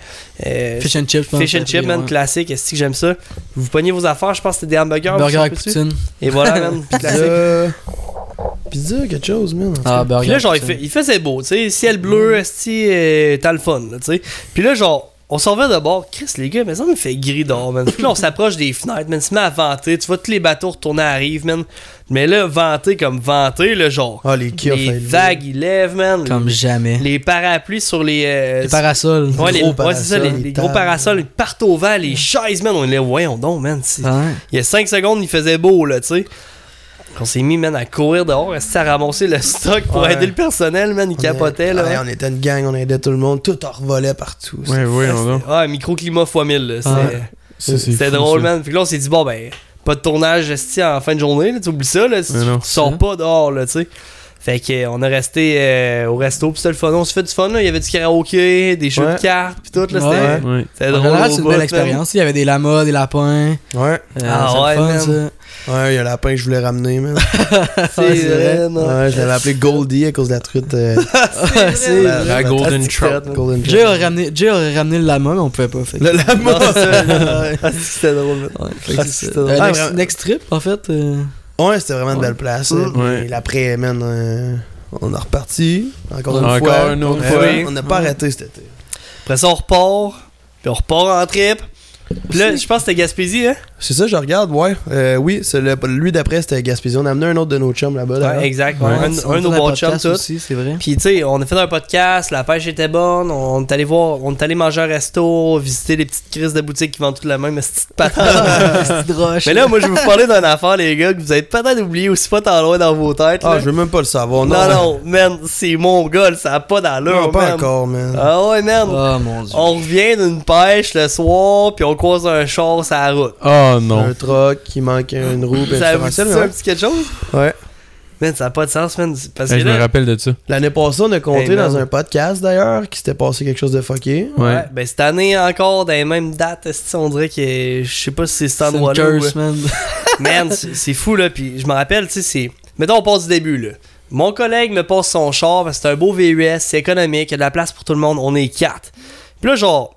S2: euh,
S3: Fish and chips. je pense,
S2: Fish and
S3: ça,
S2: chip,
S3: ouais.
S2: man, classique, est-ce que j'aime ça? Vous pognez vos affaires, je pense que c'était des hamburgers.
S3: Burger
S2: vous
S3: avec
S2: dessus.
S3: poutine.
S2: Et voilà, man, classique.
S1: Pizza. Pizza, quelque chose, man. en tout
S3: Ah,
S1: cas.
S3: burger.
S2: Puis là, genre, il,
S3: poutine. Mm.
S2: fait- il faisait beau, tu sais, ciel bleu, esti, euh, t'as le fun, là, tu sais. Puis là, genre, on s'en va de bord. Chris, les gars, mais ça me fait gris dehors, man. Puis là, on s'approche des fenêtres, man, se met à vanter. Tu vois tous les bateaux retourner à la rive, man. Mais là, vanter comme vanter, là, genre.
S1: Ah, les kiffs.
S2: les vagues, ils lèvent, man.
S3: Comme jamais.
S2: les parapluies sur les. euh,
S3: Les parasols.
S2: ouais, les,
S1: gros
S2: ouais, c'est ça,
S1: parasols,
S2: les,
S1: les
S2: les gros
S1: tables.
S2: parasols, ils partent au vent, les chaises, man. On est là, voyons donc, man. c'est-
S3: Ouais.
S2: il y a 5 secondes, il faisait beau, là, tu sais. On s'est mis, man, à courir dehors, esti, à ramasser le stock pour
S1: Ouais.
S2: aider le personnel, man. Il
S1: On
S2: capotait,
S1: est-
S2: là.
S1: Ouais, on était une gang, on aidait tout le monde. Tout en revolait partout.
S4: Ouais, ouais,
S2: Ah,
S4: on
S2: c'était- ah, microclimat x 1000, là. C'était-
S3: Ouais.
S4: Ça, c'est
S2: C'était
S4: fou,
S2: drôle,
S4: ça.
S2: man. Puis là, on s'est dit, bon, ben, pas de tournage, esti, en fin de journée, là. Tu oublies ça, là. Si
S4: Mais
S2: tu
S4: non.
S2: tu sors pas dehors, là, tu sais. Fait que, euh, on est resté euh, au resto, puis c'était le fun. On se fait du fun, là. Il y avait du karaoké, des jeux
S1: Ouais.
S2: de cartes, puis tout, là. C'était
S3: Ouais.
S4: Ouais.
S2: c'était
S3: En
S2: drôle.
S3: général,
S2: au
S3: c'est une
S2: bout,
S3: belle
S2: man.
S3: expérience. Il y avait des lamas, des lapins.
S1: Ouais.
S3: Euh,
S2: Ah
S3: c'est le
S2: ouais,
S3: fun,
S2: man.
S3: ça.
S1: Ouais, il y a lapin que je voulais ramener, man.
S2: C'est vrai, non.
S1: Ouais, je l'avais appelé Goldie à cause de la truite. euh,
S2: C'est
S1: la,
S2: vrai.
S4: La Golden Trout.
S1: Golden
S3: Jay
S1: Trout.
S3: aurait ramené, Jay aurait ramené le lama, mais on pouvait pas. Fait. que-
S1: Le lama.
S2: Non, c'est ça, man. Ah, C'était drôle, man.
S3: Ouais, fait que c'est ça.
S1: drôle.
S3: Euh,
S1: Ah,
S3: next,
S1: vraiment.
S3: next trip, en fait. euh,
S1: Ouais, c'était vraiment une belle place.
S3: Ouais.
S1: Et l'après, man, euh, on est reparti. Encore une
S4: Encore
S1: fois.
S4: une autre
S1: Ouais,
S4: fois.
S1: On n'a pas arrêté cet été.
S2: Après ça, on repart. Puis on repart en trip. Puis là, je pense que c'était Gaspésie, hein?
S1: C'est ça, je regarde, ouais. Euh, oui, c'est le- lui d'après, c'était Gaspésie. On a amené un autre de nos chums là-bas. d'ailleurs.
S2: Ouais, exact.
S4: Ouais.
S2: Un,
S3: on
S2: un
S3: fait
S2: au
S3: un
S2: bon chum,
S3: podcast
S2: tout.
S3: aussi, c'est vrai.
S2: Puis, tu sais, on a fait un podcast, la pêche était bonne, on est allé voir, on est allé manger un resto, visiter les petites crises de boutique qui vendent toute la même petite patate.
S3: Petite roche.
S2: Ah, Mais là, moi, je vais vous parler d'un affaire, les gars, que vous avez peut-être oublié aussi pas tant loin dans vos têtes.
S1: Ah,
S2: là.
S1: je veux même pas le savoir. Non,
S2: Non, non, man, c'est mon gars, ça a pas d'allure.
S1: Non, pas
S2: man.
S1: encore, man.
S2: Ah ouais, man.
S3: Oh mon dieu.
S2: On revient d'une pêche le soir, puis on croise un char sur la route.
S4: Oh non.
S1: Un troc qui manque une roue. puis un
S2: Ça vous dit
S1: différentiel,
S2: ça un
S1: mais
S2: petit quelque chose?
S1: ouais. Ouais.
S2: Man, ça a pas de sens, man. Parce que
S4: Hey, je me
S2: là,
S4: rappelle de ça.
S1: L'année passée, on a compté
S2: Hey, man.
S1: dans un podcast d'ailleurs qui s'était passé quelque chose de fucké.
S2: Ouais.
S4: Ouais.
S2: ben cette année encore, dans les mêmes dates, esti, on dirait que je sais pas si c'est
S3: C'est
S2: Stan
S3: une
S2: Wallow.
S3: curse, man.
S2: Man, c'est c'est fou là. Puis je me rappelle, tu sais, c'est. Mettons, on part du début là. Mon collègue me passe son char parce que c'est un beau VUS, c'est économique, il y a de la place pour tout le monde, on est quatre. Puis là, genre,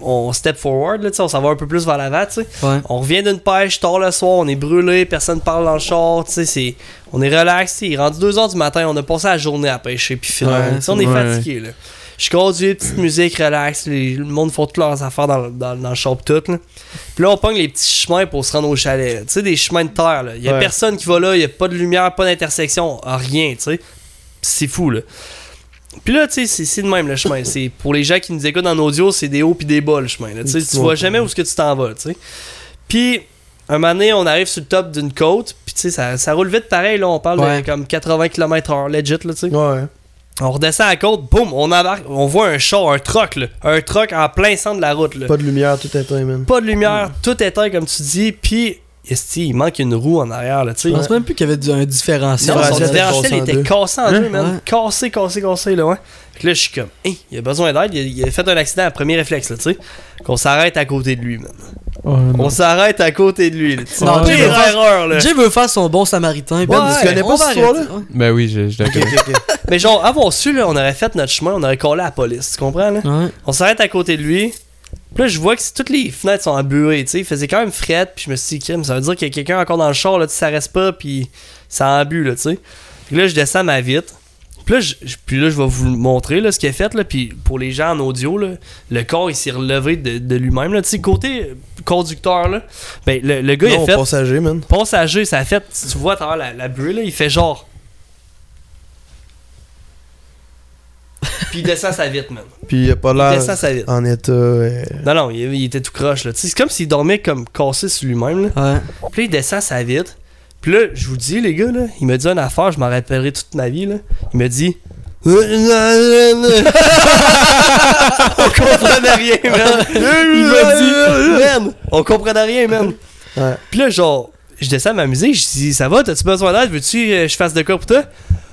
S2: on step forward, là, tu sais, on s'en va un peu plus vers l'avant, tu sais.
S3: Ouais.
S2: On revient d'une pêche tard le soir, on est brûlé, personne parle dans le char, tu sais, c'est. On est relax, tu sais, il est rendu 2h du matin, on a passé la journée à pêcher, puis finalement,
S3: Ouais,
S2: tu sais, on est
S4: ouais,
S2: fatigué, là. Je conduis, petite musique, relax, les- le monde font toutes leurs affaires dans, le- dans, dans le char, pis tout, là. Puis là, on pogne les petits chemins pour se rendre au chalet, là. tu sais, des chemins de terre, là. Il y a
S1: Ouais.
S2: personne qui va là, il y a pas de lumière, pas d'intersection, rien, tu sais. C'est fou, là. Puis là, tu sais, c'est- c'est de même le chemin. C'est pour les gens qui nous écoutent en audio, c'est des hauts puis des bas le chemin. là. Tu sais,
S1: Une petite
S2: tu vois
S1: montée.
S2: jamais où ce que tu t'en vas, tu sais. Puis un moment donné, on arrive sur le top d'une côte, puis tu sais, ça, ça roule vite pareil. Là, on parle
S3: Ouais.
S2: de comme 80 km/h legit, là, tu sais.
S1: Ouais.
S2: On redescend à la côte, boum, on embarque, on voit un char, un truck, là, un truck en plein centre de la route, là.
S1: Pas de lumière, tout éteint, man.
S2: Pas de lumière,
S3: Hmm.
S2: tout éteint comme tu dis, puis esti, il manque une roue en arrière, là, tu sais.
S3: Je pense même plus qu'il y avait du- un différentiel.
S2: Non,
S1: Différentiel
S2: son
S1: était
S2: différentiel
S1: cassé en
S2: était
S1: deux.
S2: cassé en
S4: Hein?
S2: deux, man.
S3: Ouais.
S2: Cassé, cassé, cassé, là, ouais. Fait que là, je suis comme, hey, il a besoin d'aide, il, a- il a fait un accident à premier réflexe, là, tu sais. Qu'on s'arrête à côté de lui, man.
S4: Oh non.
S2: On s'arrête à côté de lui, là. tu sais.
S3: Hmm. Non,
S2: Pire
S3: Jay veut faire-
S2: erreur, là.
S3: Jay veut faire son bon samaritain. Ben,
S2: Ouais,
S3: tu connais
S1: on va
S3: pas cette
S1: arrêter.
S3: histoire-là?
S4: Ben oui, je, je la
S1: Ok,
S4: connais.
S1: ok, ok.
S2: Mais genre, avant su, là, on aurait fait notre chemin, on aurait collé à la police, tu comprends, là?
S3: Ouais.
S2: On s'arrête à côté de lui. Puis là, je vois que c'est- toutes les fenêtres sont embuées, tu sais. Il faisait quand même fret, puis je me suis dit, crime, ça veut dire qu'il y a quelqu'un encore dans le char, là, tu sais, ça reste pas, puis ça embue, là, tu sais. Puis là, je descends ma vitre. Puis là, je, je- puis là, je vais vous le montrer, là, ce qu'il a fait, là. Puis pour les gens en audio, là, le corps, il s'est relevé de, de lui-même, là. Tu sais, côté euh, conducteur, là, ben, le, le gars, il
S1: Non,
S2: a fait
S1: passager, man.
S2: passager, ça a fait, si tu vois à travers la, la buée, là, il fait genre. Puis il descend sa vite, man.
S1: Puis il a pas
S2: Il
S1: l'air
S2: descend sa vite.
S1: en état. euh,
S2: Non, non, il, il était tout croche, là. Tu sais, C'est comme s'il dormait comme cassé sur lui-même, là.
S3: Ouais.
S2: Puis là, il descend sa vitre. Puis là, je vous dis, les gars, là, il me dit une affaire, je m'en rappellerai toute ma vie. Là. Il me dit. On comprenait rien, man. Il me dit, man, on comprenait rien, man.
S1: Ouais.
S2: Puis là, genre, je descends m'amuser, je dis, ça va, t'as-tu besoin d'aide? Veux-tu que je fasse de quoi pour toi?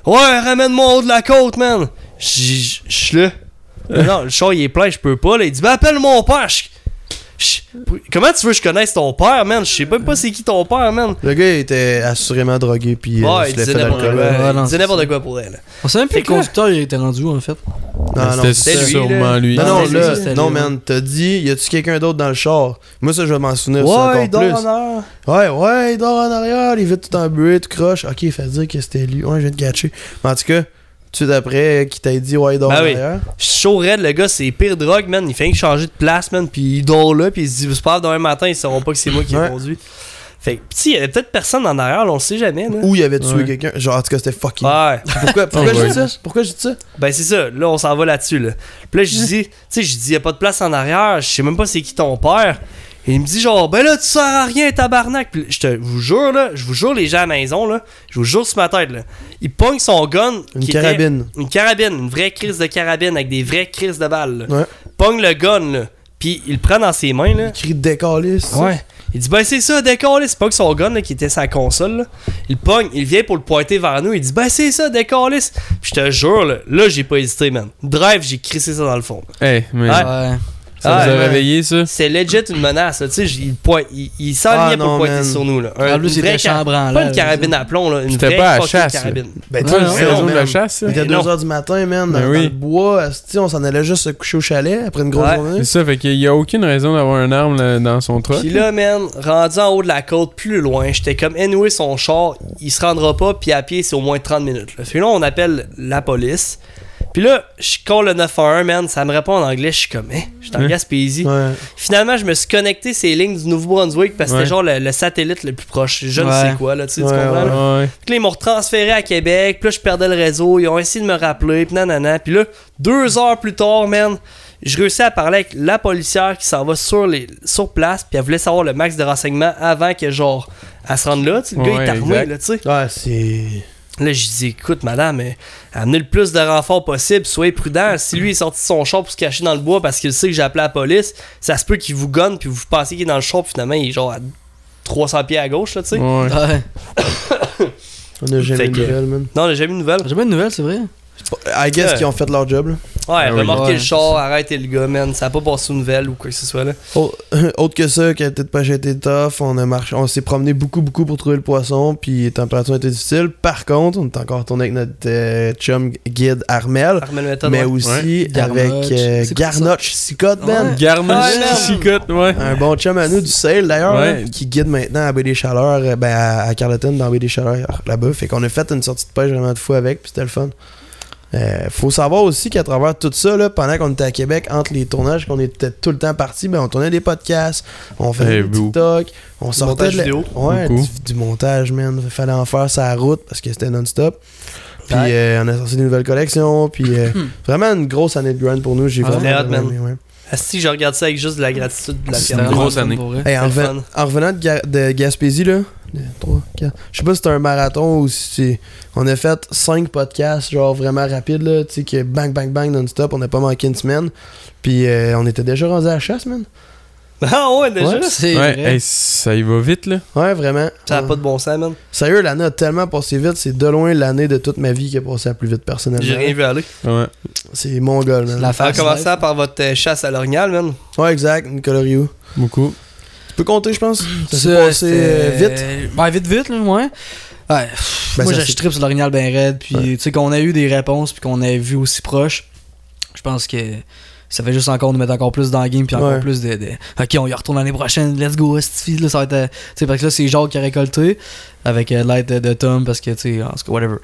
S2: Ouais, ramène-moi en haut de la côte, man. J- j- Je suis là. Mais non, le char, il est plein, je peux pas. Là. Il dit, ben, appelle mon père. Je- je- Comment tu veux que je connaisse ton père, man? Je sais même pas c'est qui ton père, man.
S1: Le gars il était assurément drogué puis euh,
S2: Ouais,
S1: sous
S2: il disait
S1: l'effet
S2: n'importe quoi.
S1: d'alcool.
S3: Ouais,
S2: Il
S3: non,
S2: disait
S3: c'est
S2: n'importe quoi pour elle.
S3: On sait même plus
S2: Fait
S3: le
S2: que là-
S3: conducteur il était rendu où en fait.
S1: Non, non,
S4: C'était
S1: c'est
S2: c'était lui,
S4: sûrement
S2: là.
S4: lui.
S1: Non, non,
S2: c'est
S1: là,
S2: lui,
S3: c'est
S1: non,
S3: lui,
S1: man, t'as dit, y a-tu quelqu'un d'autre dans le char? Moi, ça, je vais m'en souvenir ça encore plus.
S2: heure.
S1: Ouais, ouais, il dort en arrière, il vite tout embué, tout croche. Ok, il fait dire que c'était lui. Ouais, je viens de gâcher. Mais en tout cas, tu d'après, qui t'a dit, ouais, il dort
S2: Ben
S1: en
S2: oui.
S1: arrière.
S2: Chaud raide, le gars, c'est pire drogue, man. Il fait que changer de place, man. Puis il dort là, puis il se dit, c'est pas grave, demain matin, ils sauront pas que c'est moi qui ai
S1: Ouais.
S2: conduit. Fait que, p'tit, il y avait peut-être personne en arrière, là, on le sait jamais, là.
S1: Ou il avait tué
S4: Ouais.
S1: quelqu'un. Genre, en tout cas, c'était fucking.
S2: Ouais.
S1: Pourquoi, pourquoi
S4: Ah,
S1: je
S4: ouais.
S1: dis ça? Pourquoi je dis ça?
S2: Ben c'est ça, là on s'en va là-dessus là. Puis là je dis, tu sais je dis y a pas de place en arrière, je sais même pas c'est qui ton père. Et il me dit genre ben là tu sers à rien tabarnak. Puis là, je te vous jure là, je vous jure les gens à la maison là, je vous jure sur ma tête là. Il pogne son gun
S1: Une
S2: qui était-
S1: carabine.
S2: une carabine, une vraie crise de carabine avec des vraies crises de balles. là.
S1: Ouais.
S2: Pogne le gun là, puis il le prend dans ses mains là.
S1: Il crie décaliste.
S2: Ouais. Il dit, ben c'est ça, décoller. C'est pas que son gun là, qui était sa console. là. Il pogne, il vient pour le pointer vers nous. Il dit, ben c'est ça, décoller. Puis je te jure, là, là, j'ai pas hésité, man. Drive, j'ai crissé ça dans le fond.
S4: Hey, mais
S2: Ouais.
S3: Ouais.
S4: ça
S2: Ah,
S4: vous a
S2: ouais.
S4: réveillé, ça?
S2: C'est legit une menace. là. Tu sais, j- il, pointe- il, il s'enlignait
S1: Ah,
S2: pour
S1: non,
S2: pointer
S1: man.
S2: sur nous. Là. Un-
S3: En plus, il
S2: vraie
S3: était
S2: car-
S3: chambrant,
S2: Pas
S3: là,
S2: une carabine à plomb, là. Une
S4: C'était
S2: vraie
S4: pas à
S2: fucking
S4: chasse, là.
S2: carabine.
S1: Ben,
S3: Ouais,
S1: toi,
S3: non,
S1: c'est
S2: non,
S1: raison,
S4: de
S1: man.
S4: la chasse,
S1: Il
S4: ça?
S1: était
S2: Mais non.
S1: 2h du matin, man, dans,
S4: Ben
S1: dans
S4: oui.
S1: le bois. asti, On s'en allait juste se coucher au chalet après une grosse
S2: Ouais.
S1: journée.
S4: C'est ça, fait qu'il y a aucune raison d'avoir une arme là, dans son truck.
S2: Puis là, man, rendu en haut de la côte, plus loin, j'étais comme, anyway, son char, il se rendra pas, puis à pied, c'est au moins 30 minutes. Là. Fait que là, on appelle la police. Puis là, je call le 911, man, ça me répond en anglais, je suis comme, hein, je suis en
S4: Hein?
S2: Gaspésie.
S1: Ouais.
S2: Finalement, je me suis connecté ces lignes du Nouveau-Brunswick parce que
S4: Ouais.
S2: c'était genre le, le satellite le plus proche, je ne
S3: Ouais.
S2: sais quoi, là, tu, sais, tu
S1: Ouais,
S2: comprends?
S1: ouais.
S2: là?
S4: Ouais.
S2: Fait que là, ils m'ont retransféré à Québec. Puis là, je perdais le réseau. Ils ont essayé de me rappeler. Puis nanana. Puis là, deux heures plus tard, man, je réussis à parler avec la policière qui s'en va sur, les, sur place. Puis elle voulait savoir le max de renseignements avant que, genre, elle se rende là. Tu sais, le gars,
S4: Ouais,
S2: il est armé,
S4: exact.
S2: là, tu sais.
S1: Ouais, c'est.
S2: Là, je dis, écoute, madame, euh, amenez le plus de renforts possible, soyez prudent. Si lui est sorti de son char pour se cacher dans le bois parce qu'il sait que j'ai appelé la police, ça se peut qu'il vous gonne, puis vous pensez qu'il est dans le char, puis finalement, il est genre à 300 pieds à gauche, là, tu sais.
S4: Ouais.
S3: Ouais.
S1: On a jamais
S2: Fait
S1: eu de
S2: que-
S1: nouvelles, man.
S2: Non, j'ai jamais eu de nouvelles.
S3: J'ai pas de nouvelles, c'est vrai.
S1: I guess
S2: Ouais.
S1: qu'ils ont fait leur job, là.
S2: Ouais,
S4: Ah oui.
S2: remorquez
S3: Ouais,
S2: le char, arrêtez le gars, man. Ça a pas passé une nouvelle ou quoi que ce soit là.
S1: Au- Autre que ça, qui a peut-être pas été tough, on a marché, on s'est promené beaucoup beaucoup pour trouver le poisson, puis les températures étaient difficiles. Par contre, on est encore tourné avec notre euh, chum guide Armel,
S2: Armel Méthode,
S1: mais
S2: ouais.
S1: aussi
S3: Ouais.
S1: avec euh,
S3: Garnoch.
S1: Garnoch Sicotte, man.
S4: Garnage
S2: Ouais, merde.
S4: chicote, ouais.
S1: Un bon chum à nous du Sale d'ailleurs,
S4: Ouais.
S1: là, qui guide maintenant à Baie des Chaleurs, euh, ben à, à Carleton dans Baie des Chaleurs là-bas. Fait qu'on a fait une sortie de pêche vraiment de fou avec, puis c'était le fun. Euh, faut savoir aussi qu'à travers tout ça, là, pendant qu'on était à Québec, entre les tournages qu'on était tout le temps partis, ben on tournait des podcasts, on faisait
S4: Eh,
S1: des
S4: boo.
S1: TikTok, on sortait
S2: montage
S1: de la-
S2: vidéo.
S1: Ouais,
S4: Beaucoup.
S1: du, du montage, man. Fallait en faire sa route parce que c'était non-stop. Puis
S2: Ouais.
S1: euh, on a sorti des nouvelles collections, puis euh, vraiment une grosse année de grind pour nous. J'ai
S3: Ah,
S1: vraiment
S2: c'était Hmm. hot, man.
S1: aimé, ouais.
S2: Asti, Ah, je regarde ça avec juste de la gratitude, de la
S4: C'est
S3: C'était
S4: une
S2: fierté.
S3: vraiment
S4: grosse
S3: Hein, le fun
S4: année.
S3: pour vrai.
S1: Hey, en,
S2: C'était
S1: reven- en revenant de, Ga- de Gaspésie, là, deux, trois, quatre. je sais pas si c'était un marathon ou si c'est- on a fait cinq podcasts, genre vraiment rapides, là, tu sais, que bang, bang, bang, non-stop, on n'a pas manqué une semaine. Puis euh, on était déjà rendu à la chasse, man.
S2: Ah ouais, déjà.
S1: Ouais.
S3: C'est
S4: Ouais,
S3: vrai.
S4: hey, ça y va vite, là.
S1: Ouais, vraiment.
S2: Ça a
S1: Ouais.
S2: pas de bon sens, man.
S1: Sérieux, l'année a tellement passé vite, c'est de loin l'année de toute ma vie qui a passé la plus vite,
S2: J'ai rien
S1: personnellement.
S2: vu aller.
S4: Ouais.
S1: C'est mon goal, man.
S3: La
S2: En
S3: face.
S2: commençant par votre euh, chasse à l'orignal, man.
S1: Ouais, exact, Nicolas Rioux.
S4: Beaucoup.
S1: Tu peux compter, je pense. Ça s'est
S3: Ça,
S1: passé euh,
S3: c'était-
S1: vite.
S3: Ben, vite, vite, là, ouais. Ouais, pff,
S1: Ben,
S3: moi,
S1: ça,
S3: j'ai-
S1: c'est-
S3: je tripe sur l'orignal ben raide, puis tu sais, qu'on a eu des réponses, puis qu'on a vu aussi proche, je pense que ça fait juste encore nous mettre encore plus dans le game, puis encore
S1: Ouais.
S3: plus de, de- Ok, on y retourne l'année prochaine, let's go, esti, là, ça va être. euh, Tu sais, parce que là, c'est Jacques qui a récolté, avec euh, l'aide de, de Tom, parce que, tu sais, en tout cas, whatever.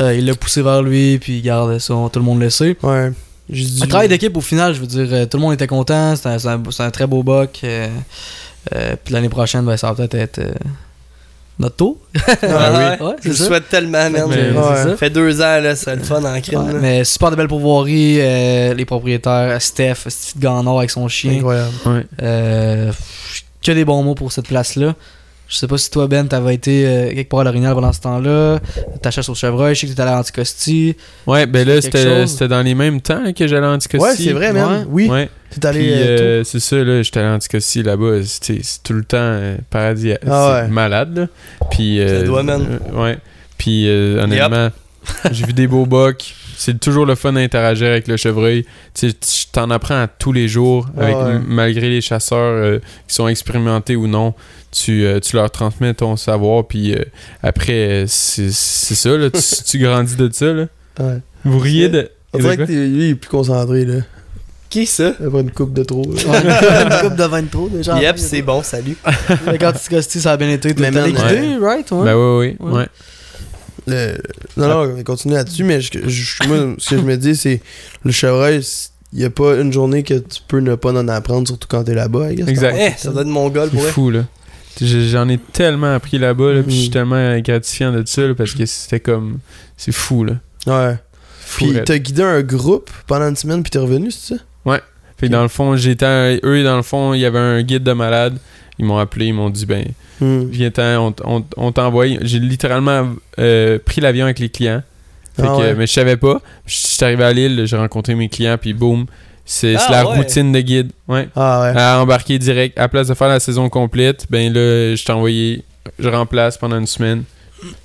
S3: Euh, il l'a poussé vers lui, puis garde, ça, on- tout le monde le sait.
S1: Ouais. J'ai Ah dit-
S3: Un travail d'équipe au final, je veux dire, euh, tout le monde était content, c'était un, c'est un- c'est un très beau buck. euh, euh, puis l'année prochaine, ben, ça va peut-être être. euh, notre tour.
S2: Ah
S3: oui. Ouais,
S2: Je
S3: c'est
S2: le
S3: ça.
S2: souhaite tellement, man.
S4: Mais-
S2: Ça
S1: Ouais.
S2: fait deux ans, là, c'est le fun en crime.
S3: Ouais,
S2: là.
S3: mais super de belles pourvoiries, euh, les propriétaires, Steph, Steve de Ganor avec son chien.
S1: Incroyable.
S4: Ouais.
S3: Euh, pff, que des bons mots pour cette place-là. Je sais pas si toi, Ben, t'avais été euh, quelque part à l'orignal pendant ce temps-là. Ta chasse au chevreuil, je sais que t'étais allé à Anticosti.
S4: Ouais, ben là,
S3: Quelque
S4: c'était
S3: chose.
S4: c'était dans les mêmes temps là, que j'allais en Anticosti.
S1: Ouais, c'est vrai, man. Oui.
S4: Ouais.
S1: T'es allé.
S4: Puis,
S1: euh, tout.
S4: euh, c'est ça, là, j'étais allé en Anticosti là-bas. euh, C'est tu sais, c'est tout le temps euh, paradis.
S1: Ah
S4: c'est
S1: ouais.
S4: malade, là. Puis. euh,
S2: doit, man.
S4: euh, ouais. Puis, euh, honnêtement, j'ai vu des beaux bocs. C'est toujours le fun d'interagir avec le chevreuil. Tu sais, tu- je t'en apprends à tous les jours,
S1: Ah
S4: avec,
S1: ouais.
S4: malgré les chasseurs euh, qui sont expérimentés ou non. Tu, euh, tu leur transmets ton savoir, puis euh, après, euh, c'est c'est ça, là, tu, tu grandis de ça. Là.
S1: Ouais.
S4: Vous riez de.
S1: On
S4: de
S1: dirait que
S4: quoi?
S1: t'es- lui, il est plus concentré, là.
S2: Qui ça?
S1: Après une coupe de trop. là.
S3: une coupe de vin de peau, déjà.
S2: Yep, c'est bon, salut.
S3: Quand Anticosti, ça a bien été.
S1: Mais
S3: T'es
S1: man,
S3: allé guider, right? Ouais.
S4: Ben oui, oui.
S3: Ouais.
S4: Ouais.
S1: Le- Non, non, on continue là-dessus, mais je- je- moi, ce que je me dis, c'est le chevreuil, il n'y a pas une journée que tu peux ne pas en apprendre, surtout quand t'es là-bas. I guess.
S4: Exact.
S2: Eh, ça doit être mongol pour
S4: C'est
S2: vrai.
S4: fou, là. J'ai- J'en ai tellement appris là-bas, là, puis je suis
S1: Mhm.
S4: tellement gratifiant de ça, là, parce que c'était comme. C'est fou, là.
S1: Ouais.
S4: Fou,
S1: Puis
S4: raide.
S1: t'as guidé un groupe pendant une semaine, puis t'es revenu, c'est ça?
S4: Fait que dans le fond, j'étais. Eux, dans le fond, il y avait un guide de malade. Ils m'ont appelé, ils m'ont dit, ben,
S1: Hmm.
S4: viens-t'en, on t- on, t- on t'envoie. J'ai littéralement euh, pris l'avion avec les clients. Fait
S1: Ah
S4: que-
S1: ouais.
S4: Mais je savais pas. Je suis arrivé à Lille, j'ai rencontré mes clients, puis boum, c'est
S2: Ah
S4: c'est la
S2: ouais.
S4: routine de guide. Ouais.
S1: Ah
S2: Euh,
S1: ouais.
S4: à embarquer direct. À place de faire la saison complète, ben là, je t'ai envoyé, je remplace pendant une semaine.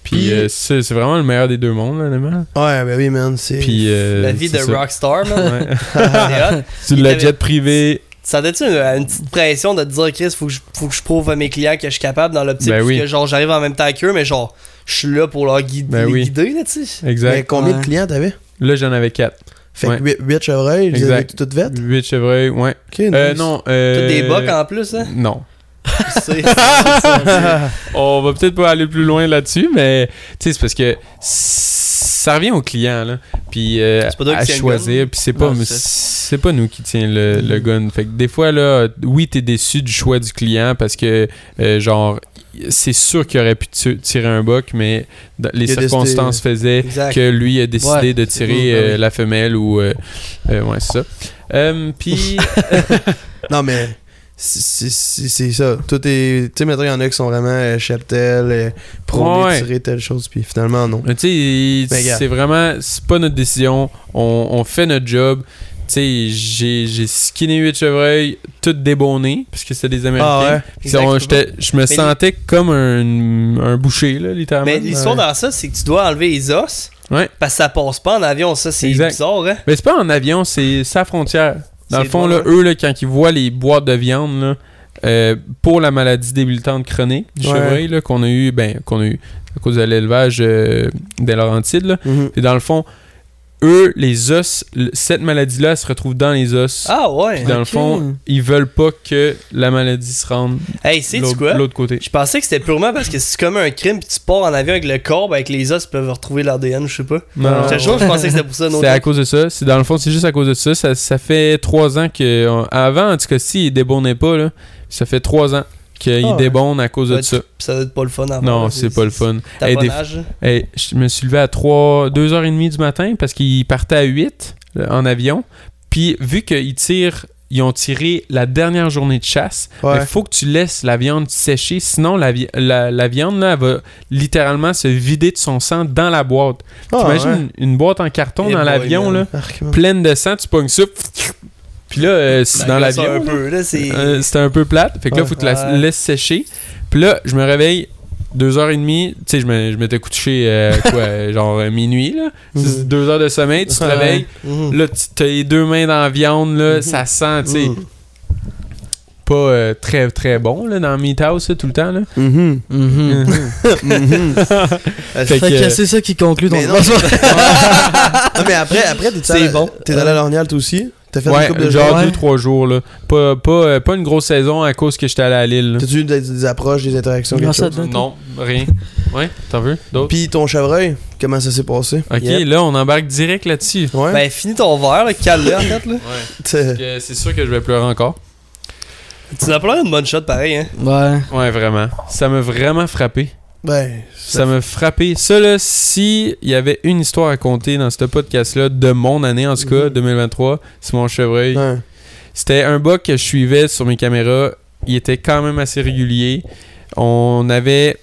S4: Puis euh, c'est c'est vraiment le meilleur des deux mondes, là, honnêtement.
S1: Ouais, ben oui, man. C'est...
S4: Puis, euh,
S2: La vie de
S4: c'est ça.
S2: rockstar, man.
S4: Ouais.
S2: C'est hot.
S4: Tu
S2: Il
S4: le
S2: avait-
S4: jet privé.
S2: Tu sentais-tu une, une petite pression de te dire, Chris, faut que, je, faut que je prouve à mes clients que je suis capable dans l'optique
S4: Ben
S2: parce
S4: oui.
S2: que genre j'arrive en même temps qu'eux, mais genre je suis là pour leur guider,
S4: Ben
S2: les
S4: oui.
S2: guider là, tu sais.
S4: Exact.
S1: Mais combien
S3: Ouais.
S1: de clients t'avais?
S4: Là, j'en avais 4.
S1: Fait
S4: Ouais.
S1: que 8, chevreuils, ils avaient
S4: Exact.
S1: toutes faites?
S4: 8 chevreuils, ouais.
S1: Ok, nice.
S4: Euh, non.
S2: T'as
S4: Euh,
S2: des bocs en plus, hein?
S4: Non.
S2: C'est- c'est- c'est-
S4: On va peut-être pas aller plus loin là-dessus, mais tu sais, c'est parce que ça revient au client, là. Puis euh,
S2: C'est pas toi qui
S4: à
S2: tiens le
S4: choisir, puis c'est pas,
S3: Non, c'est ça.
S4: c'est pas nous qui tient le, le gun. Fait que des fois, là, oui, t'es déçu du choix du client parce que, euh, genre, c'est sûr qu'il aurait pu tu- tirer un boc, mais dans- les
S1: Il a décidé,
S4: circonstances faisaient
S2: Exact.
S4: que lui a décidé
S3: Ouais,
S4: de
S3: c'est
S4: tirer
S3: cool, ben
S4: euh,
S3: oui.
S4: la femelle ou. euh, euh, ouais, c'est ça. Euh, puis.
S1: Non, mais c'est- c'est c'est- c'est ça. Tout est. Tu sais, maintenant, il y en a qui sont vraiment euh, cheptel, euh, prônés,
S4: Ouais.
S1: tirer telle chose, puis finalement, non.
S4: Mais Tu
S1: Ben,
S4: sais,
S1: gars.
S4: c'est vraiment, c'est pas notre décision. On, on fait notre job. Tu sais, j'ai j'ai skinné 8 chevreuils, toutes débonnées, parce que
S1: Ah,
S4: c'était des Américains. Puis
S2: Exact,
S4: on-
S2: je peux
S4: j'étais- Je me
S2: Mais
S4: sentais comme un, un boucher, là, littéralement.
S2: Mais l'histoire dans ça, c'est que tu dois enlever les os.
S4: Ouais.
S2: Parce que ça passe pas en avion, ça c'est
S4: Exact.
S2: bizarre, hein?
S4: Mais c'est pas en avion, c'est sa frontière. Dans
S2: C'est
S4: le fond,
S2: drôle,
S4: là,
S2: hein?
S4: eux, là, quand ils voient les boîtes de viande, là, euh, pour la maladie débilitante chronique du
S1: Ouais.
S4: chevreuil là, qu'on a eu, ben, qu'on a eu à cause de l'élevage euh, des Laurentides, là,
S1: Mhm.
S4: Puis dans le fond, eux, les os, l- cette maladie-là elle se retrouve dans les os.
S2: Ah ouais!
S4: Puis dans le
S3: ok.
S4: fond, ils veulent pas que la maladie se rende
S2: Hey, c'est
S4: l'autre-
S2: tu quoi?
S4: l'autre côté.
S2: Je pensais que c'était purement parce que si tu commets un crime puis tu pars en avion avec le corps, ben, avec les os, ils peuvent retrouver l'ADN, je sais pas.
S4: Non, non,
S2: J'étais
S4: non.
S2: sûr, je pensais que c'était pour ça, non?
S4: Ah, C'est à cause de ça. C'est dans le fond, c'est juste à cause de ça. Ça, ça fait trois ans que on- avant, en tout cas, si ils débonnaient pas là, ça fait trois ans qu'ils
S1: Ah ouais.
S4: débonnent à cause de
S2: Ouais,
S4: ça.
S2: Ça doit être pas le fun à
S4: Non,
S2: voir,
S4: c'est pas le fun. Hey, des-
S2: Taponnage.
S4: Hey, je me suis levé à 3, 2h30 du matin parce qu'ils partaient à 8 là, en avion. Puis vu qu'ils tirent, ils ont tiré la dernière journée de chasse, il
S1: Ouais.
S4: faut que tu laisses la viande sécher, sinon la, vi- la, la viande là, elle va littéralement se vider de son sang dans la boîte.
S1: Ah,
S4: T'imagines
S1: ouais.
S4: une, une boîte en carton
S2: Eh
S4: dans
S2: boy,
S4: l'avion,
S2: man.
S4: là,
S1: Arc, man.
S4: pleine de sang, tu pognes ça, puis là, euh, c'est
S2: Ben,
S4: dans
S2: là, ça,
S4: l'avion.
S2: un peu, là, c'est.
S4: Euh, c'était un peu plate. Fait que là,
S1: Ouais.
S4: faut que tu la
S2: Ouais.
S4: laisses sécher. Puis là, je me réveille 2h30. Tu sais, je me- je m'étais couché euh, quoi, euh, genre euh, minuit. Là. C'est
S1: Mhm.
S4: deux heures de sommeil, tu te
S1: Ouais.
S4: réveilles.
S2: Mhm.
S4: Là, tu as les deux mains dans la viande. Là, ça sent, tu sais.
S1: Mhm.
S4: Pas euh, très très bon là, dans Meat House là, tout le temps. Là.
S1: Mhm.
S3: Mhm.
S1: Mhm.
S4: Fait
S3: Fait
S4: que- euh,
S3: que c'est ça qui conclut ton
S1: Mais non, Non, mais après, après t'es
S2: C'est
S1: allé,
S2: bon.
S1: t'es allé à l'ornial, toi aussi? T'as fait une
S4: euh, ouais,
S1: couple de
S4: genre
S1: jours?
S4: deux, trois jours. Là. Pas, pas, euh, pas une grosse saison à cause que j'étais allé à Lille. là.
S1: T'as-tu eu des, des approches, des interactions, quelque
S3: Non, ça
S1: chose?
S3: donne.
S4: Non, rien. Ouais, t'en veux d'autres?
S1: Puis ton chevreuil, comment ça s'est passé?
S4: Ok,
S2: Yep.
S4: là, on embarque direct là-dessus.
S1: Ouais?
S2: Ben, finis ton verre, là, cale-le, en fait, là.
S4: Ouais.
S1: T'sais,
S4: Euh, C'est sûr que je vais pleurer encore.
S2: Tu n'as pas l'air d'une bonne shot pareil, hein.
S3: Ouais.
S4: Ouais, vraiment. Ça m'a vraiment frappé.
S1: Ben,
S4: Ça m'a frappé. Ça, là, si il y avait une histoire à compter dans ce podcast-là, de mon année, en tout cas, 2023, c'est mon chevreuil.
S1: ouais.
S4: C'était un bug que je suivais sur mes caméras. Il était quand même assez régulier. On avait.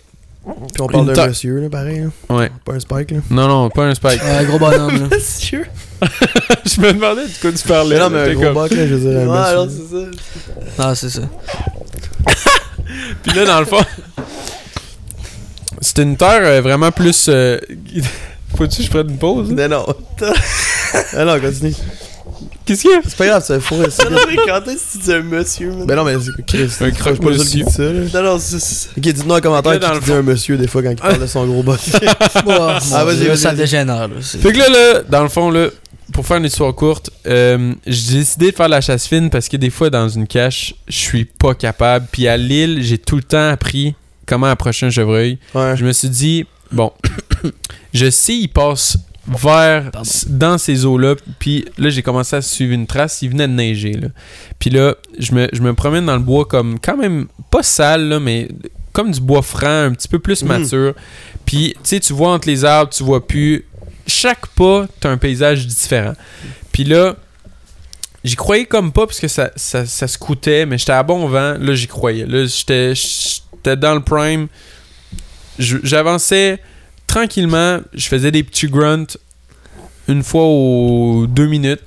S1: Puis on parle
S4: Une
S1: d'un
S4: ta-
S1: monsieur, là, pareil. là.
S4: Ouais.
S1: Pas un spike, là.
S4: Non, non, pas un spike.
S3: Un gros bonhomme, là.
S2: Monsieur.
S4: je me demandais du coup tu parlais.
S1: non, mais
S4: là,
S1: un
S4: t'es
S1: gros
S4: comme-
S1: buck, là, je veux dire. un
S2: Ouais,
S1: monsieur.
S2: alors c'est ça.
S3: Ah, c'est ça.
S4: Puis là, dans le fond, c'était une terre euh, vraiment plus. euh, Faut-tu que je prenne une pause? là?
S1: Mais non. ah non, continue.
S4: Qu'est-ce qu'il y a?
S1: C'est pas grave, ça fourré.
S2: Ça devrait compter si tu dis un monsieur. man.
S1: Mais non, mais c'est Chris.
S4: Un
S1: je suis pas le seul
S4: croque-monsieur.
S1: qui dit ça, là.
S2: Non, non, c'est- c'est.
S1: Ok, dites-nous en commentaire
S4: Là, dans
S1: qui
S4: le
S1: dit un monsieur des fois quand il parle de son gros buck. vas-y,
S3: ah, vas-y,
S1: vas-y,
S3: Ça
S1: vas-y.
S3: dégénère, là. c'est-
S4: Fait que là, là, dans le fond, là, pour faire une histoire courte, euh, j'ai décidé de faire de la chasse fine parce que des fois, dans une cache, je suis pas capable. Puis à Lille, j'ai tout le temps appris comment approcher un chevreuil.
S1: Ouais.
S4: Je me suis dit, bon, je sais, il passe vers
S3: Pardon.
S4: dans ces eaux-là. Puis là, j'ai commencé à suivre une trace. Il venait de neiger. Là. Puis là, je me, je me promène dans le bois comme quand même pas sale, là, mais comme du bois franc, un petit peu plus
S1: Mhm.
S4: mature. Puis tu sais, tu vois entre les arbres, tu vois plus. Chaque pas, t'as un paysage différent. Puis là, j'y croyais comme pas parce que ça, ça, ça se coûtait, mais j'étais à bon vent. Là, j'y croyais. Là, j'étais j'étais dans le prime. Je- J'avançais tranquillement. Je faisais des petits grunts une fois aux deux minutes.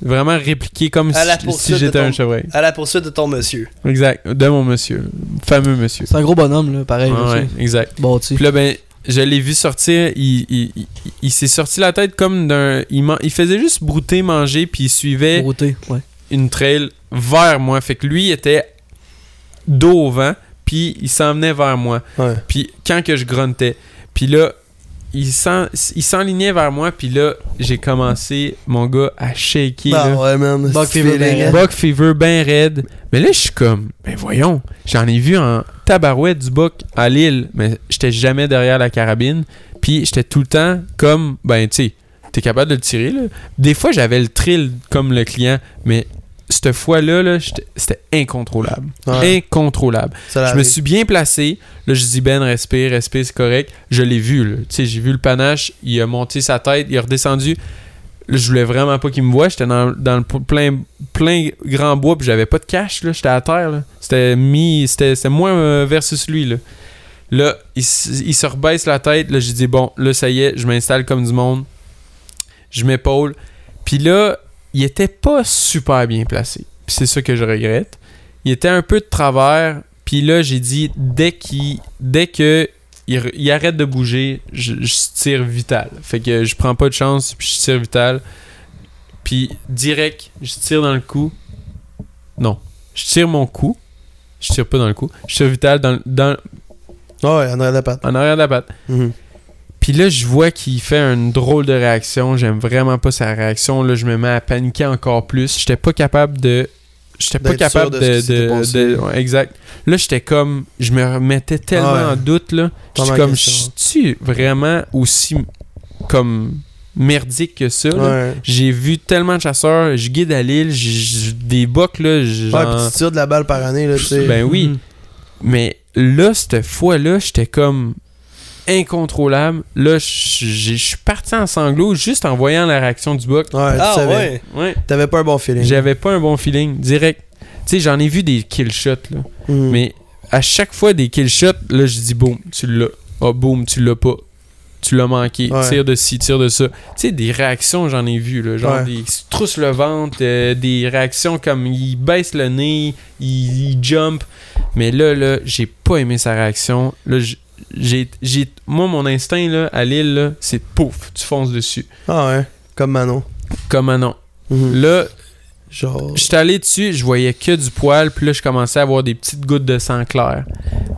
S4: Vraiment répliqué comme
S2: À la
S4: si,
S2: poursuite
S4: si
S2: de
S4: j'étais
S2: ton-
S4: un chevreuil.
S2: À la poursuite de ton monsieur.
S4: Exact. De mon monsieur. Fameux monsieur.
S3: C'est un gros bonhomme, là, pareil.
S4: Ah
S3: là,
S4: ouais,
S3: tu sais.
S4: exact.
S3: Bon, tu sais.
S4: Puis là, ben, je l'ai vu sortir. Il, il- il- il s'est sorti la tête comme d'un. Il, man- il faisait juste brouter, manger, puis il suivait
S3: Brouté, ouais.
S4: une trail vers moi. Fait que lui, il était dos au vent, puis il s'en venait vers moi.
S1: Ouais.
S4: Puis quand que je gruntais, puis là, il s'en- il s'enlignait vers moi, puis là, j'ai commencé, mon gars, à shaker.
S1: Ah
S4: là.
S1: ouais, man.
S3: Buck
S1: c'est
S3: fever,
S1: feeling,
S3: ben,
S1: hein.
S4: Buck Fever ben raide. Mais là, je suis comme, ben voyons, j'en ai vu en tabarouette du Buck à Lille, mais j'étais jamais derrière la carabine. Puis j'étais tout le temps comme, ben tu sais, t'es capable de le tirer. Là. Des fois, j'avais le trill comme le client, mais cette fois-là, là, j'étais- c'était incontrôlable.
S1: Ouais,
S4: Incontrôlable.
S1: ça
S4: Je me
S1: l'arrive.
S4: suis bien placé. Là, je dis Ben, respire, respire, c'est correct. Je l'ai vu. là. Tu sais, j'ai vu le panache. Il a monté sa tête. Il est redescendu. Là, je voulais vraiment pas qu'il me voie. J'étais dans, dans le p- plein, plein grand bois. Puis j'avais pas de cash. là. J'étais à terre. là. C'était mi, c'était, c'était moi euh, versus lui. Là, là il, s- il se rebaisse la tête. Là, j'ai dit Bon, là, ça y est, je m'installe comme du monde. Je m'épaule. Puis là, il était pas super bien placé. Puis c'est ça que je regrette. Il était un peu de travers. Puis là, j'ai dit, dès qu'il, dès que il, re- il arrête de bouger, je, je tire vital. Fait que je prends pas de chance, puis je tire vital. Puis direct, je tire dans le cou. Non, je tire mon cou. Je tire pas dans le cou. Je tire vital dans, dans,
S1: Ouais, en arrière de la patte.
S4: en arrière de la patte.
S1: Mhm.
S4: Puis là, je vois qu'il fait une drôle de réaction. J'aime vraiment pas sa réaction. Là, je me mets à paniquer encore plus. J'étais pas capable de. J'étais pas
S1: D'être sûr de
S4: capable de.
S1: ce qui s'était
S4: de-
S1: passé.
S4: de- ouais, exact. Là, j'étais comme. Je me remettais tellement
S1: Ah ouais.
S4: en doute. là.
S1: Pas
S4: J'étais
S1: mal
S4: comme.
S1: question.
S4: suis vraiment aussi. Comme. Merdique que ça. là?
S1: Ouais.
S4: J'ai vu tellement de chasseurs. Je guide à l'île. j'ai- j'ai- Des bocs, là. j'en-
S1: Ouais, puis tu tires de la balle par année, là, tu sais.
S4: ben oui.
S3: Mm.
S4: Mais là, cette fois-là, j'étais comme incontrôlable. Là, je je- je suis parti en sanglots juste en voyant la réaction du buck.
S1: Ouais, tu
S2: Ah
S1: savais.
S2: ouais.
S4: Ouais.
S1: T'avais pas un bon feeling.
S4: J'avais pas un bon feeling direct. Tu sais, j'en ai vu des kill shots là.
S1: Mhm.
S4: Mais à chaque fois des kill shots, là, je dis boum, tu l'as. Ah, boum, tu l'as pas. Tu l'as manqué.
S1: Ouais.
S4: Tire de ci, tire de ça. Tu sais, des réactions, j'en ai vu. Là, genre,
S1: Ouais.
S4: des ils se troussent le ventre, euh, des réactions comme il baisse le nez, il, il jump. Mais là, là, j'ai pas aimé sa réaction. Là, j- j'ai, j'ai, moi, mon instinct là, à Lille, là, c'est pouf, tu fonces dessus.
S1: Ah ouais, comme Manon.
S4: Comme un non.
S1: Mhm.
S4: Là,
S1: Genre.
S4: J'étais allé dessus, je voyais que du poil, puis là, je commençais à avoir des petites gouttes de sang clair.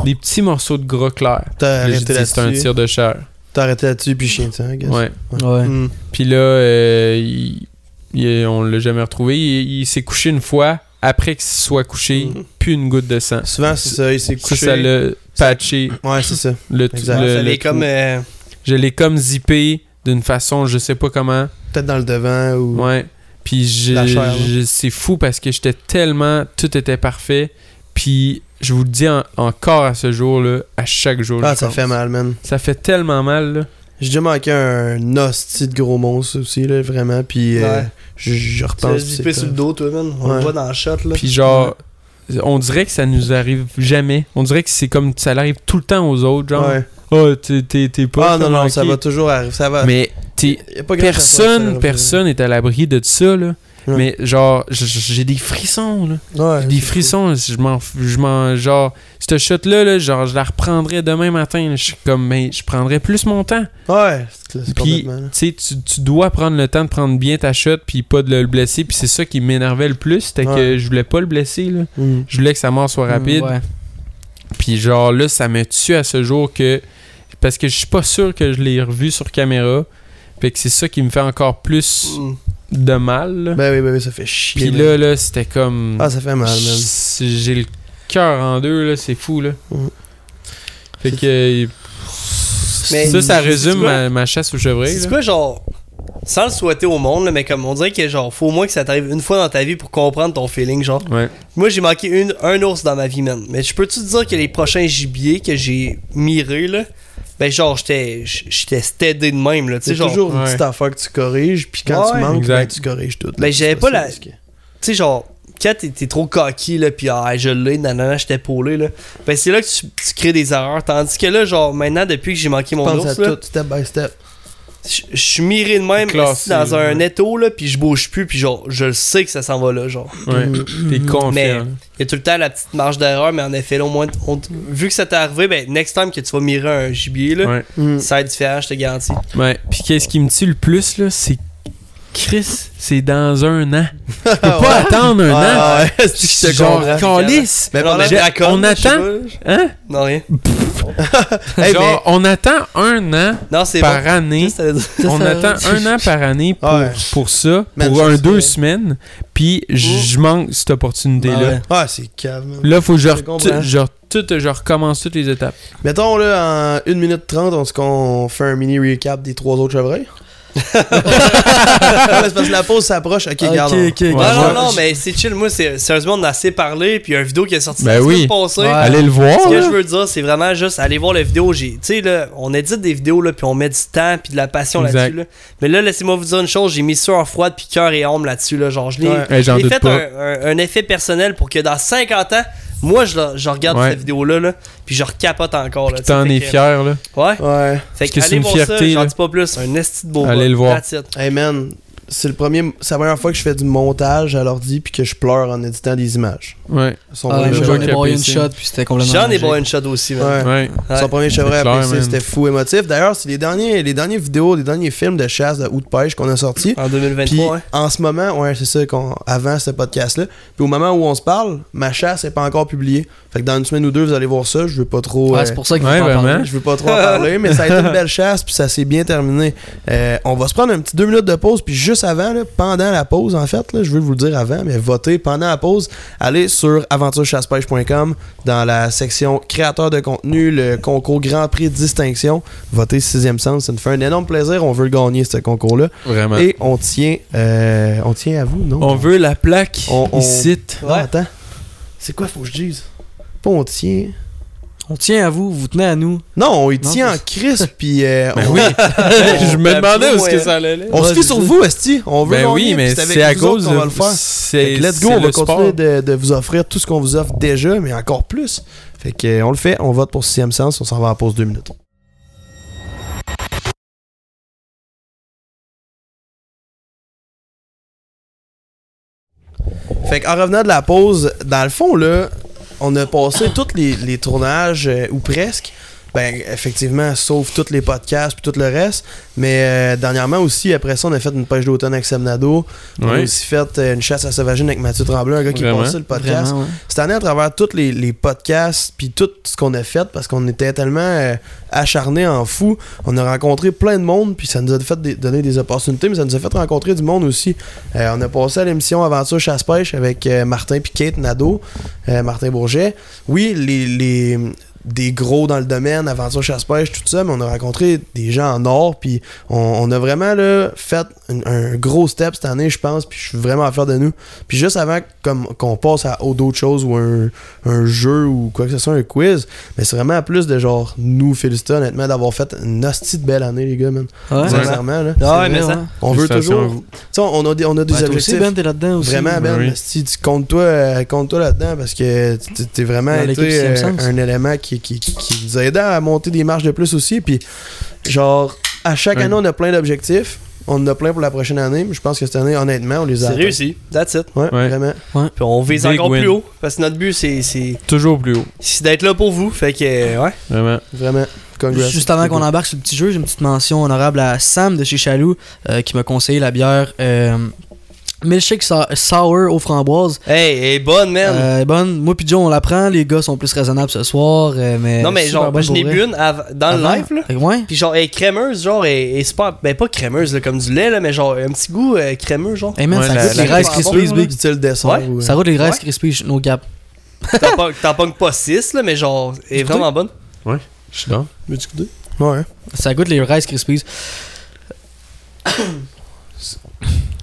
S4: Des petits morceaux de gras clair.
S1: T'as
S4: Là, j'ai
S1: arrêté
S4: dit, c'est un
S1: Euh, là-dessus.
S4: tir de chair.
S1: T'as arrêté là-dessus, puis chien, tiens, guess.
S4: Ouais.
S3: Ouais.
S1: Mhm.
S4: Puis là, euh, il- il- on l'a jamais retrouvé. Il, il s'est couché une fois. Après qu'il se soit couché,
S1: Mhm.
S4: plus une goutte de sang.
S1: Souvent, c'est ça, il s'est
S4: Ça,
S1: couché.
S4: ça l'a patché.
S1: Ouais, c'est ça.
S4: Le, t-
S1: Exact.
S4: le-
S2: Ça
S4: le
S2: l'est
S4: trou.
S2: comme. euh,
S4: Je l'ai comme zippé d'une façon, je sais pas comment.
S1: Peut-être dans le devant ou.
S4: Ouais. Puis je-
S1: La chair, là.
S4: je- c'est fou parce que j'étais tellement. Tout était parfait. Puis je vous le dis en- encore à ce jour-là, à chaque jour.
S1: Ah,
S4: je
S1: ça
S4: pense.
S1: fait mal, man.
S4: Ça fait tellement mal, là.
S1: J'ai déjà manqué un hostie de gros monstre aussi, là, vraiment. Puis euh,
S2: Ouais.
S1: je, je
S2: Tu vas
S1: repense.
S2: se
S1: c'est
S2: bipper sur le
S1: tough.
S2: dos, toi, man. On
S1: Ouais.
S2: le voit dans le shot, là.
S4: Puis genre, on dirait que ça nous arrive jamais. On dirait que c'est comme ça l'arrive tout le temps aux autres. Genre,
S1: Ouais.
S4: oh, t'es- t'es t'es pas.
S1: Ah non, non, ça va toujours arriver. Ça va.
S4: Mais t'es-
S1: Y a pas grand-chose à faire,
S4: personne,
S1: là.
S4: personne est à l'abri de ça, là.
S1: Ouais.
S4: Mais genre, j- j- j'ai des frissons, là.
S1: Ouais,
S4: J'ai des
S1: Ah, c'est
S4: frissons, là. je m'en. f- Je m'en. Genre, cette shot-là, là, genre, je la reprendrais demain matin. là. Je suis comme, mais je prendrais plus mon temps.
S1: cool. Ouais, c'est c'est
S4: Puis,
S1: complètement. là.
S4: tu sais, tu- tu dois prendre le temps de prendre bien ta shot, puis pas de le blesser. Puis c'est ça qui m'énervait le plus, c'était que
S1: Ouais.
S4: je voulais pas le blesser, là.
S1: Mm.
S4: Je voulais que sa mort soit rapide.
S3: Ouais.
S4: Puis genre là, ça me tue à ce jour que. Parce que je suis pas sûr que je l'ai revu sur caméra. Fait que c'est ça qui me fait encore plus
S1: Mm.
S4: de mal. là.
S1: Ben oui, ben oui, ça fait chier.
S4: Puis
S1: man.
S4: là, là, c'était comme.
S1: Ah, ça fait mal, man.
S4: J- J'ai le cœur en deux, là, c'est fou, là.
S1: Mm.
S4: Fait que. euh,
S2: Mais-
S4: ça, ça
S2: C'est
S4: résume
S2: quoi?
S4: ma, ma chasse au chevreuil.
S2: C'est
S4: là.
S2: quoi, genre, sans le souhaiter au monde, là, mais comme on dirait que, genre, faut au moins que ça t'arrive une fois dans ta vie pour comprendre ton feeling, genre.
S4: Ouais.
S2: Moi, j'ai manqué une, un ours dans ma vie, man. Mais je peux-tu te dire que les prochains gibiers que j'ai mirés, là, ben, genre, j'étais j'étais steadé de même, là. Tu sais,
S1: C'est
S2: genre.
S1: toujours une
S4: Ouais.
S1: petite affaire que tu corriges, puis quand
S2: Ouais.
S1: tu manques, ben,
S4: Exact.
S1: tu corriges tout. là.
S2: Ben, j'avais
S1: C'est
S2: pas la-
S1: parce que-
S2: tu sais, genre, quand t'es t'es trop cocky, là, pis ah, je l'ai, nanana, j'étais paulé, là, ben c'est là que tu, tu crées des erreurs. Tandis que là, genre, maintenant, depuis que j'ai manqué mon
S1: Pense à
S2: ours, là,
S1: tout, step by step.
S2: je je suis miré de même
S4: Classé,
S2: assis dans un
S4: ouais.
S2: étau, là, pis je bouge plus, pis genre, je le sais que ça s'en va là, genre.
S4: Ouais. T'es confiant.
S2: Mais-
S4: là.
S2: Il y a tout le temps la petite marge d'erreur, mais en effet, là, au moins, on t- vu que ça t'est arrivé, ben, next time que tu vas mirer un gibier, là,
S4: Ouais.
S1: Mm.
S2: ça va être différent, je te garantis.
S4: Ouais. Puis qu'est-ce qui me tue le plus, là, c'est. Chris, c'est dans un an. Je peux pas attendre un an.
S1: Ah, ouais, c'est que je te
S4: genre,
S1: comprends.
S4: calice.
S1: Mais
S2: Alors,
S1: pendant-
S2: la
S4: j'ai-
S2: draconne,
S4: on
S2: là, je sais
S4: attend.
S2: pas, je-
S4: Hein?
S2: Non, rien.
S1: Hey,
S4: genre, on attend un an
S2: Non, c'est
S4: par
S2: bon.
S4: année.
S2: Qu'est-ce que t'allais dire?
S4: On attend un an par année pour,
S1: Ouais.
S4: pour ça,
S1: Man,
S4: pour
S1: je
S4: un
S1: sais.
S4: deux semaines. Puis j- je manque cette opportunité-là.
S3: Ah ouais.
S1: Ah, c'est cave, man.
S4: Là, faut que je,
S1: Je comprends.
S4: re- je re- tout- je recommence toutes les étapes.
S1: Mettons, là, en 1 minute 30, on, se- qu'on fait un mini recap des trois autres chevreuils. non, mais c'est parce que la pause s'approche. Ok,
S3: Ok,
S1: garde. on-
S3: ok, ok.
S4: Ouais,
S2: non,
S4: ouais.
S2: non, non, mais c'est chill. Moi, c'est- sérieusement, on a assez parlé. Puis, il y a une vidéo qui est sortie
S4: Ben
S2: la semaine
S4: oui.
S2: passée.
S3: Ouais.
S4: Allez le voir.
S2: Ce que
S4: là.
S2: je veux dire, c'est vraiment juste aller voir la vidéo. J'ai- Tu sais, là, on édite des vidéos, là, puis on met du temps, puis de la passion
S4: Exact.
S2: là-dessus. Là. Mais là, laissez-moi vous dire une chose j'ai mis sueur froide, puis cœur et âme là-dessus. Là. Genre, je l'ai
S1: Ouais.
S4: Eh, J'en
S2: j'ai
S4: doute
S2: fait
S4: pas.
S2: un, un- un effet personnel pour que dans 50 ans, moi, je, la- je regarde
S4: Ouais.
S2: cette vidéo-là, là, puis je recapote encore. Là, tu sais,
S4: T'en
S2: fait
S4: es
S2: que-
S4: fier, là.
S2: Ouais.
S1: Ouais.
S2: Fait
S4: Parce que
S2: que
S4: c'est
S2: allez
S4: une
S2: voir ça,
S4: fierté,
S2: j'en
S4: là.
S2: dis pas plus. Un esti de beau
S4: Allez
S2: gars.
S4: le voir.
S2: That's it.
S1: Hey, man. C'est le premier. C'est la première fois que je fais du montage à l'ordi puis que je pleure en éditant des images.
S4: Ouais.
S1: Son
S3: Ah,
S1: premier
S3: moi, j'en
S1: chevreuil.
S3: ai
S4: Joker
S3: broyé une
S4: PC.
S3: shot, puis c'était complètement.
S2: J'en ai
S3: magique.
S2: pas une shot aussi, man.
S1: Ouais.
S4: Ouais.
S1: Son
S2: Ouais.
S1: premier chevreuil
S4: C'est
S1: à
S4: clair,
S1: PC,
S4: man.
S1: c'était fou émotif. D'ailleurs, c'est les derniers, les derniers vidéos, les derniers films de chasse de- ou de pêche qu'on a sortis.
S2: En
S1: Puis
S2: 2023, ouais.
S1: en ce moment, ouais, c'est ça, qu'on, avant ce podcast-là. Puis au moment où on se parle, ma chasse n'est pas encore publiée. Fait que dans une semaine ou deux, vous allez voir ça. Je veux pas trop. euh,
S3: Ouais, Ah, c'est pour ça que
S4: Ouais,
S3: je
S4: vraiment.
S1: Je veux pas trop en parler, mais ça a été une belle chasse, puis ça s'est bien terminé. Euh, on va se prendre un petit deux minutes de pause, puis juste avant, là, pendant la pause, en fait, là, je veux vous le dire avant, mais votez pendant la pause. Allez sur aventurechassepêche.com dans la section créateur de contenu, le concours Grand Prix Distinction. Votez Sixième Sens, ça nous fait un énorme plaisir. On veut le gagner, ce concours-là.
S4: Vraiment.
S1: Et on tient, euh, on tient à vous, non?
S4: On veut la plaque
S1: On- on-
S4: ici.
S1: Non, attends.
S2: hein.
S1: C'est quoi, faut que je dise? Pas on tient.
S3: On tient à vous, vous tenez à nous.
S1: Non, on y
S3: Non,
S1: tient en crisp, puis euh,
S4: Ben
S1: on-
S4: je me
S2: Ben,
S4: demandais où
S2: ouais.
S4: est-ce que ça allait. aller.
S1: On
S3: Ouais,
S1: se fie
S3: c'est
S1: sur
S3: ça.
S1: vous, Esti. euh, On veut
S4: Ben
S1: gagner,
S4: oui,
S1: puis
S4: mais
S1: avec
S4: c'est à
S1: nous autres
S4: cause
S1: qu'on
S4: de.
S1: va le faire. Fait
S4: C'est
S1: que let's go,
S4: c'est
S1: on va
S4: le sport.
S1: continuer de, de vous offrir tout ce qu'on vous offre déjà, mais encore plus. Fait que euh, on le fait, on vote pour 6 sens, on s'en va à la pause deux minutes. Fait que en revenant de la pause, dans le fond là, on a passé tous les, les tournages euh, ou presque. Ben effectivement, sauf tous les podcasts puis tout le reste. Mais euh, dernièrement aussi, après ça, on a fait une pêche d'automne avec Semnado. On a
S4: Ouais.
S1: aussi fait euh, une chasse à Sauvagine avec Mathieu Tremblay, un gars qui est
S4: Vraiment.
S1: passé le podcast.
S3: Vraiment, ouais.
S1: Cette année, à travers tous les, les podcasts puis tout ce qu'on a fait, parce qu'on était tellement euh, acharnés en fou, on a rencontré plein de monde, puis ça nous a fait des- donner des opportunités, mais ça nous a fait rencontrer du monde aussi. Euh, on a passé à l'émission Aventure Chasse-Pêche avec euh, Martin puis Kate Nadeau, euh, Martin Bourget. Oui, les, les- des gros dans le domaine, aventure chasse-pêche, tout ça, mais on a rencontré des gens en or, puis on, on a vraiment là, fait un, un gros step cette année, je pense, puis je suis vraiment fier de nous. Puis juste avant comme qu'on passe à au- d'autres choses ou un, un jeu ou quoi que ce soit, un quiz, mais c'est vraiment plus de genre nous féliciter honnêtement d'avoir fait une hostie de belle année, les gars, man.
S3: Ouais.
S1: Sincèrement, là.
S2: Ah ouais, mais
S3: vrai,
S2: ça-
S3: ouais.
S1: On veut
S4: Félicitations à
S1: toujours.
S4: vous.
S1: Tu sais, on on a des, on a des
S3: Ouais, toi aussi,
S1: objectifs.
S3: Ben, t'es là-dedans aussi.
S1: Vraiment, Ben,
S4: Oui.
S1: si tu comptes-toi euh, compte-toi là-dedans parce que tu- tu- t'es vraiment
S3: Dans l'équipe
S1: été, euh,
S3: Sixième Sens.
S1: un élément qui, qui, qui nous a aidé à monter des marches de plus aussi. Puis, genre, à chaque
S4: Oui.
S1: année, on a plein d'objectifs. On en a plein pour la prochaine année. mais Je pense que cette année, honnêtement, on les a.
S2: C'est
S1: atteints.
S2: réussi. That's it.
S1: Ouais,
S4: Ouais.
S1: vraiment.
S2: Puis on vise
S4: Big
S2: encore
S4: win.
S2: plus haut. Parce que notre but, c'est- c'est
S4: Toujours plus haut.
S2: c'est d'être là pour vous. Fait que, euh, ouais.
S4: Vraiment.
S1: Vraiment. Congrats.
S3: Juste avant qu'on embarque sur le petit jeu, j'ai une petite mention honorable à Sam de chez Chaloux euh, qui m'a conseillé la bière euh, Milkshake sou- Sour aux framboises.
S2: Hey, elle est bonne, man.
S3: Euh, bonne, moi pis Joe on la prend, les gars sont plus raisonnables ce soir. euh, mais
S2: non, mais
S3: super
S2: genre,
S3: bonne
S2: je
S3: pour
S2: n'ai
S3: vrai.
S2: bu une av- dans
S3: Avant?
S2: le live, là.
S3: Euh, Ouais.
S2: Puis genre, elle est crémeuse, genre, elle, elle est super. Ben, pas crémeuse, là, comme du lait, là, mais genre, un petit goût euh, crémeux, genre.
S3: Hey man,
S4: Ouais,
S3: ça
S4: la-
S3: goûte
S4: la-
S3: les Rice
S2: la-
S3: Krispies,
S2: la-
S3: big.
S1: Tu sais, le dessert.
S2: Ouais.
S1: ou, euh,
S3: Ça goûte les Rice
S2: Ouais.
S3: Krispies, no gap.
S2: T'en pognes- T'en pognes pas 6, là, mais genre, elle est
S3: Écoutez.
S2: vraiment bonne.
S4: Je suis dans.
S2: Veux-tu goûter?
S1: Ouais. hein.
S3: Ça goûte les Rice Krispies.
S1: C'est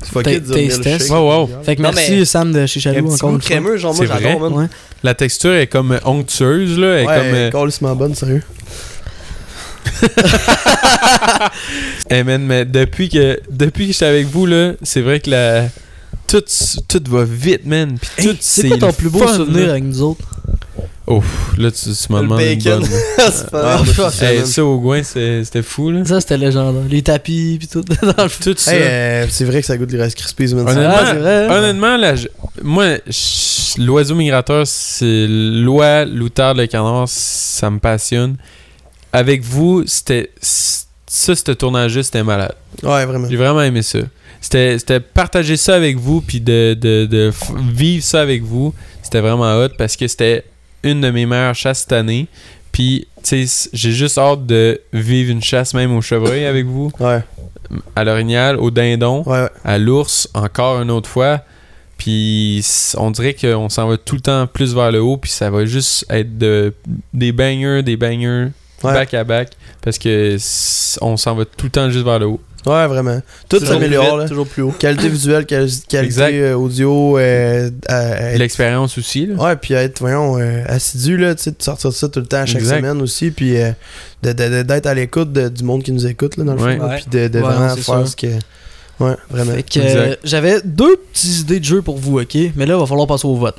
S1: fucké de dire
S3: Taste test.
S1: milkshake.
S4: Wow, wow.
S3: Fait que
S2: Non,
S3: merci
S2: mais-
S3: Sam de chez
S2: Un
S3: Chaloux
S2: petit
S3: encore
S2: goût
S3: une fois.
S2: crémeux, genre, moi,
S4: C'est
S2: j'adore,
S4: vrai?
S2: man.
S3: Ouais.
S4: La texture est comme onctueuse, là. Elle est
S1: Ouais,
S4: comme. euh,
S1: calissement bonne, sérieux.
S4: Eh man, mais depuis que depuis que j'étais avec vous là, c'est vrai que la tout s- tout va vite man. Puis tout
S3: Hey, C'est quoi
S4: le
S3: ton plus beau
S4: fun,
S3: souvenir
S4: Là,
S3: avec nous autres
S4: Ouf, là tu, tu m'as
S2: Le
S4: demandé une
S2: bacon.
S4: bonne. Ah,
S2: C'est pas
S1: Ouais,
S2: vrai.
S1: on a tout fait,
S4: Hey,
S1: man.
S4: ça au coin c'est- c'était fou là.
S3: Ça c'était légendaire. Les tapis pis tout. Dans le fond.
S4: Tout ça.
S1: Hey, euh, c'est vrai que ça goûte les Rice Krispies, man.
S4: Honnêtement,
S3: Ah, c'est vrai.
S4: Honnêtement là, je- moi je- l'oiseau migrateur c'est l'oie, l'outard, le canard, ça me passionne. Avec vous, c'était ça ce tournage c'était malade.
S1: Ouais, vraiment.
S4: J'ai vraiment aimé ça. C'était c'était partager ça avec vous, puis de, de- de f- vivre ça avec vous. C'était vraiment hot parce que c'était une de mes meilleures chasses cette année. Puis, tu sais, c- j'ai juste hâte de vivre une chasse même au chevreuil avec vous,
S1: Ouais,
S4: à l'orignal, au dindon,
S1: ouais, ouais.
S4: à l'ours, encore une autre fois. Puis, c- on dirait qu'on s'en va tout le temps plus vers le haut, puis ça va juste être de, des bangers, des bangers,
S1: Ouais.
S4: back à back, parce que c- on s'en va tout le temps juste vers le haut.
S1: Ouais, vraiment. Tout
S2: Toujours plus
S1: s'améliore,
S2: vite,
S1: là.
S2: Toujours plus haut.
S1: Qualité visuelle, quali-
S4: Exact.
S1: qualité euh, audio, euh, euh, être-
S4: L'expérience aussi, là.
S1: ouais, puis être, voyons, euh, assidu, là, tu sais, de sortir ça tout le temps, à chaque
S4: Exact.
S1: semaine aussi, puis euh, de- de- de- d'être à l'écoute de- du monde qui nous écoute, là, dans le
S4: Ouais.
S1: fond, là,
S2: Ouais.
S1: puis de, de
S3: Ouais,
S1: vraiment
S3: c'est
S1: faire
S3: sûr.
S1: ce que... Ouais, vraiment.
S3: Fait que,
S4: Exact.
S3: euh, j'avais deux petites idées de jeu pour vous, ok? Mais là, il va falloir passer au vote.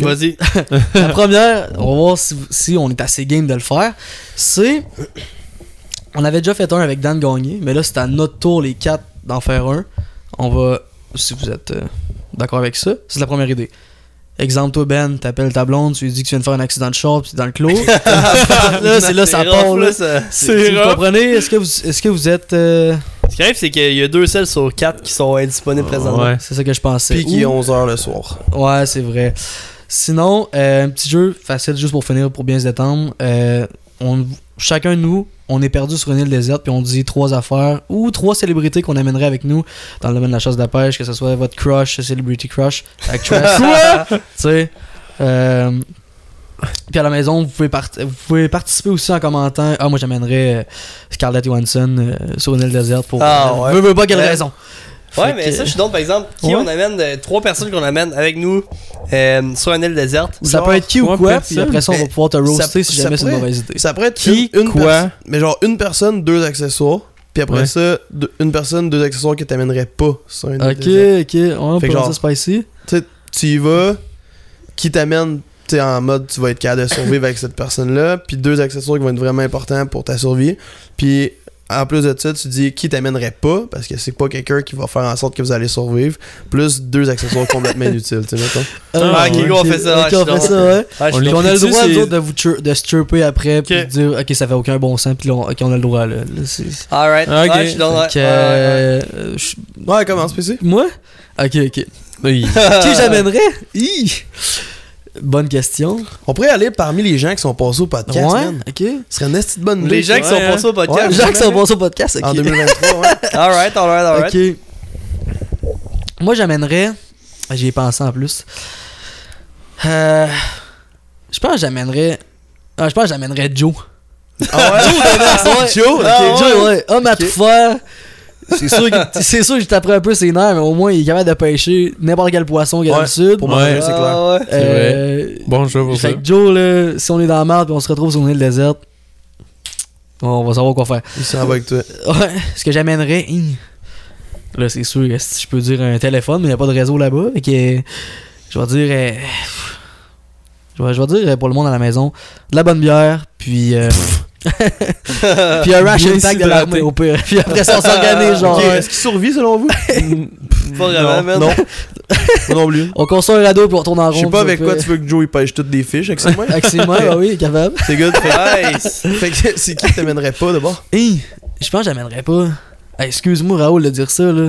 S2: Vas-y.
S3: La première, on va voir si, si on est assez game de le faire, c'est. On avait déjà fait un avec Dan Gagné, mais là, c'est à notre tour, les quatre, d'en faire un. On va. Si vous êtes euh, d'accord avec ça, c'est la première idée. Exemple, toi, Ben, t'appelles ta blonde, tu lui dis que tu viens de faire un accident de char, puis c'est dans le clos. là, c'est là, ça
S2: rough,
S3: part, là.
S2: là, ça-
S3: C'est- Vous comprenez? Est-ce que, vous- est-ce que vous êtes. euh,
S2: Ce qui arrive, c'est qu'il y a deux selles sur quatre qui sont indisponibles présentement.
S4: Ouais.
S3: C'est ça que je pensais.
S1: Puis qui est
S3: Ou-
S1: 11h le soir.
S3: Ouais, c'est vrai. Sinon, euh, un petit jeu facile juste pour finir, pour bien se détendre. Euh, on, chacun de nous, on est perdu sur une île déserte, puis on dit trois affaires ou trois célébrités qu'on amènerait avec nous dans le domaine de la chasse de la pêche, que ce soit votre crush, celebrity crush, actress. tu sais. euh, puis à la maison, vous pouvez, part- vous pouvez participer aussi en commentant. Ah, moi j'amènerais euh, Scarlett Johansson euh, sur une île déserte pour.
S2: Ah,
S3: euh,
S2: ouais.
S3: veux, veux pas quelle
S2: Ouais.
S3: raison.
S2: Ouais,
S3: Fait
S2: mais
S3: que-
S2: ça, je suis donc, par exemple, qui
S3: Ouais.
S2: on amène, euh, trois personnes qu'on amène avec nous euh, sur une île déserte.
S3: Ça peut être qui ou
S4: trois
S3: quoi,
S4: personnes.
S3: puis après ça, on va
S1: Mais
S3: pouvoir te roaster si
S1: ça
S3: jamais c'est une
S1: pourrait-
S3: mauvaise idée.
S1: Ça pourrait être
S4: Qui,
S1: une, une
S4: quoi?
S1: perso- mais genre une personne, deux accessoires, puis après
S4: Ouais.
S1: ça, deux- une personne, deux accessoires que t'amènerais pas sur un
S3: Ok, ok,
S1: désert.
S3: ouais, on
S1: Fait
S3: peut
S1: que
S3: genre...
S1: genre-
S3: spicy.
S1: Tu sais, tu y vas, qui t'amène tu sais, en mode tu vas être capable de survivre avec cette personne-là, puis deux accessoires qui vont être vraiment importants pour ta survie. Puis en plus de ça, tu dis qui t'amènerait pas, parce que c'est pas quelqu'un qui va faire en sorte que vous allez survivre, plus deux accessoires complètement inutiles, tu sais, mettons.
S2: Ah, ok,
S3: ouais.
S2: go, on fait ça,
S3: Ok,
S2: ouais, je
S3: on
S2: suis
S3: fait ça,
S2: d'accord.
S3: ouais.
S2: Ouais, je
S4: On
S2: suis
S4: les-
S3: Puis
S2: donc-
S3: on a le
S4: L'écriture,
S3: droit,
S4: c'est-
S3: nous autres, de, vous chir- de se chirper après, puis
S2: Ok.
S3: de dire, ok, ça fait aucun bon sens, puis là, on- ok, on a le droit, là. là, c'est-
S2: Alright.
S4: Ok.
S2: Ouais, je suis donc- ouais,
S3: Fait que,
S2: ouais, ouais, ouais.
S3: euh, euh, je-
S1: Ouais, commence, PC.
S3: Moi Ok, ok.
S4: Oui.
S3: Qui j'amènerais Hi! Bonne question.
S1: On pourrait aller parmi les gens qui sont passés au podcast,
S3: Ouais,
S1: man.
S3: ok.
S1: Ce serait une petite bonne idée.
S2: Les gens qui sont
S4: Ouais,
S2: passés au
S1: Ouais,
S3: Les
S2: podcast.
S3: gens qui sont passés au podcast,
S1: En
S3: ok.
S1: 2023, ouais.
S2: Alright, alright, alright.
S3: Ok. Moi, j'amènerais. J'y ai pensé en plus. Euh, je pense que j'amènerais Ah, je pense que j'amènerais Joe.
S2: Ah ouais?
S3: Joe,
S2: Ah ouais.
S3: Joe, ouais. Homme à tout faire. C'est sûr, que, c'est sûr que je taperais un peu ses nerfs, mais au moins il est capable de pêcher n'importe quel poisson qu'il y a dans le
S1: Ouais,
S3: sud.
S1: Pour
S4: Ouais.
S1: moi, c'est clair.
S2: Ah, ouais.
S3: Euh,
S4: Bonjour pour ça.
S3: fait que Joe, là, si on est dans la merde et on se retrouve sur une île déserte, on va savoir quoi faire.
S1: Il s'en va avec toi.
S3: Ouais, ce que j'amènerais. hein. Là, c'est sûr, que si je peux dire un téléphone, mais il n'y a pas de réseau là-bas. Fait que, euh, je vais dire. euh, je, vais, je vais dire euh, pour le monde à la maison, de la bonne bière, puis. euh, puis un ration
S4: Bien
S3: pack de
S4: s'hydrater.
S3: l'armée au pire. Puis après ça, on s'organise, genre. euh,
S1: Ok, Est-ce qu'il survit selon vous
S2: Pas vraiment, man.
S1: Non. Moi non plus.
S3: On construit un radeau puis on retourne en rond.
S1: Je sais pas avec quoi tu veux que Joe il pêche toutes des fiches avec ses mains.
S3: Avec ses mains, bah oui, il est capable.
S1: C'est good. Fait,
S2: Nice.
S1: fait que c'est qui t'amènerait pas d'abord
S3: Hey, je pense que j'amènerais pas. Hey, Excuse-moi, Raoul, de dire ça, là.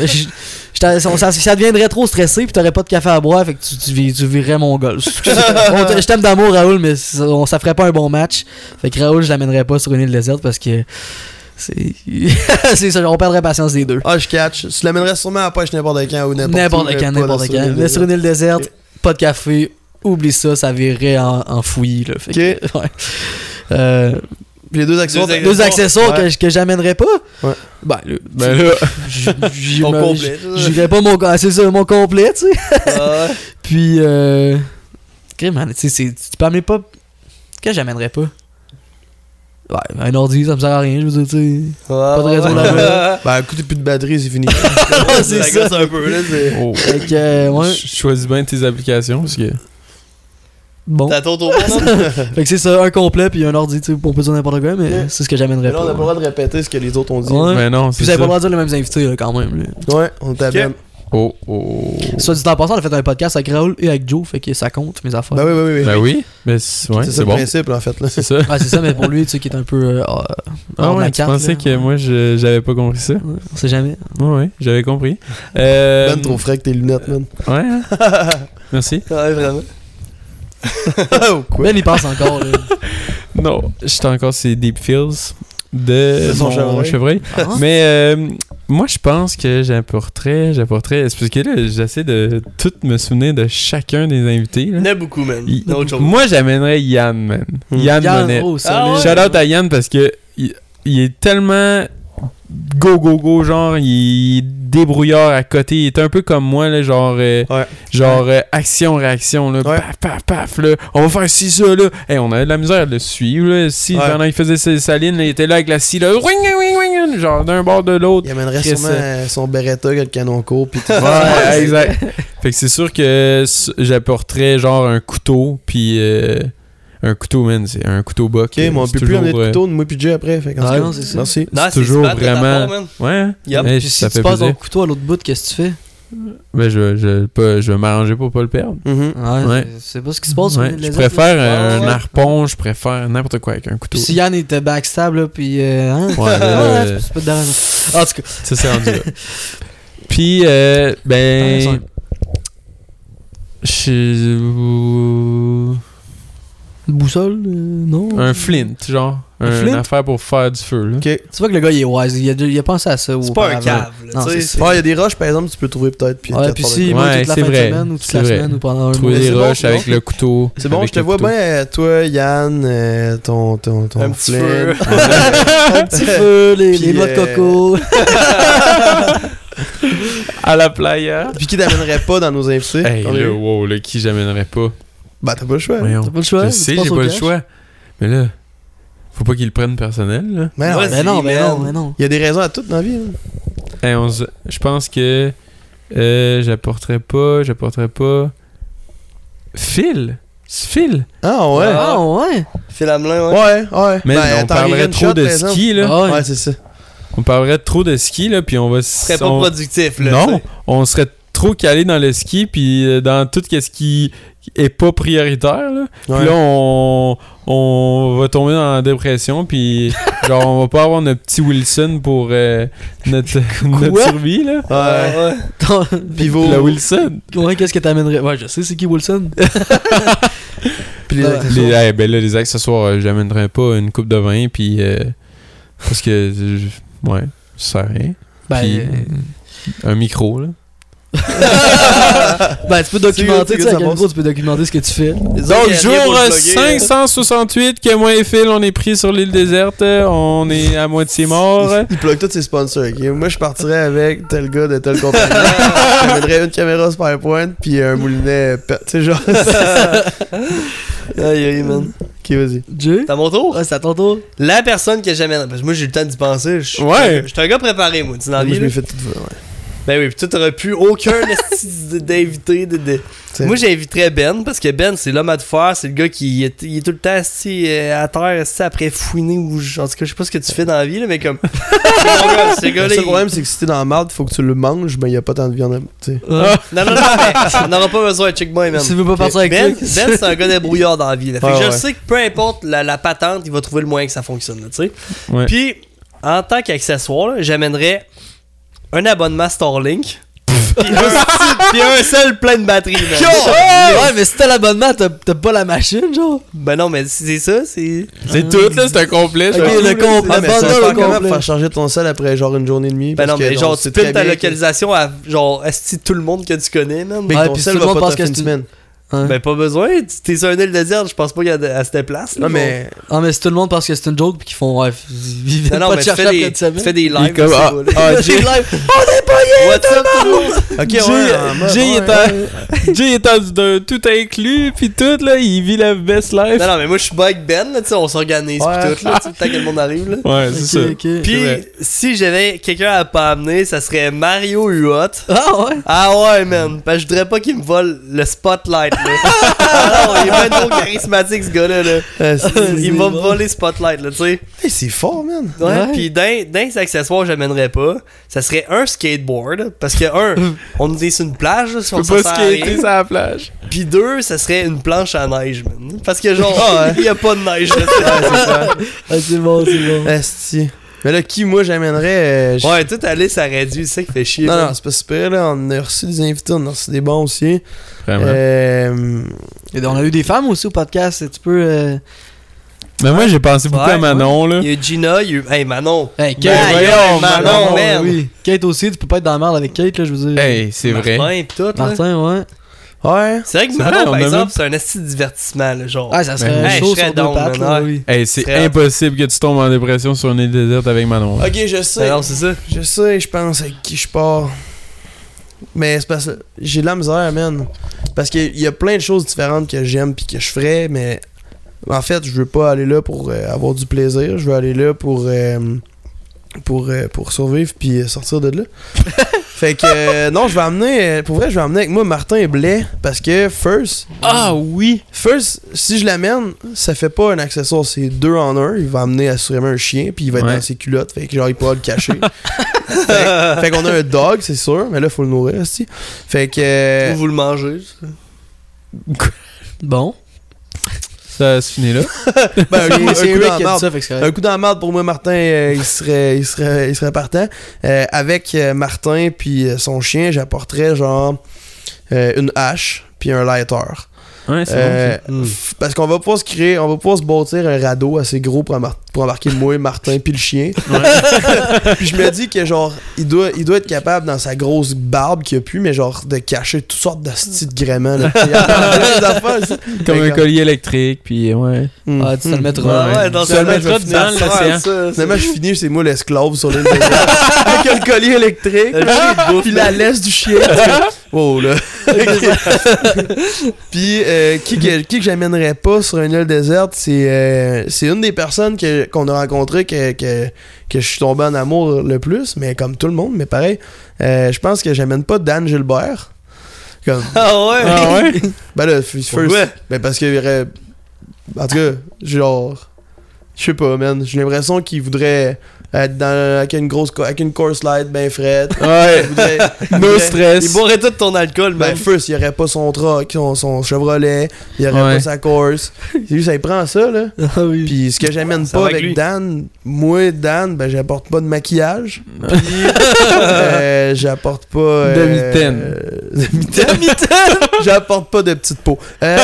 S3: Je- je t'en- ça, ça- ça deviendrait trop stressé, puis t'aurais pas de café à boire, fait que tu, tu, vis- tu virais mon golf. je t'aime d'amour, Raoul, mais ça, on- ça ferait pas un bon match. Fait que Raoul, je l'amènerais pas sur une île déserte parce que. C'est. c'est ça, on perdrait patience des deux.
S1: Ah, je catch. Tu l'amènerais sûrement à la pêche n'importe quand ou n'importe où,
S3: N'importe
S1: mais
S3: quand,
S1: pas
S3: n'importe
S1: dans
S3: quand.
S1: une
S3: Mais sur
S1: île.
S3: une île déserte, pas de café, oublie ça, ça virait en, en fouillis, là. Fait que- ouais. Euh,
S1: Puis les deux actions.
S2: Deux
S3: deux accessoires
S1: Ouais.
S3: que je- que j'amènerais pas.
S1: Ouais.
S3: Ben, là,
S4: Ben là,
S3: j- j'y-
S1: Ton
S3: me-
S1: complet, ça.
S3: J'irais pas mon. ah, C'est ça, mon complet, tu sais.
S2: Ah, ouais.
S3: Puis, euh. ok, man, tu sais, c'est- tu peux amener pas. Qu'est-ce que j'amènerais pas? Ouais, un ordi, ça me sert à rien, je veux dire, tu
S2: Pas
S3: de raison là-bas.
S1: Bah, écoutez, plus de batterie, c'est fini.
S3: sais. c'est ça.
S2: un peu, là. c'est-
S4: oh.
S3: Fait que, euh, ouais,
S4: Ch- choisis bien tes applications parce que.
S3: bon.
S2: T'as ton tour, non?
S3: Fait que c'est ça, un complet, puis un ordi, tu sais, on peut dire n'importe quoi, mais c'est ce que
S1: Mais
S3: j'amènerais
S1: là, on a
S3: pas.
S1: pas le droit de répéter ce que les autres ont dit.
S3: Ouais.
S4: Ben non, c'est
S3: Puis vous avez
S4: ça.
S3: pas le droit de dire les mêmes invités, là, quand même. là.
S1: Ouais, on t'amène.
S4: Oh, oh.
S3: Soit dit en passant, on a fait un podcast avec Raoul et avec Joe, fait que ça compte, mes affaires.
S1: Bah oui, oui, oui.
S4: Ben oui, mais c'est ouais,
S1: c'est ça
S4: c'est
S1: le
S4: bon.
S1: principe, là, en fait. Là.
S4: C'est ça.
S3: Ah, c'est ça, mais pour lui, tu sais, qui est un peu. Euh, hors de
S4: Ah
S3: la
S4: ouais, tu
S3: carte,
S4: pensais
S3: là.
S4: que moi je- j'avais pas compris ça?
S3: Ouais, on sait jamais.
S4: Ouais, ouais, j'avais compris. Euh,
S1: Ben, trop frais que tes lunettes, man.
S4: Ouais. hein? Merci.
S2: Ouais, vraiment.
S1: oh, quoi
S3: Ben, il pense encore, là.
S4: Non, j'étais encore ces Deep Feels de
S1: De son
S4: son
S1: chevreuil.
S4: chevreuil.
S3: Ah.
S4: Mais euh, moi, je pense que j'apporterais, j'apporterais. C'est parce que là, j'essaie de tout me souvenir de chacun des invités. là.
S2: Il y en a beaucoup, man.
S4: Il-
S2: Il y en a autre chose.
S4: Moi, j'amènerais Yann, man.
S1: Hmm.
S4: Yann
S3: Yann,
S4: Monet.
S3: oh,
S2: Ah
S3: ça,
S2: ouais?
S4: Shout out à Yann parce que il, il est tellement go go go genre il est débrouillard à côté il est un peu comme moi là, genre euh,
S1: Ouais.
S4: genre euh, action réaction là
S1: Ouais.
S4: paf paf paf là on va faire ci ça là Hey, on avait de la misère à le suivre là si
S1: Ouais.
S4: pendant qu'il faisait sa, sa ligne là, il était là avec la scie là Wing, wing, wing, wing, genre d'un bord de l'autre
S1: Il amènerait
S4: Chris,
S1: sûrement
S4: euh,
S1: son Beretta avec le canon court. Pis tout.
S4: ouais exact fait que c'est sûr que s- j'apporterais genre un couteau puis euh, un couteau man c'est un couteau boc
S1: Ok, mais on
S4: C'est
S1: peut plus amener
S4: toujours,
S1: de
S4: euh,
S1: couteau de moi puis Jay après. Fait qu'en
S3: Ah
S1: tout cas,
S3: non, c'est ça.
S1: Merci.
S2: Non,
S4: c'est
S2: c'est
S4: toujours
S2: smart de ta part,
S4: vraiment-
S2: man.
S4: Ah. ouais
S2: Yup.
S4: Hey,
S3: Puis si
S4: ça
S3: tu
S4: fait
S3: passes ton
S4: plaisir.
S3: couteau à l'autre bout, qu'est-ce que tu fais?
S4: Ben, je, je, pas, je vais m'arranger pour pas le perdre.
S1: Mhm.
S3: Ouais,
S4: Ouais.
S3: c'est- C'est pas ce qui se passe.
S4: Ouais,
S3: mais les
S4: je
S3: autres,
S4: préfère
S2: là.
S4: euh,
S2: Ouais,
S4: un
S2: ouais.
S4: harpon, je préfère n'importe quoi avec un couteau.
S3: Puis si Yann était backstab, là, puis. euh, hein?
S4: Ouais, là, là,
S3: ouais, c'est pas de la raison. En tout cas,
S4: Ça, c'est rendu là. Puis, euh,
S3: T'as
S4: ben.
S3: raison.
S4: Je...
S3: une boussole, euh, non?
S4: Un flint, genre.
S3: Un
S4: Un
S3: flint?
S4: Une affaire pour faire du feu, là.
S1: Ok. Ouais,
S3: Tu vois que le gars, il est wise. Il a, déjà- il a pensé à ça.
S2: C'est pas un
S3: auparavant.
S2: cave, là,
S3: Non,
S2: tu
S3: c'est
S2: sais.
S3: ça.
S1: Il y a des roches par exemple, tu peux trouver peut-être. Puis
S3: Ouais,
S1: quatre
S3: puis
S1: par
S3: si,
S1: deux.
S3: moi,
S4: Ouais,
S3: toute la
S4: c'est
S3: fin de
S4: vrai,
S3: semaine ou toute
S4: c'est
S3: la
S4: vrai.
S3: semaine ou pendant un mois.
S4: Trouver des
S1: c'est bon,
S4: roches
S1: c'est
S4: avec
S1: bon.
S4: le couteau.
S1: C'est bon,
S4: avec
S1: je te
S4: le
S1: vois
S4: couteau.
S1: bien, euh, toi, Yann, euh, ton, ton, ton
S2: Un petit
S1: flint.
S2: feu.
S3: Un petit feu, les, les
S1: Puis,
S3: noix de
S1: euh,
S3: coco.
S4: À la playa.
S1: Puis qui t'amènerait pas dans nos invités
S4: Hey,
S1: T'en as
S4: là,
S1: eu?
S4: wow, là, qui j'amènerais pas?
S1: Bah, t'as pas le choix. là.
S4: Voyons.
S3: T'as pas le choix?
S4: Je
S3: tu
S4: sais,
S3: penses
S4: j'ai
S3: au
S4: pas le
S3: cash?
S4: choix. Mais là, faut pas qu'ils le prennent personnel, là.
S1: Mais non,
S2: Ah Ouais,
S1: il
S3: Mais non,
S2: Vas-y,
S3: mais non,
S2: man.
S3: mais non.
S1: y a des raisons à toutes dans la vie. hein.
S4: Hey, on se- je pense que euh, j'apporterais pas, j'apporterais pas. Phil, C'est Phil.
S1: Ah, ouais.
S3: Ah ouais?
S2: Phil Hamelin, ouais.
S1: Ouais, ouais.
S4: Mais
S1: Ben,
S4: on
S1: t'en rirais
S4: parlerait
S1: une
S4: trop
S1: shot,
S4: de
S1: par exemple.
S4: ski là.
S3: Ah ouais.
S1: Ouais, c'est ça.
S4: On parlerait trop de ski là, puis on va.
S2: Ce serait pas
S4: on-
S2: productif, là.
S4: non, on serait trop calé dans le ski puis euh, dans tout ce qui est pas prioritaire là.
S1: Ouais.
S4: Puis là on, on va tomber dans la dépression puis genre on va pas avoir notre petit Wilson pour euh, notre, notre
S3: Quoi?
S4: survie là.
S2: tu sais.
S1: Ouais.
S2: Ouais, ouais.
S3: Ton-
S1: Pivot.
S4: La Wilson.
S3: Ouais, qu'est-ce que t'amènerais? Ouais, je sais, c'est qui Wilson?
S1: Puis les
S3: Ouais.
S1: accessoires.
S4: Les, eh, ben là, les accessoires, euh, j'amènerais pas une coupe de vin, puis. euh, parce que. euh, je- ouais, ça sert à rien.
S3: Ben,
S4: Puis,
S3: euh,
S4: Un micro, là.
S3: ben, tu peux
S1: C'est-
S3: documenter, tu
S1: c'est
S3: sais, à quel
S1: ça,
S3: niveau tu peux documenter ce que tu fais.
S4: Donc,
S2: dernier
S4: jour
S2: pour
S4: euh,
S2: le bloguer, là.
S4: 568, que moi et Phil, on est pris sur l'île déserte. euh, On est à moitié mort.
S1: Il, il plug tous ses sponsors. ok? Moi, je partirais avec tel gars de telle compagnie. J'amènerais une caméra Spirepoint puis un moulinet. pe- Tu sais, genre.
S3: Aïe, aïe, man.
S1: ok, vas-y.
S3: Jay?
S2: C'est à mon tour?
S3: Ouais, c'est à ton tour.
S2: La personne que j'amène. Parce que moi, j'ai eu le temps d'y penser. Je suis-
S4: Ouais.
S2: Je suis un gars préparé, moi, tu sais, dans la
S1: Moi,
S2: vie,
S1: je m'ai
S2: là.
S1: fait tout. Ouais.
S2: Ben oui, puis toi, t'aurais pu aucun esti d- d'invité. De, de-
S1: C'est-
S2: Moi, j'inviterais Ben, parce que Ben, c'est l'homme à te faire. C'est le gars qui est, il est tout le temps assis euh, à terre, assis après fouiner. Ou, je- en tout cas, je sais pas ce que tu fais dans la vie, là, mais comme. c'est mon gars, ce
S1: Le
S2: gars-là.
S1: seul
S2: il-
S1: problème, c'est que si t'es dans la marde, faut que tu le manges, mais il y a pas tant de viande. à- Tu sais.
S2: Non, non, non, mais on n'aura pas besoin de check boy, man.
S3: Si tu veux pas partir avec
S2: ben,
S3: toi,
S2: ben c'est un gars débrouillard dans la vie. là. Fait que
S1: Ouais,
S2: je
S1: ouais.
S2: sais que peu importe la, la patente, il va trouver le moyen que ça fonctionne. là, tu sais.
S4: Ouais.
S2: Puis, en tant qu'accessoire, là, j'amènerais un abonnement Starlink. puis, un, seul- puis un seul plein de batterie. man.
S3: Ouais, mais si t'as l'abonnement, t'as t'as pas la machine, genre.
S2: Ben non, mais c'est ça, c'est.
S4: C'est tout, là. C'est un complet.
S3: Ok,
S4: genre.
S3: le compte,
S1: Ah,
S3: le
S1: mais ça
S3: bundle
S1: va
S3: au
S1: quand même
S3: complet.
S1: faire charger ton sel après genre une journée et demie.
S2: Ben
S1: parce
S2: non,
S1: que,
S2: mais
S1: genre,
S2: genre,
S1: c'est
S2: tu
S1: très
S2: pines ta
S1: bien que-
S2: localisation à genre, esti tout le monde que tu connais, man.
S1: Mais
S3: Ouais,
S1: ton
S3: puis
S1: sel
S3: tout le
S1: va
S3: monde
S1: pas
S3: pense
S1: t'en
S3: que
S1: faire une
S3: c'est une-
S1: semaine.
S2: Ben pas besoin, tu- t'es sur un île déserte, je pense pas qu'il y a de- à cette place. là,
S1: Non, mais.
S3: Ah, mais c'est tout le monde parce que c'est une joke puis qu'ils font, ouais, ils
S2: Non,
S3: viennent
S2: non, mais
S3: pas te
S2: tu
S3: chercher
S2: fais,
S3: après
S2: des,
S3: une
S2: tu
S3: semaine.
S2: fais des
S4: Il est
S2: lives.
S4: comme,
S2: c'est
S4: ah,
S2: pas, là.
S4: ah, Jay-
S2: What's up, tout le monde?
S1: Ok,
S4: Jay,
S1: ouais.
S3: euh,
S1: en mode,
S4: Jay
S1: ouais,
S4: est à- Jay est à d'un tout inclus, puis tout, là, il vit la best life.
S2: Non, non, mais moi, je suis pas avec Ben, là, tu sais, on s'organise pis
S1: Ouais.
S2: tout, là, tu sais, le temps que le monde arrive, là.
S4: Ouais,
S3: Ok,
S4: c'est ça.
S3: ok.
S2: Puis,
S4: vrai.
S2: si j'avais quelqu'un à pas amener, ça serait Mario Huot.
S3: Ah, ouais.
S2: Ah ouais, man. Parce que je voudrais pas qu'il me vole le spotlight, là. ah non, il est bien trop charismatique, ce gars-là, là.
S1: euh, c'est-
S2: Il va me voler le spotlight, là, tu sais.
S1: Hey, C'est fort, man.
S2: Ouais,
S3: Ouais.
S2: Puis d'un, d'un des accessoires que j'amènerais pas, ça serait un skateboard. Parce que, un, on est sur une plage, là, si
S4: Tu
S2: on
S4: peux
S2: s'en
S4: pas
S2: sert à rien.
S4: skater sur la plage.
S2: Puis deux, ça serait une planche à neige, man. Parce que, genre,
S4: Ah
S2: il y a pas de neige, là.
S3: Ah, c'est bon, c'est bon.
S1: Esti. Mais là, qui, moi, j'amènerais. euh, j-
S2: Ouais, toute allée, ça réduit, c'est ça qui fait chier.
S1: Non,
S2: man.
S1: non, c'est pas super, là. On a reçu des invités, on a reçu des bons aussi.
S4: Vraiment.
S1: Euh.
S3: Et on a eu des femmes aussi au podcast, tu peux. euh,
S4: Mais moi, j'ai pensé beaucoup
S2: Ouais,
S4: à Manon, là.
S2: Il y a eu Gina, il y a eu. Hey, Manon!
S3: Hey, Kate,
S4: Ben,
S2: Aïe,
S4: voyons,
S2: aïe,
S4: Manon,
S2: Manon,
S3: Manon,
S2: man.
S3: oui. Kate aussi, tu peux pas être dans la merde avec Kate, là, je veux dire.
S4: Hey, c'est vrai.
S2: Martin, pis tout, là.
S3: Martin, ouais.
S1: Ouais.
S2: C'est vrai que
S4: C'est
S2: Manon,
S4: vrai, on
S2: par
S4: a
S2: exemple,
S4: même-
S2: c'est un esti de divertissement, là, genre.
S3: Ah, ça
S4: Ben,
S3: serait
S2: hey, je
S3: chaud
S2: serais
S3: sur deux
S2: down,
S3: pattes,
S2: man,
S3: là,
S2: ouais.
S3: oui.
S4: Hey, c'est
S2: Très.
S4: impossible que tu tombes en dépression sur une île déserte avec Manon. là.
S1: Ok, je
S2: Ben
S1: sais.
S2: non, c'est ça.
S1: Je sais, je pense à qui je pars. Mais c'est parce que j'ai de la misère, man. Parce qu'il y a plein de choses différentes que j'aime puis que je ferais, mais en fait, je veux pas aller là pour euh, avoir du plaisir. Je veux aller là pour euh, pour euh, pour survivre puis euh, sortir de là. fait que euh, non, je vais amener euh, pour vrai, je vais amener avec moi Martin et Blais parce que first,
S4: Ah oui!
S1: first si je l'amène, ça fait pas un accessoire, c'est deux en un. Il va amener assurément un chien puis il va être
S4: Ouais.
S1: dans ses culottes, fait que genre il pourra le cacher. Fait, fait qu'on a un dog, c'est sûr, mais là, faut le nourrir aussi. Fait que. euh,
S2: Ou vous le mangez. ça.
S3: Bon.
S4: Ça se finit là.
S1: ben,
S3: C'est
S1: un, un
S3: c'est
S1: coup dans
S3: Rick qui
S1: la
S3: a dit
S1: marde.
S3: ça, fait que c'est
S1: Un
S3: correct.
S1: coup dans la marde pour moi, Martin, euh, il, serait, il, serait, il serait partant. Euh, avec euh, Martin puis euh, son chien, j'apporterais genre euh, une hache puis un lighter.
S4: Hmm. Ouais, c'est
S1: Euh,
S2: bon,
S1: f- Parce qu'on va pouvoir se créer, on va pouvoir se bâtir un radeau assez gros pour, embar- pour embarquer moi, Martin, puis le chien. puis je me dis que genre, il doit, il doit être capable dans sa grosse barbe qu'il a pu, mais genre de cacher toutes sortes de petits gréements. là. Il y a des affaires, ça.
S4: bon. Comme un collier électrique, puis ouais.
S1: Mm.
S3: Ah, tu te le mettras.
S2: Ouais,
S4: ouais.
S2: ouais, dans
S1: Seulement,
S2: un
S1: je vais
S2: truc
S1: finir
S2: dans
S4: dans l'océan.
S2: l'océan.
S1: Finalement, je finis, c'est moi l'esclave sur l'île. déserte. Avec le collier électrique.
S2: Le chien, il bouffe,
S1: Puis la laisse du chien. wow, là. Puis euh, qui, que, qui que j'amènerais pas sur une île déserte, c'est euh, c'est une des personnes que- qu'on a rencontrées que, que, que je suis tombé en amour le plus, mais comme tout le monde, mais pareil. euh, je pense que j'amène pas Dan Gilbert. Comme,
S2: Ah ouais?
S4: Ah ouais?
S1: ben là, f- first.
S2: Pourquoi?
S1: Ben parce que. euh, en tout cas, genre. Je sais pas, man. J'ai l'impression qu'il voudrait être dans, avec une grosse. co- avec une course light bien frette.
S4: Ouais.
S1: Il voudrait- il
S4: No
S1: voudrait-
S4: stress.
S2: Il boirait tout ton alcool,
S1: Ben,
S2: man.
S1: first, il y aurait pas son truck, son, son Chevrolet, il y aurait
S4: Ouais.
S1: pas sa course. C'est juste, ça il prend ça, là.
S3: Ah oui.
S1: Puis ce que j'amène
S2: Ça
S1: pas
S2: va avec
S1: avec
S2: lui.
S1: Dan, moi, Dan, ben, j'apporte pas de maquillage. Puis, euh, j'apporte pas. euh,
S4: De mitaine.
S1: euh, de mitaine. j'apporte pas de petite peau. Euh,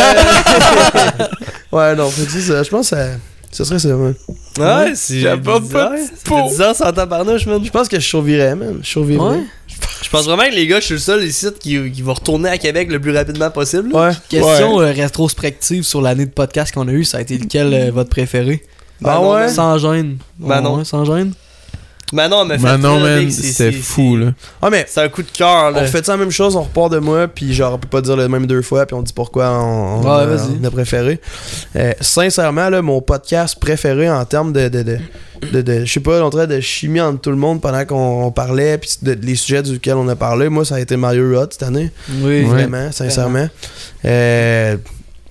S1: ouais, non, fait que c'est ça. Je pense que ça- ce serait ça, ouais.
S2: Ouais, si
S4: J'apporte pas de
S2: Ça fait
S4: peau.
S2: 10 ans sans tabarnouche, man.
S1: Je pense que je survivrais, man. Je survivrais.
S3: Ouais.
S2: Je pense vraiment que les gars, je suis le seul ici qui, qui va retourner à Québec le plus rapidement possible. là.
S1: Ouais.
S3: Question euh, rétrospective sur l'année de podcast qu'on a eu, ça a été lequel euh, votre préféré
S1: Ben Ah
S2: non,
S1: ouais?
S2: Manon-
S3: Sans gêne.
S2: Ben non.
S3: Ouais, sans gêne.
S2: Manon elle m'a fait
S4: Manon,
S2: très
S4: man,
S2: rire,
S4: c'est fou, là.
S1: Ah, mais
S2: C'est un coup de cœur, là.
S1: on fait ça la même chose, on repart de moi, puis genre, on peut pas dire le même deux fois, puis on dit pourquoi on, on-
S3: Ouais,
S1: on-
S3: vas-y.
S1: on a préféré. Euh, sincèrement, là, mon podcast préféré en termes de, de, de, de- de- je sais pas, on dirait de chimie entre tout le monde pendant qu'on on parlait, puis de, les sujets duquel on a parlé, moi, ça a été Mario Rod cette année.
S3: Oui.
S4: Ouais.
S1: Vraiment, sincèrement. Euh,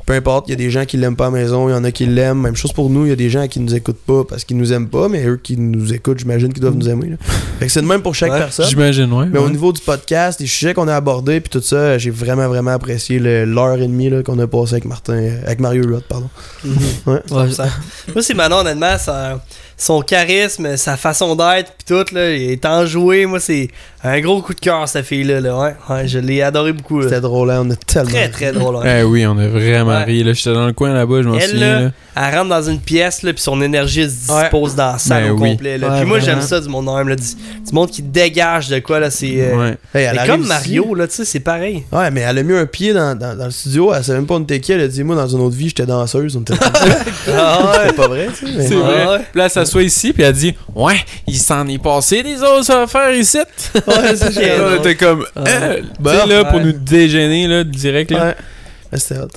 S1: peu importe, il y a des gens qui l'aiment pas à la maison, il y en a qui l'aiment. Même chose pour nous, il y a des gens qui nous écoutent pas parce qu'ils nous aiment pas, mais eux qui nous écoutent, j'imagine qu'ils doivent nous aimer. là. Fait que c'est de même pour chaque
S2: Ouais,
S1: personne.
S4: J'imagine, ouais.
S1: Mais
S4: ouais.
S1: au niveau du podcast, les sujets qu'on a abordés puis tout ça, j'ai vraiment vraiment apprécié le- l'heure et demie là, qu'on a passé avec Martin, euh, avec Mario Rod, pardon.
S3: Ouais, euh,
S2: ça. Moi, c'est Manon, honnêtement, ça- son charisme, sa façon d'être, puis tout, là, il est enjoué. Moi, c'est un gros coup de cœur, cette fille-là. Là. Ouais, ouais, je l'ai adoré beaucoup. là.
S1: C'était drôle, hein, on a tellement.
S2: Très, très drôle. hein.
S4: Eh oui, on a vraiment
S2: Ouais.
S4: ri. là. J'étais dans le coin là-bas, je m'en
S2: Elle,
S4: souviens.
S2: là,
S4: là.
S2: Elle rentre dans une pièce, là, puis son énergie elle se dispose dans la salle
S4: Ben
S2: au
S4: oui.
S2: complet. Là.
S3: Ouais,
S2: puis moi,
S3: vraiment.
S2: j'aime ça du monde même, là, du, du monde qui dégage de quoi. là C'est euh,
S4: Ouais.
S1: Hey, elle
S2: mais
S1: arrive
S2: comme
S1: ici.
S2: Mario, là, tu sais, c'est pareil.
S1: Ouais, mais elle a mis un pied dans, dans- dans le studio, elle savait même pas où on était qui, elle a dit moi dans une autre vie j'étais danseuse, on était
S2: Ah ouais.
S1: c'est pas vrai, tu sais, mais-
S4: C'est
S2: Ah Ouais.
S4: vrai. Puis là, elle s'assoit ici, puis elle dit Ouais, il s'en est passé des autres affaires ici.
S2: Ouais, c'est
S4: Et
S2: génial.
S4: là, t'es comme
S3: Ouais.
S4: Euh, Tu sais, là, pour
S2: Ouais.
S4: nous dégêner, là, direct. Là.
S1: Ouais. Mais c'était hot.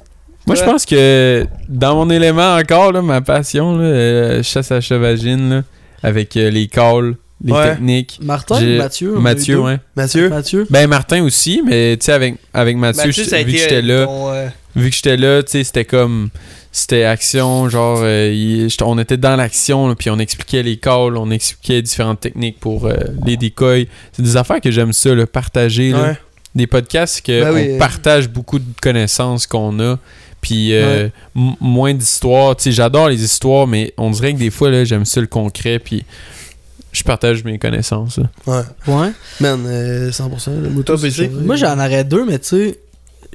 S4: Moi, je
S2: Ouais.
S4: pense que dans mon élément encore, là, ma passion, là, euh, chasse à chevagine, là, avec euh, les calls, les
S1: Ouais.
S4: techniques.
S3: Martin ou
S4: J'ai-
S3: Mathieu on a eu
S4: Mathieu,
S3: deux.
S4: ouais.
S1: Mathieu,
S3: Mathieu.
S4: Ben, Martin aussi, mais tu sais, avec, avec Mathieu,
S2: Mathieu,
S4: je-
S2: ça a
S4: vu
S2: été,
S4: que j'étais
S2: euh,
S4: là.
S2: ton, euh,
S4: vu que j'étais là, tu sais, c'était comme. C'était action, genre, euh, il- j'étais- on était dans l'action, là, puis on expliquait les calls, on expliquait différentes techniques pour euh, les décoils. C'est des affaires que j'aime ça, le partager. là.
S1: Ouais.
S4: Des podcasts que
S1: Ben
S4: on
S1: oui.
S4: partage beaucoup de connaissances qu'on a, puis euh, m- moins d'histoires. Tu sais, j'adore les histoires, mais on dirait que des fois, là, j'aime ça le concret, puis je partage mes connaissances. là.
S1: ouais.
S3: Ouais.
S1: Man, euh, 100%. le mouton,
S2: BC.
S1: c'est vrai.
S3: Moi, j'en aurais deux, mais tu sais,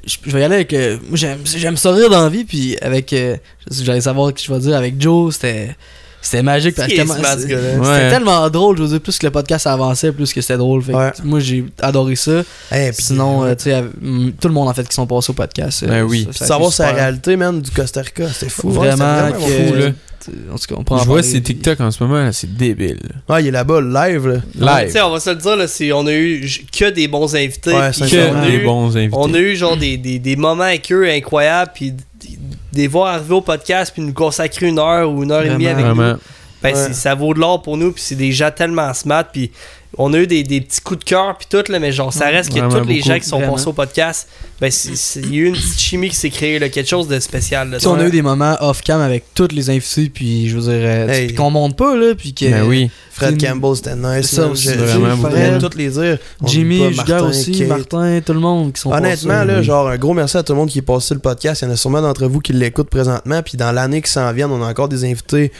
S3: je je vais y aller avec. euh, moi, j'aime- j'aime ça rire dans la vie, puis avec. euh, je- J'allais savoir qui je vais dire. Avec Joe, c'était. C'était magique parce que
S2: qui est
S3: tellement-
S2: smart, ce
S3: c'était
S2: gars-là?
S4: Ouais.
S3: tellement drôle, je veux dire, plus que le podcast avançait, plus que c'était drôle. Fait que
S1: Ouais.
S3: Moi j'ai adoré ça.
S1: Hey, puis-
S3: Sinon, euh, tu sais, av- mm, tout le monde en fait qui sont passés au podcast. euh,
S4: Ben oui.
S3: ça-
S1: Puis
S3: ça a
S1: savoir
S3: été
S1: sa
S3: super.
S1: réalité, man, du Costa Rica, c'était fou.
S3: Vraiment,
S1: Ouais, c'était
S3: que-
S1: fou, là.
S3: tu- En tout cas, on prend
S4: je vois ces TikTok en ce moment, là, c'est débile.
S1: Ouais, il est là-bas, live, là.
S2: Tu
S4: Live,
S2: sais, on va se le dire, là, c'est- on a eu j- que des bons invités.
S1: Ouais,
S2: puis on
S4: que
S2: a
S4: des
S2: eu-
S4: bons invités.
S2: On a eu genre des, des, des moments avec eux incroyables, puis d- d- des voir arriver au podcast, puis nous consacrer une heure ou une heure et demie
S3: Vraiment.
S2: avec nous.
S4: Vraiment.
S2: Ben,
S1: Ouais.
S2: c'est- ça vaut de l'or pour nous, puis c'est des gens tellement smart, puis on a eu des, des petits coups de cœur, puis tout, là, mais genre, ça reste que
S4: Vraiment
S2: tous les
S4: beaucoup.
S2: gens qui sont
S3: Vraiment.
S2: passés au podcast, ben, c'est- c'est- il y a eu une petite chimie qui s'est créée, là, quelque chose de spécial. là.
S3: Puis on a eu des moments off-cam avec tous les invités, puis je veux dire, euh,
S1: Hey.
S3: puis qu'on monte pas, là, puis que.
S4: Ben oui.
S1: Fred
S3: Tim-
S1: Campbell, c'était nice.
S3: Ça
S1: là.
S3: aussi,
S1: Je- je-
S4: vraiment
S1: je
S4: beaucoup.
S1: pourrais toutes les dire. On
S3: Jimmy,
S1: oublie pas
S3: Jugard
S1: Martin,
S3: aussi,
S1: Kate.
S3: Martin, tout le monde qui sont
S1: Honnêtement,
S3: passés.
S1: là,
S4: oui.
S1: genre, un gros merci à tout le monde qui est passé le podcast. Il y en a sûrement d'entre vous qui l'écoutent présentement. Puis dans l'année qui s'en vient, on a encore des invités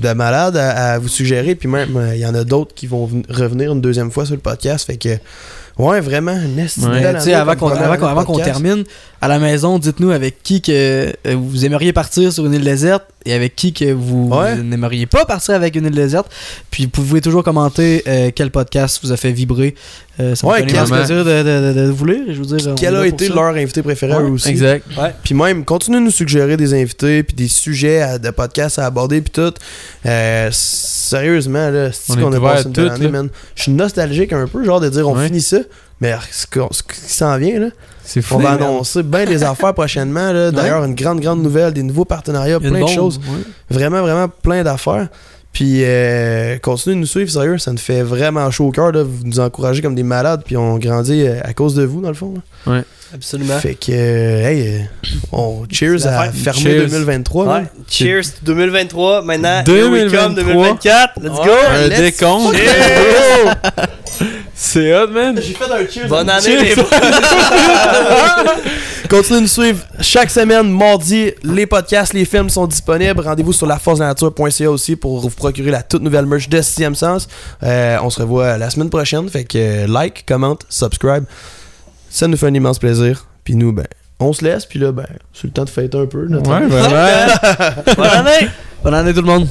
S1: de malades à, à vous suggérer. Puis même, euh, il y en a d'autres qui vont ven- revenir une deuxième fois sur le podcast. Fait que, ouais, vraiment, une esti de
S4: Ouais.
S1: belle
S3: Mais, tu
S1: année
S3: sais, avant
S1: comme
S3: qu'on
S1: première
S3: avant
S1: année
S3: qu'on-
S1: de
S3: avant qu'on
S1: podcast.
S3: termine, à la maison, dites-nous avec qui que euh, vous aimeriez partir sur une île déserte et avec qui que vous
S1: Ouais.
S3: n'aimeriez pas partir avec une île déserte. Puis vous pouvez toujours commenter euh, quel podcast vous a fait vibrer. Euh, ça me
S1: Ouais,
S3: fait immense
S4: clairement.
S3: plaisir de, de- de- de vous lire. Je veux dire, on est
S1: Quel
S3: là
S1: a
S3: pour
S1: été
S3: ça.
S1: leur invité préféré
S3: Ouais,
S1: eux aussi?
S4: Exact.
S1: Puis même, continuez de nous suggérer des invités, puis des sujets à- de podcasts à aborder, puis tout. Euh, sérieusement, là, c'est
S4: On
S1: qu'on
S4: est
S1: a
S4: ouvert
S1: passé
S4: à
S1: une belle
S4: tout,
S1: année,
S4: là.
S1: man. Je suis nostalgique un peu, genre de dire on
S4: Ouais.
S1: finit ça, mais ce, qu'on- ce qui s'en vient, là,
S4: C'est fou.
S1: on va
S3: Fou, man.
S1: annoncer bien des affaires prochainement. là. D'ailleurs, une grande, grande nouvelle, des nouveaux partenariats, plein
S3: Une
S1: de
S3: bombe,
S1: choses.
S3: ouais.
S1: Vraiment, vraiment plein d'affaires. Puis euh, continuez de nous suivre, sérieux, ça nous fait vraiment chaud au cœur. là. Vous nous encouragez comme des malades, puis on grandit euh, à cause de vous, dans le fond. là.
S2: Absolument.
S1: Fait que, euh, hey, euh, on cheers
S2: C'est
S1: à
S2: l'affaire.
S1: fermer
S4: Cheers.
S1: 2023.
S2: Ouais.
S1: man.
S2: Cheers 2023, maintenant,
S4: 2023.
S2: 2023. 2024, let's go!
S4: Un
S1: Oh, let's
S4: décompte.
S2: fucking
S4: C'est hot, man.
S1: J'ai fait un cheers.
S2: Bonne année, les
S4: Cheers.
S2: boys.
S1: Continuez de nous suivre chaque semaine, mardi, les podcasts, les films sont disponibles. Rendez-vous sur laforce-de-la-nature.ca aussi pour vous procurer la toute nouvelle merch de Sixième Sens. Euh, on se revoit la semaine prochaine. Fait que euh, like, commente, subscribe. Ça nous fait un immense plaisir. Puis nous, ben, on se laisse. Puis là, ben, c'est le temps de fêter un peu. notre-
S4: Ouais, vraiment.
S2: Bonne année!
S3: Bonne année tout le monde.